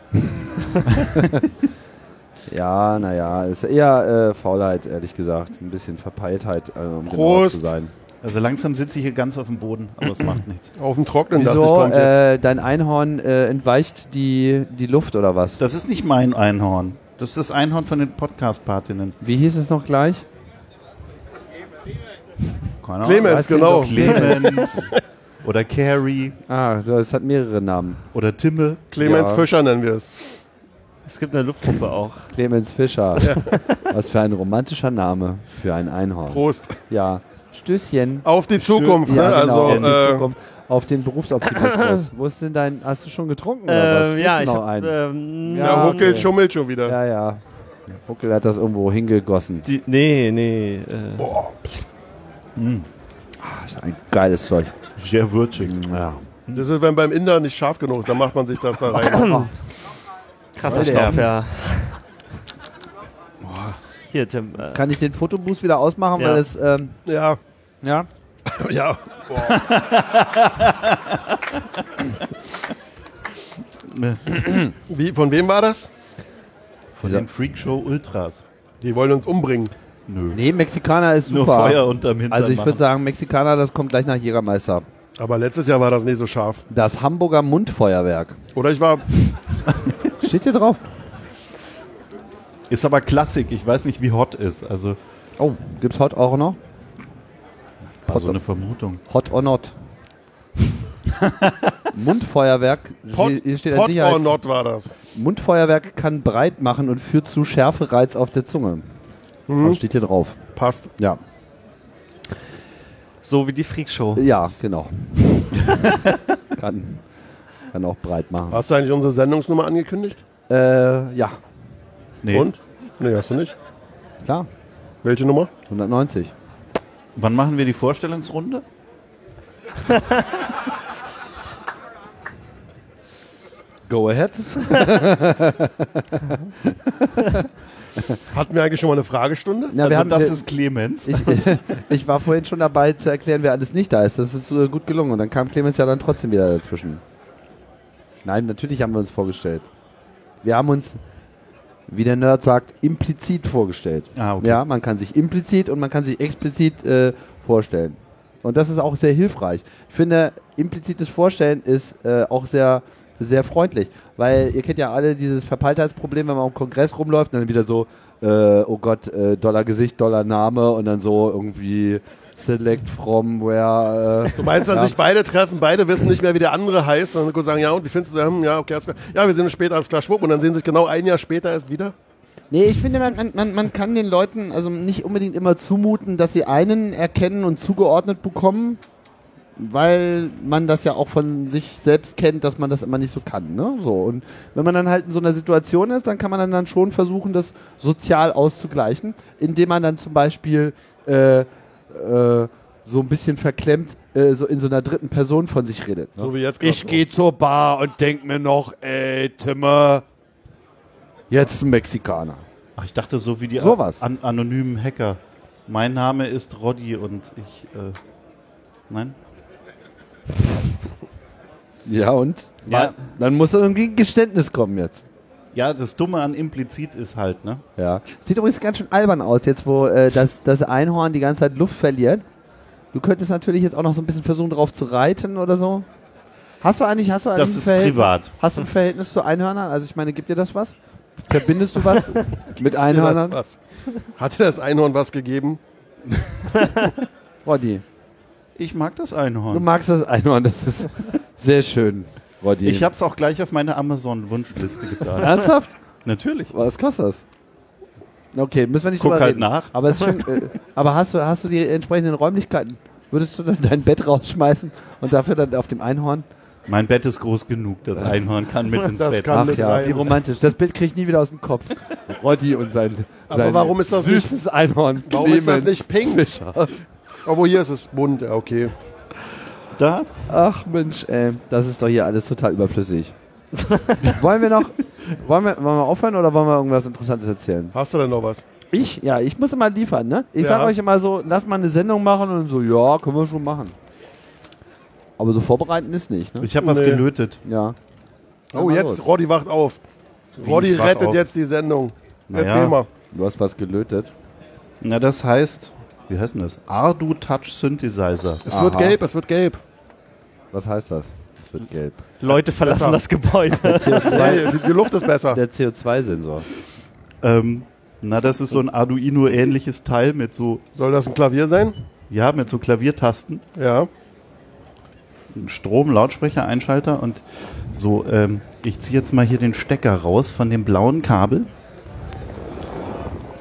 Speaker 3: Ja, naja, ist eher äh, Faulheit, ehrlich gesagt. Ein bisschen Verpeiltheit, äh, um genauer
Speaker 6: Prost.
Speaker 3: zu sein.
Speaker 4: Also langsam sitze ich hier ganz auf dem Boden, aber es macht nichts.
Speaker 6: Auf dem Trocknen dachte ich,
Speaker 3: Wieso,
Speaker 6: kommt jetzt.
Speaker 3: äh, dein Einhorn äh, entweicht die, die Luft oder was?
Speaker 4: Das ist nicht mein Einhorn. Das ist das Einhorn von den Podcast-Partinnen.
Speaker 3: Wie hieß es noch gleich?
Speaker 4: Keine
Speaker 6: Clemens,
Speaker 3: weißt du
Speaker 6: genau.
Speaker 3: doch,
Speaker 4: Clemens. oder Carrie.
Speaker 3: Ah, das hat mehrere Namen.
Speaker 4: Oder Timme.
Speaker 6: Clemens
Speaker 3: Ja.
Speaker 6: Fischer nennen wir es.
Speaker 2: Es gibt eine Luftpumpe auch.
Speaker 3: Clemens Fischer. Was für ein romantischer Name für ein Einhorn.
Speaker 6: Prost.
Speaker 3: Ja. Stößchen.
Speaker 6: Auf die Zukunft, ne?
Speaker 3: Ja, genau,
Speaker 6: also,
Speaker 3: auf, die
Speaker 6: äh,
Speaker 3: Zukunft, auf den Berufsoptimismus. Wo ist denn dein, hast du schon getrunken oder was?
Speaker 2: Äh,
Speaker 3: Willst
Speaker 2: ja,
Speaker 3: du
Speaker 2: ich
Speaker 3: noch
Speaker 2: hab,
Speaker 3: einen?
Speaker 2: ähm,
Speaker 3: Ja,
Speaker 6: ja,
Speaker 2: ja,
Speaker 6: Huckel schummelt schon wieder.
Speaker 3: ja, ja. Huckel hat das irgendwo hingegossen.
Speaker 2: die, nee, nee. Äh,
Speaker 3: Ein geiles Zeug.
Speaker 4: Sehr würzig.
Speaker 3: Ja.
Speaker 6: Das ist, wenn beim Inder nicht scharf genug ist, dann macht man sich das da rein.
Speaker 2: krasser
Speaker 4: Leute,
Speaker 2: Stoff, ja. Hier, Tim. Äh,
Speaker 3: Kann ich den Fotoboost wieder ausmachen,
Speaker 2: Ja.
Speaker 3: weil es, ähm,
Speaker 6: ja,
Speaker 3: ja.
Speaker 6: ja. Wie, von wem war das?
Speaker 4: Von den Freakshow Ultras.
Speaker 6: Die wollen uns umbringen.
Speaker 4: Nö.
Speaker 3: Nee, Mexikaner ist
Speaker 4: Nur
Speaker 3: super.
Speaker 4: Feuer unterm Hintern
Speaker 3: also ich
Speaker 4: machen.
Speaker 3: würde sagen, Mexikaner, das kommt gleich nach Jägermeister.
Speaker 6: Aber letztes Jahr war das nicht so scharf.
Speaker 3: Das Hamburger Mundfeuerwerk.
Speaker 6: Oder ich war.
Speaker 3: Steht hier drauf.
Speaker 4: Ist aber Klassik. Ich weiß nicht, wie hot ist. Also,
Speaker 3: Oh, gibt's Hot auch noch?
Speaker 4: also eine Vermutung.
Speaker 3: Hot or not. Mundfeuerwerk,
Speaker 6: Pot,
Speaker 3: hier steht als
Speaker 6: Pot or
Speaker 3: Sicherheits
Speaker 6: not war das.
Speaker 3: Mundfeuerwerk kann breit machen und führt zu Schärfereiz auf der Zunge.
Speaker 6: Mhm.
Speaker 3: Das steht hier drauf.
Speaker 6: Passt.
Speaker 3: Ja,
Speaker 2: so wie die Freakshow.
Speaker 3: ja, genau. kann, kann auch breit machen.
Speaker 6: Hast du eigentlich unsere Sendungsnummer angekündigt?
Speaker 3: Äh, ja,
Speaker 4: Nee.
Speaker 6: Und? Nee, hast du nicht.
Speaker 3: klar,
Speaker 6: Welche Nummer?
Speaker 3: 190.
Speaker 4: Wann machen wir die Vorstellungsrunde?
Speaker 3: Go ahead.
Speaker 6: Hatten wir eigentlich schon mal eine Fragestunde?
Speaker 3: Ja, wir
Speaker 4: also
Speaker 3: haben,
Speaker 4: das
Speaker 3: wir-
Speaker 4: ist Clemens.
Speaker 3: ich, ich war vorhin schon dabei zu erklären, wer alles nicht da ist. Das ist so gut gelungen. Und dann kam Clemens ja dann trotzdem wieder dazwischen. Nein, natürlich haben wir uns vorgestellt. Wir haben uns, wie der Nerd sagt, implizit vorgestellt.
Speaker 4: Ah, okay.
Speaker 3: Ja, man kann sich implizit und man kann sich explizit äh, vorstellen. Und das ist auch sehr hilfreich. Ich finde, implizites Vorstellen ist äh, auch sehr, sehr freundlich. Weil ihr kennt ja alle dieses Verpeiltheitsproblem, wenn man am Kongress rumläuft und dann wieder so, äh, oh Gott, äh, Dollar Gesicht, Dollar Name und dann so irgendwie select from where. Äh,
Speaker 6: Du meinst, wenn sich beide treffen, beide wissen nicht mehr, wie der andere heißt, und dann kurz sagen, ja, und wie findest du den? Hm, Ja, okay, alles klar. Ja, wir sehen uns später, alles klar, schwupp. Und dann sehen sich genau ein Jahr später erst wieder.
Speaker 8: Nee, ich finde, man, man, man, man kann den Leuten also nicht unbedingt immer zumuten, dass sie einen erkennen und zugeordnet bekommen, weil man das ja auch von sich selbst kennt, dass man das immer nicht so kann. Ne? So, und wenn man dann halt in so einer Situation ist, dann kann man dann, dann schon versuchen, das sozial auszugleichen, indem man dann zum Beispiel äh, äh, so ein bisschen verklemmt äh, so in so einer dritten Person von sich redet. Ne?
Speaker 6: So wie jetzt gerade.
Speaker 8: Ich gehe zur Bar und denk mir noch, ey, Timmer, jetzt ein Mexikaner.
Speaker 4: Ach, ich dachte so wie die
Speaker 8: Sowas.
Speaker 4: An anonymen Hacker. Mein Name ist Roddy und ich. Äh, nein?
Speaker 3: ja, und?
Speaker 4: Ja,
Speaker 3: Dann muss irgendwie ein Geständnis kommen jetzt.
Speaker 4: ja, das Dumme an implizit ist halt, ne?
Speaker 3: Ja. Sieht übrigens ganz schön albern aus, jetzt wo äh, das, das Einhorn die ganze Zeit Luft verliert. Du könntest natürlich jetzt auch noch so ein bisschen versuchen, drauf zu reiten oder so. Hast du eigentlich, hast du eigentlich
Speaker 4: Das
Speaker 3: ein
Speaker 4: ist
Speaker 3: Verhältnis-
Speaker 4: privat.
Speaker 3: Hast du ein Verhältnis zu Einhörnern? Also ich meine, gibt dir das was? Verbindest du was mit Einhörnern?
Speaker 6: Was? Hat dir das Einhorn was gegeben?
Speaker 3: Roddy,
Speaker 4: Ich mag das
Speaker 3: du
Speaker 4: Einhorn.
Speaker 3: magst das Einhorn, das ist sehr schön. Rodin.
Speaker 4: Ich habe es auch gleich auf meine Amazon-Wunschliste getan.
Speaker 3: Ernsthaft?
Speaker 4: Natürlich.
Speaker 3: Was kostet das? Okay, müssen wir nicht
Speaker 4: Guck
Speaker 3: drüber
Speaker 4: halt
Speaker 3: reden.
Speaker 4: nach.
Speaker 3: Aber, es ist schon, äh, aber hast, du, hast du die entsprechenden Räumlichkeiten? Würdest du dann dein Bett rausschmeißen und dafür dann auf dem Einhorn?
Speaker 4: Mein Bett ist groß genug, das Einhorn kann mit ins
Speaker 6: Das
Speaker 4: Bett.
Speaker 6: kann-
Speaker 4: Kann
Speaker 3: Ach
Speaker 6: mit
Speaker 3: ja,
Speaker 6: rein.
Speaker 3: wie romantisch. Das Bild kriege ich nie wieder aus dem Kopf. Roddy und sein,
Speaker 6: Aber
Speaker 3: sein
Speaker 6: warum ist das nicht-
Speaker 3: süßes Einhorn.
Speaker 6: Warum ist das
Speaker 3: Clemens.
Speaker 6: nicht pink? Obwohl hier ist es bunt, ja, okay.
Speaker 4: da?
Speaker 3: Ach Mensch, ey, das ist doch hier alles total überflüssig. wollen wir noch, wollen wir, wollen wir aufhören oder wollen wir irgendwas Interessantes erzählen?
Speaker 6: Hast du denn noch was?
Speaker 3: Ich, ja, ich muss immer liefern, ne? Ich
Speaker 6: Ja.
Speaker 3: sag euch immer so, lass mal eine Sendung machen und so, ja, können wir schon machen. Aber so vorbereiten ist nicht, ne?
Speaker 4: Ich habe was
Speaker 6: Nee.
Speaker 4: gelötet.
Speaker 3: Ja.
Speaker 6: Oh,
Speaker 3: mal
Speaker 6: jetzt,
Speaker 3: los.
Speaker 6: Roddy wacht auf. Roddy
Speaker 4: ich wach
Speaker 6: rettet
Speaker 4: auf?
Speaker 6: jetzt die Sendung.
Speaker 4: Naja.
Speaker 6: Erzähl mal.
Speaker 3: Du hast was gelötet.
Speaker 4: Na, das heißt, wie heißt denn das? Ardu Touch Synthesizer.
Speaker 6: Es wird gelb, es wird gelb.
Speaker 3: Was heißt das? Es wird gelb.
Speaker 2: Leute verlassen das Gebäude.
Speaker 6: Hey, die, die Luft ist besser.
Speaker 3: Der CO2-Sensor.
Speaker 4: Ähm, na, das ist so ein Arduino-ähnliches Teil mit so,
Speaker 6: Soll das ein Klavier sein?
Speaker 4: ja, mit so Klaviertasten,
Speaker 6: Ja.
Speaker 4: Strom, Lautsprecher, Einschalter und so. Ähm, ich ziehe jetzt mal hier den Stecker raus von dem blauen Kabel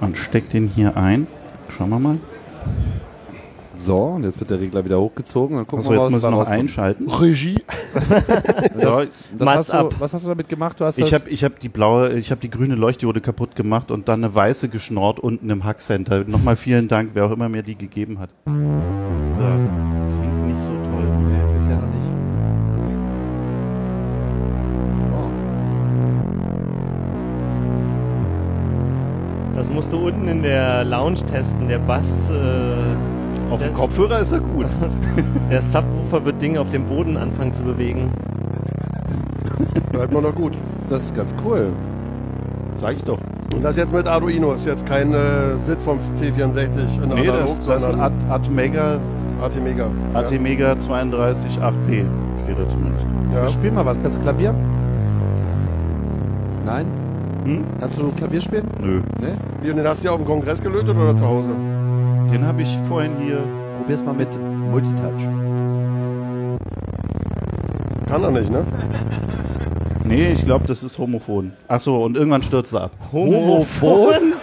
Speaker 4: und steck den hier ein. Schauen wir mal.
Speaker 3: So, und jetzt wird der Regler wieder hochgezogen. Dann gucken
Speaker 4: Achso,
Speaker 3: wir
Speaker 4: Also jetzt
Speaker 3: mal,
Speaker 4: muss
Speaker 3: was
Speaker 4: ich
Speaker 3: da
Speaker 4: noch
Speaker 3: rauskommt.
Speaker 4: einschalten. Regie. so,
Speaker 3: Das
Speaker 2: Mats
Speaker 3: hast
Speaker 2: ab.
Speaker 3: du, was hast du damit gemacht? Du hast
Speaker 4: ich
Speaker 3: das-
Speaker 4: habe ich hab die blaue, ich habe die grüne Leuchtdiode kaputt gemacht und dann eine weiße geschnort unten im Hackcenter. Nochmal vielen Dank, wer auch immer mir die gegeben hat. So, klingt nicht so toll.
Speaker 3: Bisher noch nicht.
Speaker 2: Das musst du unten in der Lounge testen. Der Bass, äh,
Speaker 4: Auf
Speaker 2: der,
Speaker 4: dem Kopfhörer ist er gut.
Speaker 2: der Subwoofer wird Dinge auf dem Boden anfangen zu bewegen.
Speaker 6: Bleibt nur noch gut.
Speaker 3: Das ist ganz cool.
Speaker 4: Sag ich doch.
Speaker 6: Und das jetzt mit Arduino ist jetzt kein äh, SID vom C64 in
Speaker 4: Nee,
Speaker 6: analog,
Speaker 4: das, das ist ein
Speaker 6: sondern
Speaker 4: At- Atmega,
Speaker 6: Atmega.
Speaker 4: Atmega 32 8P. Steht da zumindest.
Speaker 6: Ja. Ja.
Speaker 3: Spiel mal was. Kannst du Klavier? Nein?
Speaker 4: Hm?
Speaker 3: Kannst du Klavier spielen?
Speaker 4: Nö.
Speaker 3: Nee?
Speaker 6: Wie, Und den hast du ja auf dem Kongress gelötet oder zu Hause?
Speaker 4: Den habe ich vorhin hier.
Speaker 3: Probier's mal mit Multitouch.
Speaker 6: Kann er nicht, ne?
Speaker 4: Nee, ich glaube, das ist homophon. Achso, und irgendwann stürzt er ab.
Speaker 3: Homophon?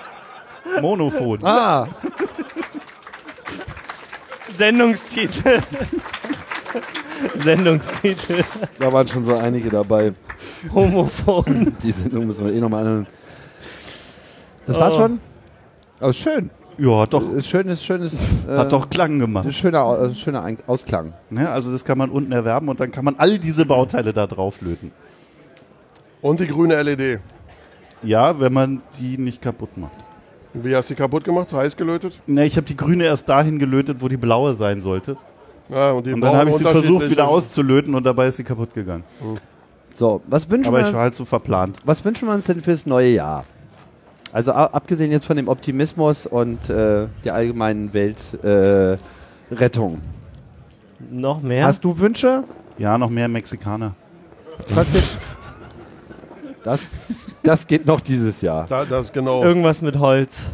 Speaker 4: Monophon.
Speaker 3: Ah,
Speaker 2: Sendungstitel. Sendungstitel.
Speaker 3: da waren schon so einige dabei.
Speaker 2: Homophon.
Speaker 3: Die Sendung müssen wir eh nochmal anhören. Das war's
Speaker 2: Oh.
Speaker 3: schon? Aber ist Oh, schön.
Speaker 4: Ja, hat doch,
Speaker 3: Ist schönes, schönes. Äh,
Speaker 4: hat doch Klang
Speaker 3: Ein
Speaker 4: gemacht.
Speaker 3: schöner, Au- äh, schöner Ein- Ausklang.
Speaker 4: Ne? Also das kann man unten erwerben und dann kann man all diese Bauteile da drauf löten.
Speaker 6: Und die grüne E LED.
Speaker 4: Ja, wenn man die nicht kaputt macht.
Speaker 6: Wie hast du die kaputt gemacht? Zu heiß gelötet?
Speaker 4: Na, ich habe die grüne erst dahin gelötet, wo die blaue sein sollte.
Speaker 6: Ja, und die
Speaker 4: Und dann
Speaker 6: brauchen
Speaker 4: habe ich sie versucht,
Speaker 6: unterschiedliche-
Speaker 4: wieder auszulöten und dabei ist sie kaputt gegangen.
Speaker 3: So, was wünschen,
Speaker 4: Aber ich war
Speaker 3: wir,
Speaker 4: halt so verplant.
Speaker 3: was wünschen wir uns denn fürs neue Jahr? Also a- abgesehen jetzt von dem Optimismus und äh, der allgemeinen Weltrettung. Äh, Rettung.
Speaker 2: Noch mehr?
Speaker 3: Hast du Wünsche?
Speaker 4: Ja, noch mehr Mexikaner.
Speaker 3: Was jetzt? Das, das geht noch dieses Jahr.
Speaker 6: Da, das genau.
Speaker 2: Irgendwas mit Holz.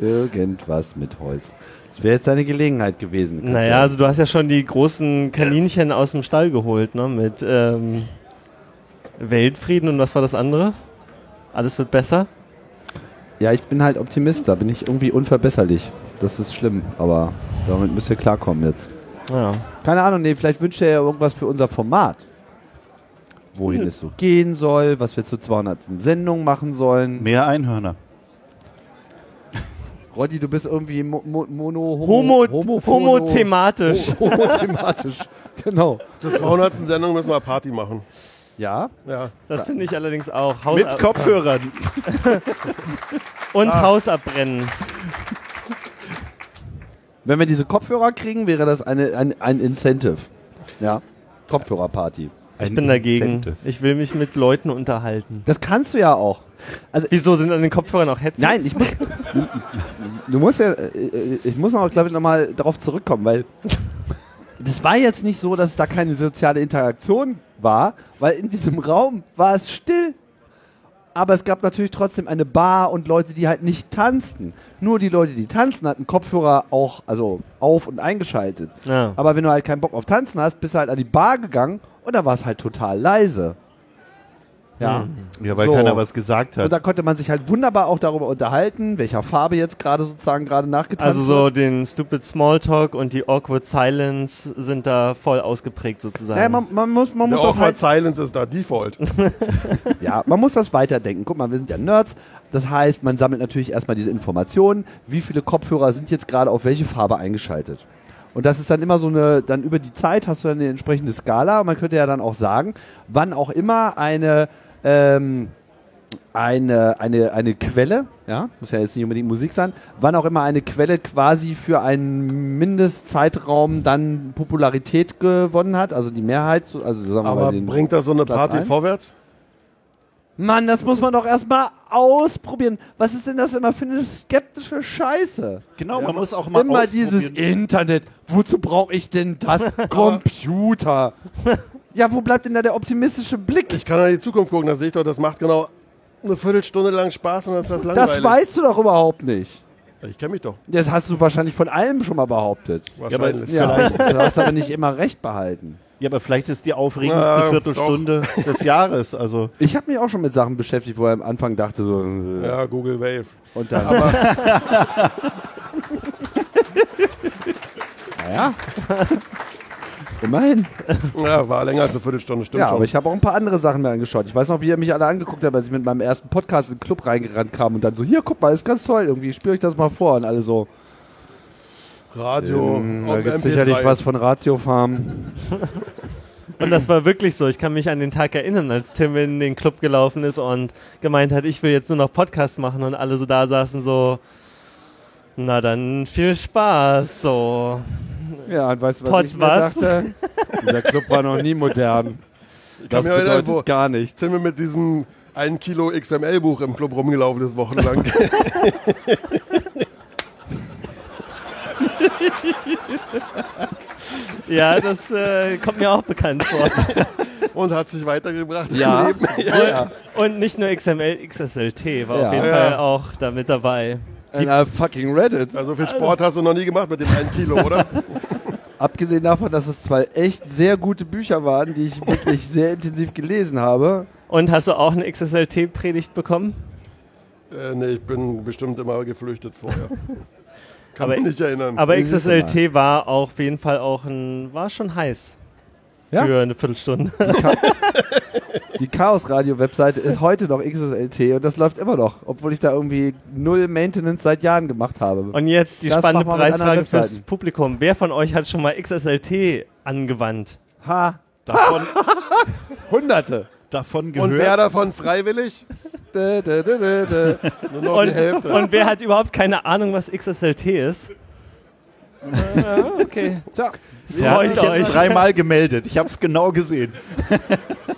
Speaker 3: Irgendwas mit Holz. Das wäre jetzt deine Gelegenheit gewesen. kannst
Speaker 2: Naja,
Speaker 3: du-
Speaker 2: also du hast ja schon die großen Kaninchen aus dem Stall geholt, ne? Mit ähm, Weltfrieden und was war das andere? Alles wird besser.
Speaker 3: Ja, ich bin halt Optimist, da bin ich irgendwie unverbesserlich. Das ist schlimm, aber damit müsst ihr klarkommen jetzt.
Speaker 2: Ja.
Speaker 3: Keine Ahnung, nee, vielleicht wünscht ihr ja irgendwas für unser Format. Wohin es so gehen soll, was wir zur 200. Sendung machen sollen.
Speaker 4: Mehr Einhörner.
Speaker 3: Roddy, du bist irgendwie mo mo mono...
Speaker 2: Homo,
Speaker 3: homophono-
Speaker 2: homothematisch.
Speaker 3: ho- homothematisch. genau.
Speaker 6: Zur 200. Sendung müssen wir Party machen.
Speaker 3: Ja,
Speaker 6: Ja.
Speaker 2: Das finde ich allerdings auch.
Speaker 4: Mit
Speaker 2: Haus ab
Speaker 4: Kopfhörern.
Speaker 2: und Haus abbrennen.
Speaker 3: wenn wir diese Kopfhörer kriegen, wäre das eine, ein, ein Incentive. Ja, Kopfhörerparty.
Speaker 2: Ich
Speaker 4: Ein
Speaker 2: bin dagegen.
Speaker 4: Incentive.
Speaker 2: Ich will mich mit Leuten unterhalten.
Speaker 3: Das kannst du ja auch. Also
Speaker 2: Wieso sind an den Kopfhörern auch Headsets?
Speaker 3: Nein, ich muss. Du musst ja. äh, Ich muss noch, glaube ich, nochmal darauf zurückkommen, weil. Das war jetzt nicht so, dass es da keine soziale Interaktion war, weil in diesem Raum war es still. Aber es gab natürlich trotzdem eine Bar und Leute, die halt nicht tanzten. Nur die Leute, die tanzen, hatten Kopfhörer auch also auf und eingeschaltet.
Speaker 2: Ja.
Speaker 3: Aber wenn du halt keinen Bock auf Tanzen hast, bist du halt an die Bar gegangen und da war es halt total leise. Ja.
Speaker 4: Ja, weil
Speaker 3: So.
Speaker 4: keiner was gesagt
Speaker 3: Und da
Speaker 4: hat.
Speaker 3: konnte man sich halt wunderbar auch darüber unterhalten, welcher Farbe jetzt gerade sozusagen gerade nachgetanzt
Speaker 2: Also
Speaker 3: wird.
Speaker 2: so den Stupid Smalltalk und die Awkward Silence sind da voll ausgeprägt sozusagen.
Speaker 3: Naja, man, man muss, man
Speaker 6: Der
Speaker 3: muss das
Speaker 6: Awkward
Speaker 3: halt,
Speaker 6: Silence ist da Default.
Speaker 3: ja, man muss das weiterdenken. Guck mal, wir sind ja Nerds. Das heißt, man sammelt natürlich erstmal diese Informationen. Wie viele Kopfhörer sind jetzt gerade auf welche Farbe eingeschaltet? Und das ist dann immer so eine, dann über die Zeit hast du dann eine entsprechende Skala. Und man könnte ja dann auch sagen, wann auch immer eine, ähm, eine, eine, eine Quelle, ja, muss ja jetzt nicht unbedingt Musik sein, wann auch immer eine Quelle quasi für einen Mindestzeitraum dann Popularität gewonnen hat, also die Mehrheit, so- also sagen wir mal
Speaker 6: Aber
Speaker 3: den
Speaker 6: bringt das so eine
Speaker 3: Platz
Speaker 6: Party
Speaker 3: ein?
Speaker 6: vorwärts?
Speaker 3: Mann, das muss man doch erstmal ausprobieren. Was ist denn das immer für eine skeptische Scheiße?
Speaker 4: Genau, man muss auch
Speaker 3: immer dieses Internet. Wozu brauche ich denn das? Computer. ja, wo bleibt denn da der optimistische Blick?
Speaker 6: Ich kann an die Zukunft gucken, da sehe ich doch, das macht genau eine Viertelstunde lang Spaß und dann ist das langweilig.
Speaker 3: Das weißt du doch überhaupt nicht.
Speaker 6: Ich kenne mich doch.
Speaker 3: Das hast du wahrscheinlich von allem schon mal behauptet.
Speaker 6: Wahrscheinlich.
Speaker 3: Ja, du hast aber nicht immer recht behalten.
Speaker 4: Ja, aber vielleicht ist die aufregendste
Speaker 6: Ja,
Speaker 4: Viertelstunde des Jahres. Also
Speaker 3: Ich habe mich auch schon mit Sachen beschäftigt, wo er am Anfang dachte so äh,
Speaker 6: ja, Google Wave.
Speaker 3: und dann. Aber naja. Immerhin.
Speaker 6: Ja, war länger als eine Viertelstunde, stimmt
Speaker 3: Ja,
Speaker 6: schon.
Speaker 3: aber ich habe auch ein paar andere Sachen mir angeschaut. Ich weiß noch, wie ihr mich alle angeguckt habt, als ich mit meinem ersten Podcast in den Club reingerannt kam und dann so, hier, guck mal, ist ganz toll, irgendwie spüre ich das mal vor und alle so.
Speaker 6: Radio,
Speaker 3: Ähm, Mhm, da
Speaker 6: auf
Speaker 3: gibt
Speaker 6: MP3.
Speaker 3: sicherlich was von Ratio Farm.
Speaker 2: Und das war wirklich so. Ich kann mich an den Tag erinnern, als Tim in den Club gelaufen ist und gemeint hat, ich will jetzt nur noch Podcasts machen und alle so da saßen so, na dann viel Spaß, so.
Speaker 3: Ja, und weißt du, was
Speaker 2: Pod
Speaker 3: ich mir
Speaker 2: was?
Speaker 3: dachte? Dieser Club war noch nie modern. Das
Speaker 6: mir erinnern,
Speaker 3: bedeutet
Speaker 6: wo-
Speaker 3: gar nichts.
Speaker 6: Sind wir mit diesem 1 Kilo XML-Buch im Club rumgelaufen, das wochenlang.
Speaker 2: Ja, das äh, kommt mir auch bekannt vor.
Speaker 6: und hat sich weitergebracht.
Speaker 3: Ja.
Speaker 6: Im Leben.
Speaker 2: Und nicht nur XML, XSLT war
Speaker 3: Ja.
Speaker 2: auf jeden
Speaker 6: Ja.
Speaker 2: Fall auch da mit dabei.
Speaker 3: In einer fucking Reddit.
Speaker 6: Also viel Sport hast du noch nie gemacht mit dem 1 Kilo, oder?
Speaker 3: Abgesehen davon, dass es zwei echt sehr gute Bücher waren, die ich wirklich sehr intensiv gelesen habe.
Speaker 2: Und hast du auch eine XSLT-Predigt bekommen?
Speaker 6: äh, nee, ich bin bestimmt immer geflüchtet vorher. Kann
Speaker 2: Aber-
Speaker 6: mich nicht erinnern.
Speaker 2: Aber
Speaker 3: Wie ist es
Speaker 2: XSLT war auch auf jeden Fall auch ein, war schon heiß.
Speaker 3: Ja.
Speaker 2: Für eine Viertelstunde.
Speaker 3: Die Chaos Radio Webseite ist heute noch XSLT und das läuft immer noch, obwohl ich da irgendwie null Maintenance seit Jahren gemacht habe.
Speaker 2: Und jetzt die
Speaker 3: Das
Speaker 2: spannende
Speaker 3: machen wir mit anderen
Speaker 2: Preisfrage fürs
Speaker 3: Webseiten.
Speaker 2: Publikum. Wer von euch hat schon mal XSLT angewandt?
Speaker 3: Ha,
Speaker 4: davon,
Speaker 3: Hunderte.
Speaker 4: davon
Speaker 6: und wer
Speaker 4: gehört.
Speaker 6: davon freiwillig?
Speaker 3: Dö, dö, dö, dö, dö.
Speaker 6: Nur noch
Speaker 2: Und,
Speaker 6: die Hälfte.
Speaker 2: und wer hat überhaupt keine Ahnung, was XSLT ist? Äh, okay.
Speaker 4: Der hat
Speaker 2: freut
Speaker 4: sich jetzt
Speaker 2: euch.
Speaker 4: dreimal gemeldet. Ich habe es genau gesehen.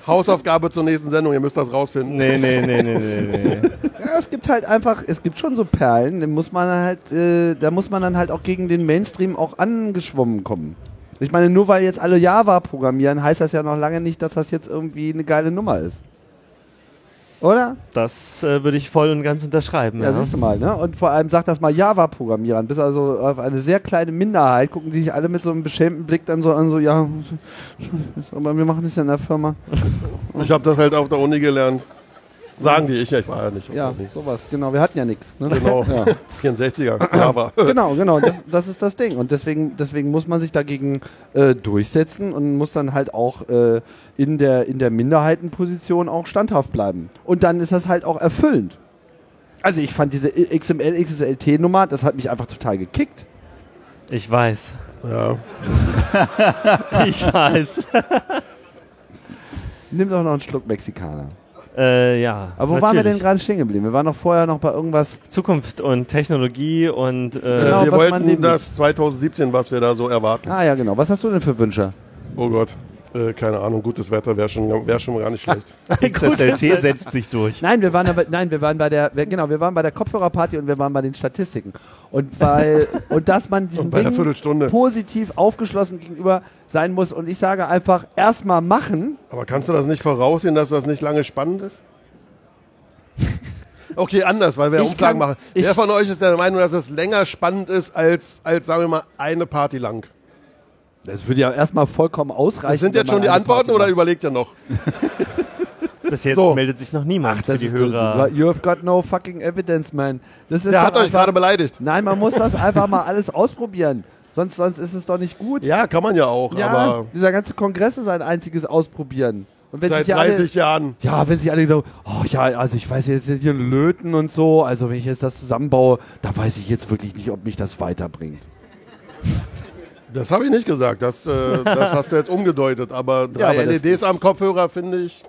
Speaker 6: Hausaufgabe zur nächsten Sendung, ihr müsst das rausfinden.
Speaker 2: Nee, nee, nee, nee, nee, nee.
Speaker 3: Ja, es gibt halt einfach, es gibt schon so Perlen, da muss man halt, äh, da muss man dann halt auch gegen den Mainstream auch angeschwommen kommen. Ich meine, nur weil jetzt alle Java programmieren, heißt das ja noch lange nicht, dass das jetzt irgendwie eine geile Nummer ist. Oder?
Speaker 2: Das äh, würde ich voll und ganz unterschreiben.
Speaker 3: Ja,
Speaker 2: Ja,
Speaker 3: siehst du mal, ne? Und vor allem sagt das mal Java-Programmierern. Bis also auf eine sehr kleine Minderheit gucken die sich alle mit so einem beschämten Blick dann so an, so, ja, aber wir machen das ja in der Firma.
Speaker 6: Ich habe das halt auf der Uni gelernt. Sagen die ich, ja, ich war ja nicht. auf
Speaker 3: Ja,
Speaker 6: der Uni.
Speaker 3: sowas, genau. Wir hatten ja nichts. Ne?
Speaker 6: Genau.
Speaker 3: Ja.
Speaker 6: 64er, Java.
Speaker 3: Genau, genau, das, das ist das Ding. Und deswegen, deswegen muss man sich dagegen äh, durchsetzen und muss dann halt auch äh, in, der, in der Minderheitenposition auch standhaft bleiben. Und dann ist das halt auch erfüllend. Also ich fand diese XML, XSLT-Nummer, das hat mich einfach total gekickt.
Speaker 2: Ich weiß.
Speaker 6: Ja.
Speaker 2: Ich weiß.
Speaker 3: Nimm doch noch einen Schluck Mexikaner.
Speaker 2: äh, ja.
Speaker 3: Aber wo waren wir denn gerade stehen geblieben? Wir waren noch vorher noch bei irgendwas.
Speaker 2: Zukunft und Technologie und äh,
Speaker 3: Genau,
Speaker 6: äh, wir
Speaker 3: was man
Speaker 6: wollten
Speaker 3: nehmen
Speaker 6: das 2017, was wir da so erwarten.
Speaker 3: Ah ja, genau. Was hast du denn für Wünsche?
Speaker 6: Oh Gott, äh, keine Ahnung, gutes Wetter wäre schon, wär schon gar nicht schlecht.
Speaker 4: XSLT setzt sich durch.
Speaker 3: Nein, wir waren aber, nein, wir waren bei der, wir, genau, wir waren bei der Kopfhörerparty und wir waren bei den Statistiken. Und weil, und dass man diesen
Speaker 6: Und bei der
Speaker 3: Dingen
Speaker 6: Viertelstunde.
Speaker 3: positiv aufgeschlossen gegenüber sein muss. Und ich sage einfach, erstmal machen.
Speaker 6: Aber kannst du das nicht voraussehen, dass das nicht lange spannend ist? Okay, anders, weil wir
Speaker 2: Ich kann-
Speaker 6: Umfragen machen.
Speaker 2: ich-
Speaker 6: Wer von euch ist der Meinung, dass es länger spannend ist als, als sagen wir mal, eine Party lang?
Speaker 3: Das würde ja erstmal vollkommen ausreichen.
Speaker 6: Das sind
Speaker 3: wenn
Speaker 6: jetzt
Speaker 3: man
Speaker 6: schon die
Speaker 3: eine
Speaker 6: Antworten
Speaker 3: Party
Speaker 6: oder
Speaker 3: macht.
Speaker 6: überlegt ihr noch?
Speaker 2: Bis jetzt
Speaker 6: So.
Speaker 2: meldet sich noch niemand für
Speaker 3: Das
Speaker 2: die
Speaker 3: ist,
Speaker 2: Hörer.
Speaker 3: You have got no fucking evidence, man. Das ist
Speaker 6: Der
Speaker 3: doch
Speaker 6: hat euch
Speaker 3: einfach-
Speaker 6: gerade beleidigt.
Speaker 3: Nein, man muss das einfach mal alles ausprobieren. Sonst, sonst ist es doch nicht gut.
Speaker 6: Ja, kann man ja auch,
Speaker 3: Ja,
Speaker 6: aber
Speaker 3: dieser ganze Kongress ist ein einziges Ausprobieren. Und wenn
Speaker 6: seit
Speaker 3: sich alle-
Speaker 6: 30 Jahren.
Speaker 3: Ja, wenn sich alle sagen, oh ja, also ich weiß jetzt hier löten und so, also wenn ich jetzt das zusammenbaue, da weiß ich jetzt wirklich nicht, ob mich das weiterbringt.
Speaker 6: Das habe ich nicht gesagt, das, äh, das hast du jetzt umgedeutet, aber drei
Speaker 3: aber das
Speaker 6: LEDs am Kopfhörer finde ich.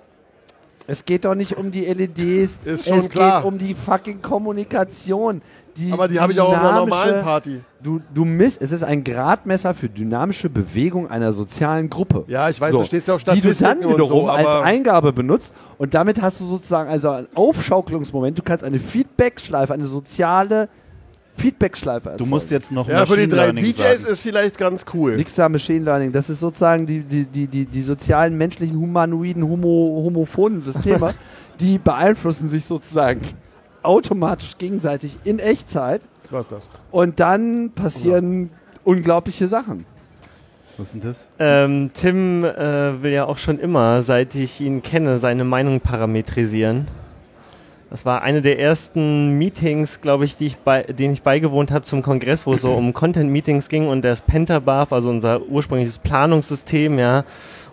Speaker 3: Es geht doch nicht um die LEDs,
Speaker 6: Ist schon
Speaker 3: es
Speaker 6: klar.
Speaker 3: geht um die fucking Kommunikation. Die
Speaker 6: Aber die habe ich auch auf einer
Speaker 3: dynamische-
Speaker 6: normalen Party.
Speaker 3: Du, du misst, es ist ein Gradmesser für dynamische Bewegung einer sozialen Gruppe.
Speaker 6: Ja, ich weiß, da stehst ja auch
Speaker 3: Die du dann
Speaker 6: Statistiken und
Speaker 3: wiederum
Speaker 6: so,
Speaker 3: als
Speaker 6: aber-
Speaker 3: Eingabe benutzt und damit hast du sozusagen also einen Aufschaukelungsmoment. Du kannst eine Feedbackschleife, eine soziale Feedbackschleife
Speaker 4: Du musst jetzt noch
Speaker 6: Ja, für die
Speaker 4: Machine
Speaker 6: drei
Speaker 4: Learning
Speaker 6: DJs
Speaker 4: sagen.
Speaker 6: ist vielleicht ganz cool.
Speaker 3: Nix da Machine Learning. Das ist sozusagen die, die, die, die, die sozialen, menschlichen, humanoiden, homo, homophonen Systeme, die beeinflussen sich sozusagen automatisch gegenseitig in Echtzeit
Speaker 6: Was ist das?
Speaker 3: und dann
Speaker 6: Genau.
Speaker 3: passieren unglaubliche Sachen.
Speaker 4: Was ist denn das?
Speaker 2: Ähm, Tim äh, will ja auch schon immer, seit ich ihn kenne, seine Meinung parametrisieren. Das war eine der ersten Meetings, glaube ich, die ich bei, denen ich beigewohnt habe zum Kongress, wo es so um Content-Meetings ging und das Pentabarf, also unser ursprüngliches Planungssystem, ja.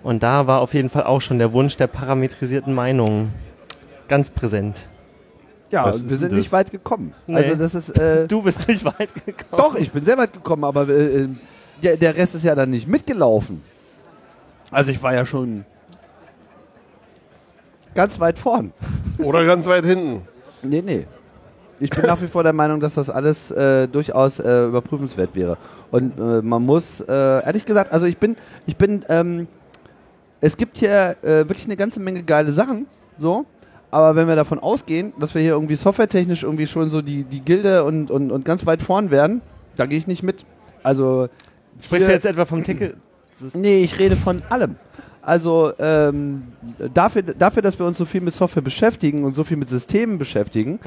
Speaker 2: Und da war auf jeden Fall auch schon der Wunsch der parametrisierten Meinung ganz präsent.
Speaker 3: Ja,
Speaker 4: Was
Speaker 3: und
Speaker 4: ist
Speaker 3: wir
Speaker 4: denn
Speaker 3: sind nicht
Speaker 4: das?
Speaker 3: weit gekommen.
Speaker 2: Nee.
Speaker 3: Also das ist äh,
Speaker 2: Du bist nicht weit gekommen.
Speaker 3: doch, ich bin sehr weit gekommen, aber äh, äh, der, der Rest ist ja dann nicht mitgelaufen. Also ich war ja schon ganz weit vorn.
Speaker 6: Oder ganz weit hinten.
Speaker 3: Nee, nee. Ich bin nach wie vor der Meinung, dass das alles äh, durchaus äh, überprüfenswert wäre. Und äh, man muss, äh, ehrlich gesagt, also ich bin, ich bin, ähm, es gibt hier äh, wirklich eine ganze Menge geile Sachen, so. Aber wenn wir davon ausgehen, dass wir hier irgendwie softwaretechnisch irgendwie schon so die, die Gilde und, und, und ganz weit vorn werden, da gehe ich nicht mit. Also,
Speaker 2: Sprichst du
Speaker 3: hier-
Speaker 2: jetzt etwa vom Ticket?
Speaker 3: Nee, ich rede von allem. Also ähm, dafür, dafür, dass wir uns so viel mit Software beschäftigen und so viel mit Systemen beschäftigen,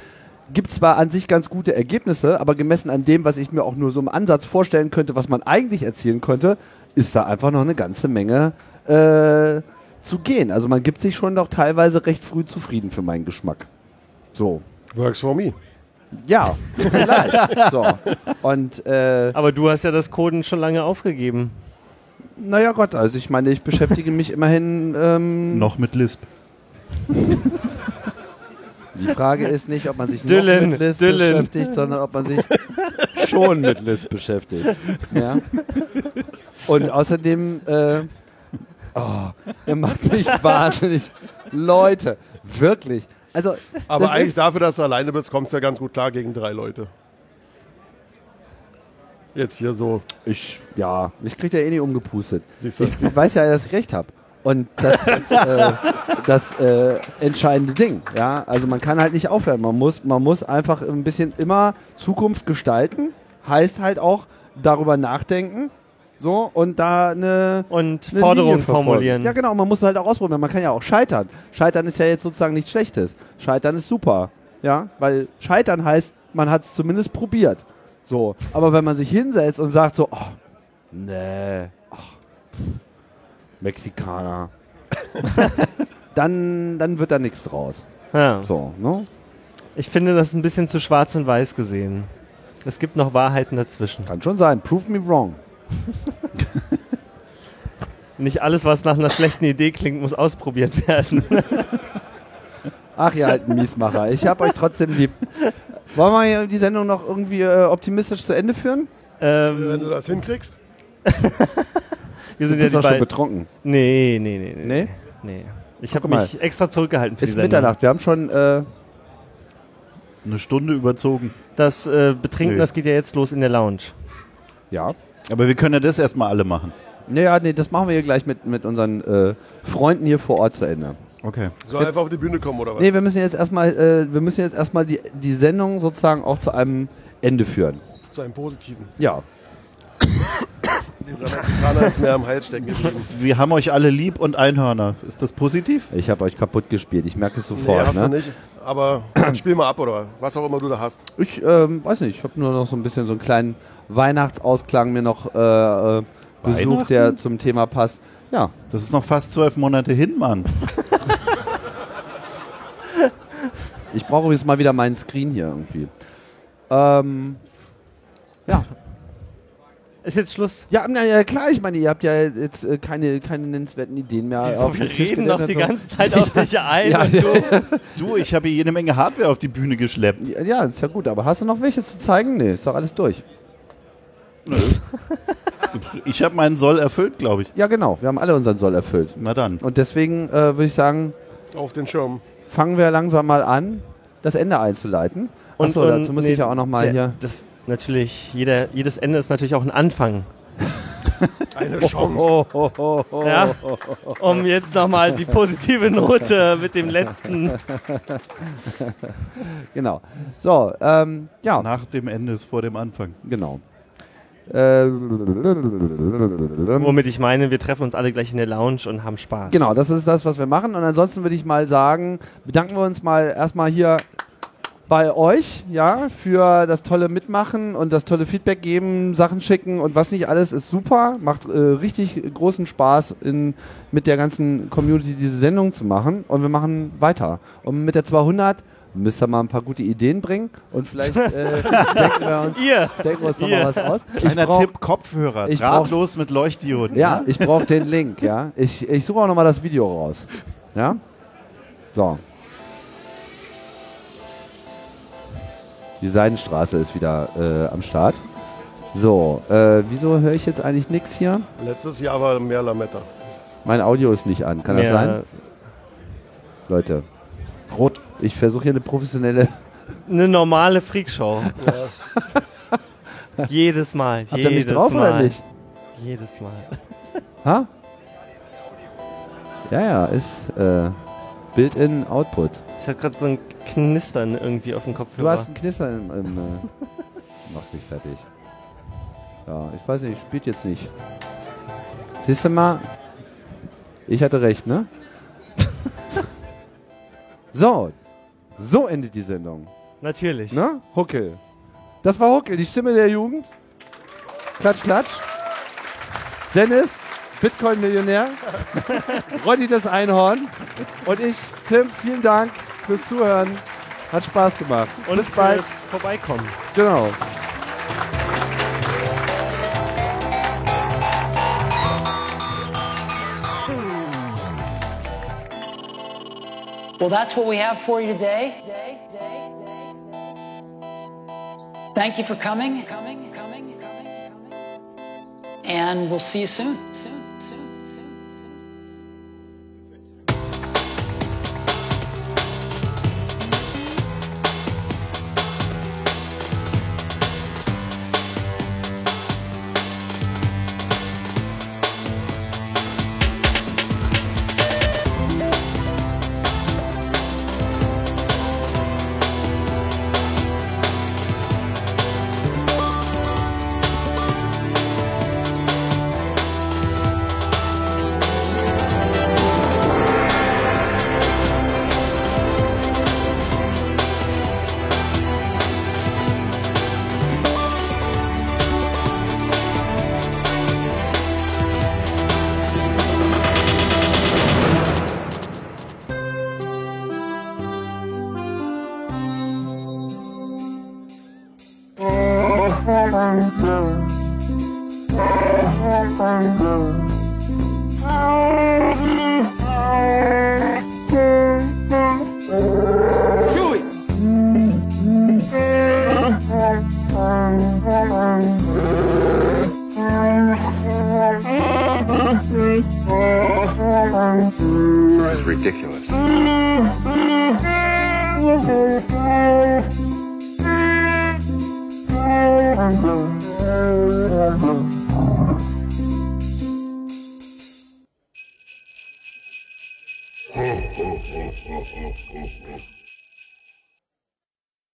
Speaker 3: gibt zwar an sich ganz gute Ergebnisse, aber gemessen an dem, was ich mir auch nur so im Ansatz vorstellen könnte, was man eigentlich erzielen könnte, ist da einfach noch eine ganze Menge äh, zu gehen. Also man gibt sich schon doch teilweise recht früh zufrieden für meinen Geschmack. So.
Speaker 6: Works for me.
Speaker 3: Ja, vielleicht. so. Und äh,
Speaker 2: Aber du hast ja das Coden schon lange aufgegeben.
Speaker 3: naja Gott, also ich meine, ich beschäftige mich immerhin ähm,
Speaker 4: Noch mit Lisp.
Speaker 3: Die Frage ist nicht, ob man sich noch
Speaker 2: Dylan,
Speaker 3: mit Lisp
Speaker 2: Dylan.
Speaker 3: beschäftigt, sondern ob man sich schon mit Lisp beschäftigt. Ja? Und außerdem, äh, oh, ihr macht mich wahnsinnig. Leute, wirklich. Also,
Speaker 6: Aber
Speaker 3: das
Speaker 6: eigentlich
Speaker 3: ist,
Speaker 6: dafür, dass du alleine bist, kommst du ja ganz gut klar gegen drei Leute. Jetzt hier so.
Speaker 3: ich, ja, mich kriegt ja eh nicht umgepustet.
Speaker 6: Siehst du?
Speaker 3: Ich, ich weiß ja, dass ich recht habe. Und das ist äh, das äh, entscheidende Ding. Ja? Also man kann halt nicht aufhören. Man muss, man muss einfach ein bisschen immer Zukunft gestalten. Heißt halt auch darüber nachdenken. So, und da eine,
Speaker 2: Und
Speaker 3: eine
Speaker 2: Forderungen
Speaker 3: Linie verfolgen.
Speaker 2: formulieren.
Speaker 3: Ja, genau, man muss halt auch ausprobieren. Man kann ja auch scheitern. Scheitern ist ja jetzt sozusagen nichts Schlechtes. Scheitern ist super. Ja, weil scheitern heißt, man hat es zumindest probiert. So, aber wenn man sich hinsetzt und sagt so, oh, nee, ach, Mexikaner, dann, dann wird da nichts draus.
Speaker 2: Ja.
Speaker 3: So, ne?
Speaker 2: Ich finde das ein bisschen zu schwarz und weiß gesehen. Es gibt noch Wahrheiten dazwischen.
Speaker 3: Kann schon sein. Prove me wrong.
Speaker 2: Nicht alles, was nach einer schlechten Idee klingt, muss ausprobiert werden.
Speaker 3: Ach, ihr alten Miesmacher, ich hab euch trotzdem lieb. Wollen wir hier die Sendung noch irgendwie äh, optimistisch zu Ende führen?
Speaker 2: ähm,
Speaker 6: Wenn du das hinkriegst.
Speaker 2: wir
Speaker 3: Du
Speaker 2: sind ja
Speaker 3: bist
Speaker 2: die
Speaker 3: doch schon
Speaker 2: beiden.
Speaker 3: betrunken.
Speaker 2: Nee, nee, nee, nee.
Speaker 3: Nee?
Speaker 2: nee. Ich habe
Speaker 3: Guck mal.
Speaker 2: mich extra zurückgehalten für
Speaker 3: Ist
Speaker 2: die Sendung.
Speaker 3: Mitternacht. Wir haben schon. Äh,
Speaker 4: Eine Stunde überzogen.
Speaker 2: Das äh, Betrinken,
Speaker 4: Nee.
Speaker 2: das geht ja jetzt los in der Lounge.
Speaker 3: ja.
Speaker 4: Aber wir können ja das erstmal alle machen.
Speaker 3: Naja, nee, das machen wir hier gleich mit, mit unseren äh, Freunden hier vor Ort zu Ende.
Speaker 4: Okay.
Speaker 6: Soll einfach auf die Bühne kommen oder was?
Speaker 3: Nee, wir müssen jetzt erstmal, äh, wir müssen jetzt erstmal die, die Sendung sozusagen auch zu einem Ende führen.
Speaker 6: Zu einem positiven.
Speaker 3: Ja.
Speaker 6: Die Sanatikana ist mir am Hals stecken geblieben.
Speaker 4: Wir haben euch alle lieb und Einhörner. Ist das positiv?
Speaker 3: Ich habe euch kaputt gespielt, ich merke es
Speaker 6: Nee,
Speaker 3: sofort.
Speaker 6: hast du
Speaker 3: ne?
Speaker 6: nicht. Aber spiel mal ab oder was auch immer du da hast.
Speaker 3: Ich ähm, weiß nicht, ich habe nur noch so ein bisschen so einen kleinen Weihnachtsausklang mir noch äh, äh, gesucht, der zum Thema passt. Ja,
Speaker 4: Das ist noch fast zwölf Monate hin, Mann.
Speaker 3: ich brauche jetzt mal wieder meinen Screen hier irgendwie. Ähm, ja,
Speaker 2: Ist jetzt Schluss.
Speaker 3: ja, na, ja, klar, ich meine, ihr habt ja jetzt äh, keine, keine nennenswerten Ideen mehr.
Speaker 2: So,
Speaker 3: auf den
Speaker 2: wir
Speaker 3: Tisch
Speaker 2: reden
Speaker 3: gelegt
Speaker 2: noch
Speaker 3: und
Speaker 2: die
Speaker 3: so.
Speaker 2: ganze Zeit auf dich ein.
Speaker 3: Ja.
Speaker 2: und du,
Speaker 4: Du, ich habe hier jede Menge Hardware auf die Bühne geschleppt.
Speaker 3: Ja, Ja, ist ja gut, aber hast du noch welche zu zeigen? Nee, ist doch alles durch.
Speaker 4: Ich habe meinen Soll erfüllt, glaube ich.
Speaker 3: Ja, genau, wir haben alle unseren Soll erfüllt.
Speaker 4: Na dann.
Speaker 3: Und deswegen äh, würde ich sagen,
Speaker 6: Auf den Schirm.
Speaker 3: fangen wir langsam mal an, das Ende einzuleiten. Achso, dazu muss
Speaker 2: nee,
Speaker 3: ich ja auch nochmal
Speaker 2: der-
Speaker 3: hier.
Speaker 2: Das natürlich, jeder, jedes Ende ist natürlich auch ein Anfang.
Speaker 6: Eine
Speaker 3: Oh,
Speaker 6: Chance.
Speaker 2: Oh, ja? Um jetzt nochmal die positive Note mit dem letzten.
Speaker 3: Genau. So, ähm, ja,
Speaker 4: Nach dem Ende ist vor dem Anfang.
Speaker 3: genau. Äh,
Speaker 2: Womit ich meine, wir treffen uns alle gleich in der Lounge und haben Spaß.
Speaker 3: Genau, das ist das, was wir machen. Und ansonsten würde ich mal sagen, bedanken wir uns mal erstmal hier bei euch, ja, für das tolle Mitmachen und das tolle Feedback geben, Sachen schicken und was nicht alles ist super. Macht äh, richtig großen Spaß, in, mit der ganzen Community diese Sendung zu machen. Und wir machen weiter. Und mit der 200 müsst ihr mal ein paar gute Ideen bringen und vielleicht äh, denken wir uns,
Speaker 2: Ihr!
Speaker 3: denken wir uns noch
Speaker 2: Ihr.
Speaker 3: mal was aus.
Speaker 4: Kleiner
Speaker 3: Ich brauch-
Speaker 4: Tipp, Kopfhörer.
Speaker 3: ich brauch-
Speaker 4: Drahtlos mit Leuchtdioden.
Speaker 3: ja, ich brauche den Link, ja. Ich, ich suche auch nochmal das Video raus. Ja? So. Die Seidenstraße ist wieder äh, am Start. So, äh, wieso höre ich jetzt eigentlich nichts hier?
Speaker 6: Letztes Jahr war mehr Lametta.
Speaker 3: Mein Audio ist nicht an, kann das sein? Leute. Rot. Ich versuche hier eine professionelle.
Speaker 2: Eine normale Freakshow. jedes Mal.
Speaker 3: Habt ihr
Speaker 2: jedes
Speaker 3: mich drauf
Speaker 2: Mal.
Speaker 3: oder nicht?
Speaker 2: Jedes Mal.
Speaker 3: Ha? Ja, ja, ist äh, Built-in Output.
Speaker 2: Ich hatte gerade so ein Knistern irgendwie auf dem Kopfhörer.
Speaker 3: Du hast einen Knister im. im äh, mach mich fertig. Ja, ich weiß nicht, spielt jetzt nicht. Siehst du mal, ich hatte recht, ne? so, so endet die Sendung.
Speaker 2: Natürlich.
Speaker 3: Ne? Huckel. Das war Huckel, die Stimme der Jugend. Klatsch, klatsch. Dennis, Bitcoin-Millionär. Roddy, das Einhorn. Und ich, Tim, vielen Dank fürs Zuhören. Hat Spaß gemacht.
Speaker 2: Und
Speaker 3: bis bald.
Speaker 2: fürs Vorbeikommen.
Speaker 3: Genau.
Speaker 9: Well, that's what we have for you today. Day, day, day, day. Thank you for coming. Coming, coming, coming, coming. And we'll see you soon. Soon, soon, soon, soon.